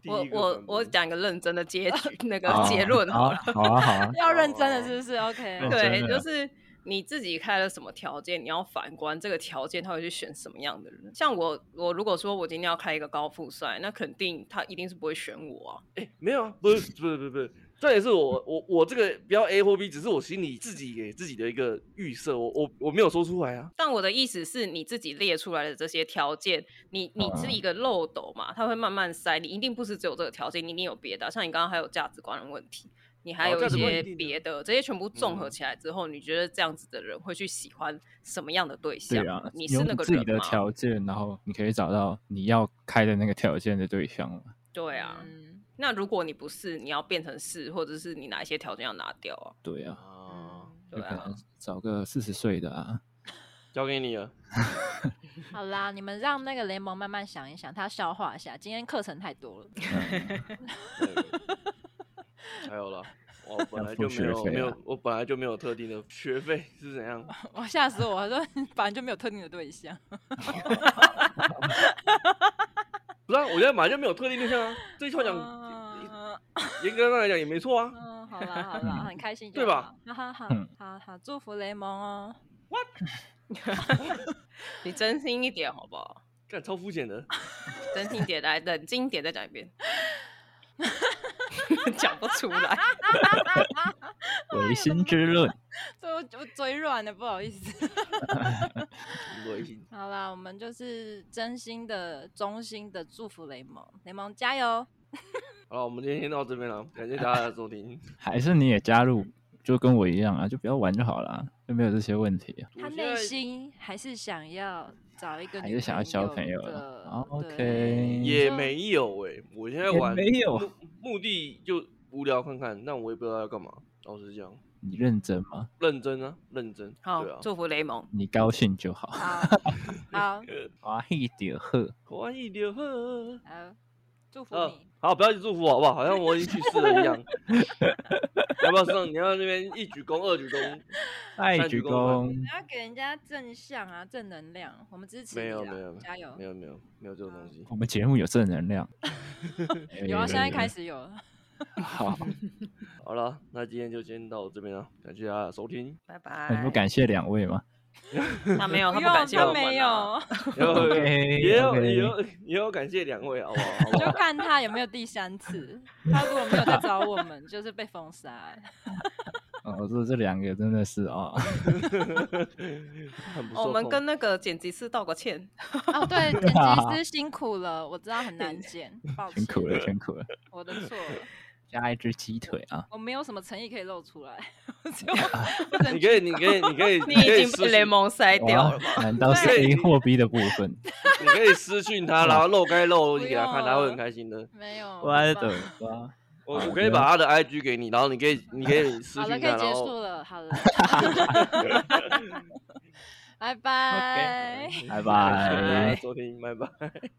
Speaker 4: 我我我讲一个认真的 *laughs* 结局，那个
Speaker 5: 啊
Speaker 4: 结论好
Speaker 5: 好
Speaker 4: 了。
Speaker 5: 好啊好
Speaker 4: *laughs*
Speaker 5: 啊，
Speaker 6: 要认真的是不是？OK，嗯
Speaker 5: 认
Speaker 4: 对，啊
Speaker 5: 真
Speaker 4: 就
Speaker 5: 的
Speaker 4: 是你自己开了什么条件，你要反观这个条件，他会去选什么样的人。像我，我如果说我今天要开一个高富帅，那肯定他一定是不会选我啊。
Speaker 3: 哎、没有啊，不是不是不是不是，重点是我我我这个不要 A 或 B，只是我心里自己给自己的一个预设，我我我没有说出来啊。
Speaker 4: 但我的意思是你自己列出来的这些条件，你你是一个漏斗嘛，它会慢慢塞，你一定不是只有这个条件，你一定有别的啊、像你刚刚还有价值观的问题，你还
Speaker 3: 哦
Speaker 4: 有
Speaker 3: 价
Speaker 4: 一
Speaker 3: 值观一
Speaker 4: 些
Speaker 3: 定的
Speaker 4: 别的，这些全部综合
Speaker 3: 嗯
Speaker 4: 起来之后，你觉得这样子的人会去喜欢什么样的对象？
Speaker 5: 对啊，
Speaker 4: 你
Speaker 5: 有
Speaker 4: 是那个
Speaker 5: 自己
Speaker 4: 人
Speaker 5: 的
Speaker 4: 吗？
Speaker 5: 条件，然后你可以找到你要开的那个条件的对象嘛。
Speaker 4: 对啊，
Speaker 6: 嗯
Speaker 4: 那如果你不是，你要变成是，或者是你哪一些条件要拿掉啊？
Speaker 5: 对啊，
Speaker 3: 啊，
Speaker 5: 就
Speaker 4: 对
Speaker 5: 可
Speaker 4: 啊
Speaker 5: 能，找个四十岁的啊，
Speaker 3: 交给你了。
Speaker 6: 好啦，你们让那个联盟慢慢想一想，他消化一下。今天课程
Speaker 4: *laughs*
Speaker 6: 太多了，
Speaker 5: 嗯
Speaker 3: 对哎还有了，我本来
Speaker 5: 付
Speaker 3: 就
Speaker 5: 学
Speaker 3: 没有、
Speaker 5: 费
Speaker 3: 没
Speaker 5: 啊
Speaker 3: 有，我本来就没有特定的学费是怎 *laughs* 样？
Speaker 6: 我吓死我！我说 *laughs* 反正就没有特定的对象，
Speaker 3: 不是、啊，我现在本来就没有特定对象啊。这句话讲，啊
Speaker 6: 嗯
Speaker 3: 严格上来讲也没错啊。
Speaker 6: 嗯，好啦好啦，很开心就
Speaker 3: 对吧
Speaker 6: 好？哈哈
Speaker 5: 嗯
Speaker 6: 好，好好，祝福雷蒙哦。
Speaker 4: 你真心一点好不好？
Speaker 3: 干超肤浅的，
Speaker 4: 真心一点，来冷静一点，再讲一遍。 *laughs* 讲不出来，
Speaker 5: 唯心之论，
Speaker 6: 对，我我嘴软了，不好意思。 *laughs*
Speaker 3: 恶心。
Speaker 6: 好啦，我们就是真心的、衷心的祝福雷蒙，雷蒙加油！
Speaker 3: *laughs* 好了，我们今天先到这边了，感谢大家的收
Speaker 6: *laughs*
Speaker 3: 听。
Speaker 5: 还是你也加入，就跟我一样啊，就不要玩就好啦，就没有这些问题啊。
Speaker 3: 我
Speaker 6: 他
Speaker 3: 现
Speaker 6: 内
Speaker 3: 在
Speaker 6: 心还是想要找一个
Speaker 5: 还
Speaker 6: 女
Speaker 5: 是想要交朋友的
Speaker 6: 的。
Speaker 5: 哦，OK
Speaker 6: 对
Speaker 3: 也
Speaker 6: 就
Speaker 3: 没有哎、我现在
Speaker 5: 也
Speaker 3: 玩
Speaker 5: 没有
Speaker 3: 目目的就无聊看看，但我也不知道要干嘛。老实讲，
Speaker 5: 你认真吗？
Speaker 3: 认真啊，认真。
Speaker 4: 好
Speaker 3: 对，啊，
Speaker 4: 祝福雷蒙。
Speaker 5: 你高兴就好。
Speaker 6: 好好
Speaker 5: 华裔点喝，
Speaker 3: 欢迎你喝。
Speaker 6: 好，祝福
Speaker 3: 呃
Speaker 6: 你。，
Speaker 3: 好，不要去祝福我好不好？好像我已经去世了一
Speaker 6: *laughs*
Speaker 3: 样。要不要上？你要那边一鞠躬、二鞠躬？
Speaker 5: 爱
Speaker 3: 三
Speaker 5: 哎鞠
Speaker 3: 鞠躬
Speaker 5: 躬
Speaker 6: 不，要给人家正向啊，正能量，我们支持
Speaker 3: 没
Speaker 6: 你
Speaker 3: 有，
Speaker 6: 啦
Speaker 3: 没有，
Speaker 6: 加油
Speaker 3: 没！有，没有，没有这种东西。
Speaker 5: 我们节目有正能
Speaker 4: *laughs*
Speaker 5: 量。哎
Speaker 6: 有啊，现在开
Speaker 5: 始
Speaker 6: 始有了，
Speaker 5: *laughs* 好，
Speaker 3: 好了，那今天就先到这边了，感谢大家的收
Speaker 5: *laughs*
Speaker 3: 听。
Speaker 4: 拜拜。
Speaker 5: 很不感谢两位吗？
Speaker 4: 他没有，
Speaker 6: 不
Speaker 4: 他不
Speaker 6: 用，
Speaker 4: 感谢
Speaker 6: 他
Speaker 4: 我们、啊。
Speaker 6: 没有，
Speaker 3: 也有也
Speaker 5: OK，
Speaker 3: 有
Speaker 5: OK
Speaker 3: 也有也有感谢两位，好不好？好不
Speaker 6: *laughs* 就
Speaker 3: 好
Speaker 6: 看他有没有第三次。他如果没有再找我们，就是被封 *laughs* 杀。
Speaker 5: 哦，这这两个真的是哦，
Speaker 3: 很不
Speaker 4: 哦
Speaker 3: 受
Speaker 4: 我们
Speaker 3: 控
Speaker 4: 跟那个剪辑师道个歉。
Speaker 6: 哦，对，剪辑师辛苦了，我知道很难剪，
Speaker 5: *laughs*
Speaker 6: 抱
Speaker 5: 啊辛
Speaker 6: 歉，
Speaker 5: 苦了，辛苦了。
Speaker 6: 我的错了，
Speaker 5: 加一只鸡腿啊！
Speaker 6: 我没有什么诚意可以露出来，
Speaker 5: *laughs*
Speaker 6: 我只有我只能
Speaker 3: 你可以，你可以，你
Speaker 6: *laughs*
Speaker 3: 可以，
Speaker 4: 你
Speaker 3: 可以
Speaker 4: 已经
Speaker 3: 私
Speaker 4: 被
Speaker 3: 信
Speaker 4: 雷，蒙筛掉了吧？
Speaker 5: 哇难道是
Speaker 3: 对
Speaker 5: A 或 B 的部
Speaker 3: *laughs*
Speaker 5: 分？
Speaker 3: 你可以私信 *laughs* 他，然后露该露的给他看，
Speaker 6: 不用
Speaker 3: 他会很开心的。
Speaker 6: 没有。
Speaker 5: 我的
Speaker 6: 好吧
Speaker 5: 妈！
Speaker 3: 我
Speaker 5: 好
Speaker 3: 我可以
Speaker 5: 的
Speaker 3: 把他的 IG 给你，然后你可以，你可以私
Speaker 6: 好了，
Speaker 3: 信
Speaker 6: 可以
Speaker 3: 他，然
Speaker 5: 哦
Speaker 6: 结
Speaker 3: 后嗯
Speaker 6: 束了，
Speaker 5: *laughs*
Speaker 6: 好了，拜拜。
Speaker 5: 拜
Speaker 3: 感谢大家
Speaker 5: 拜
Speaker 3: *laughs*
Speaker 6: *laughs*
Speaker 3: 的。收听，拜拜。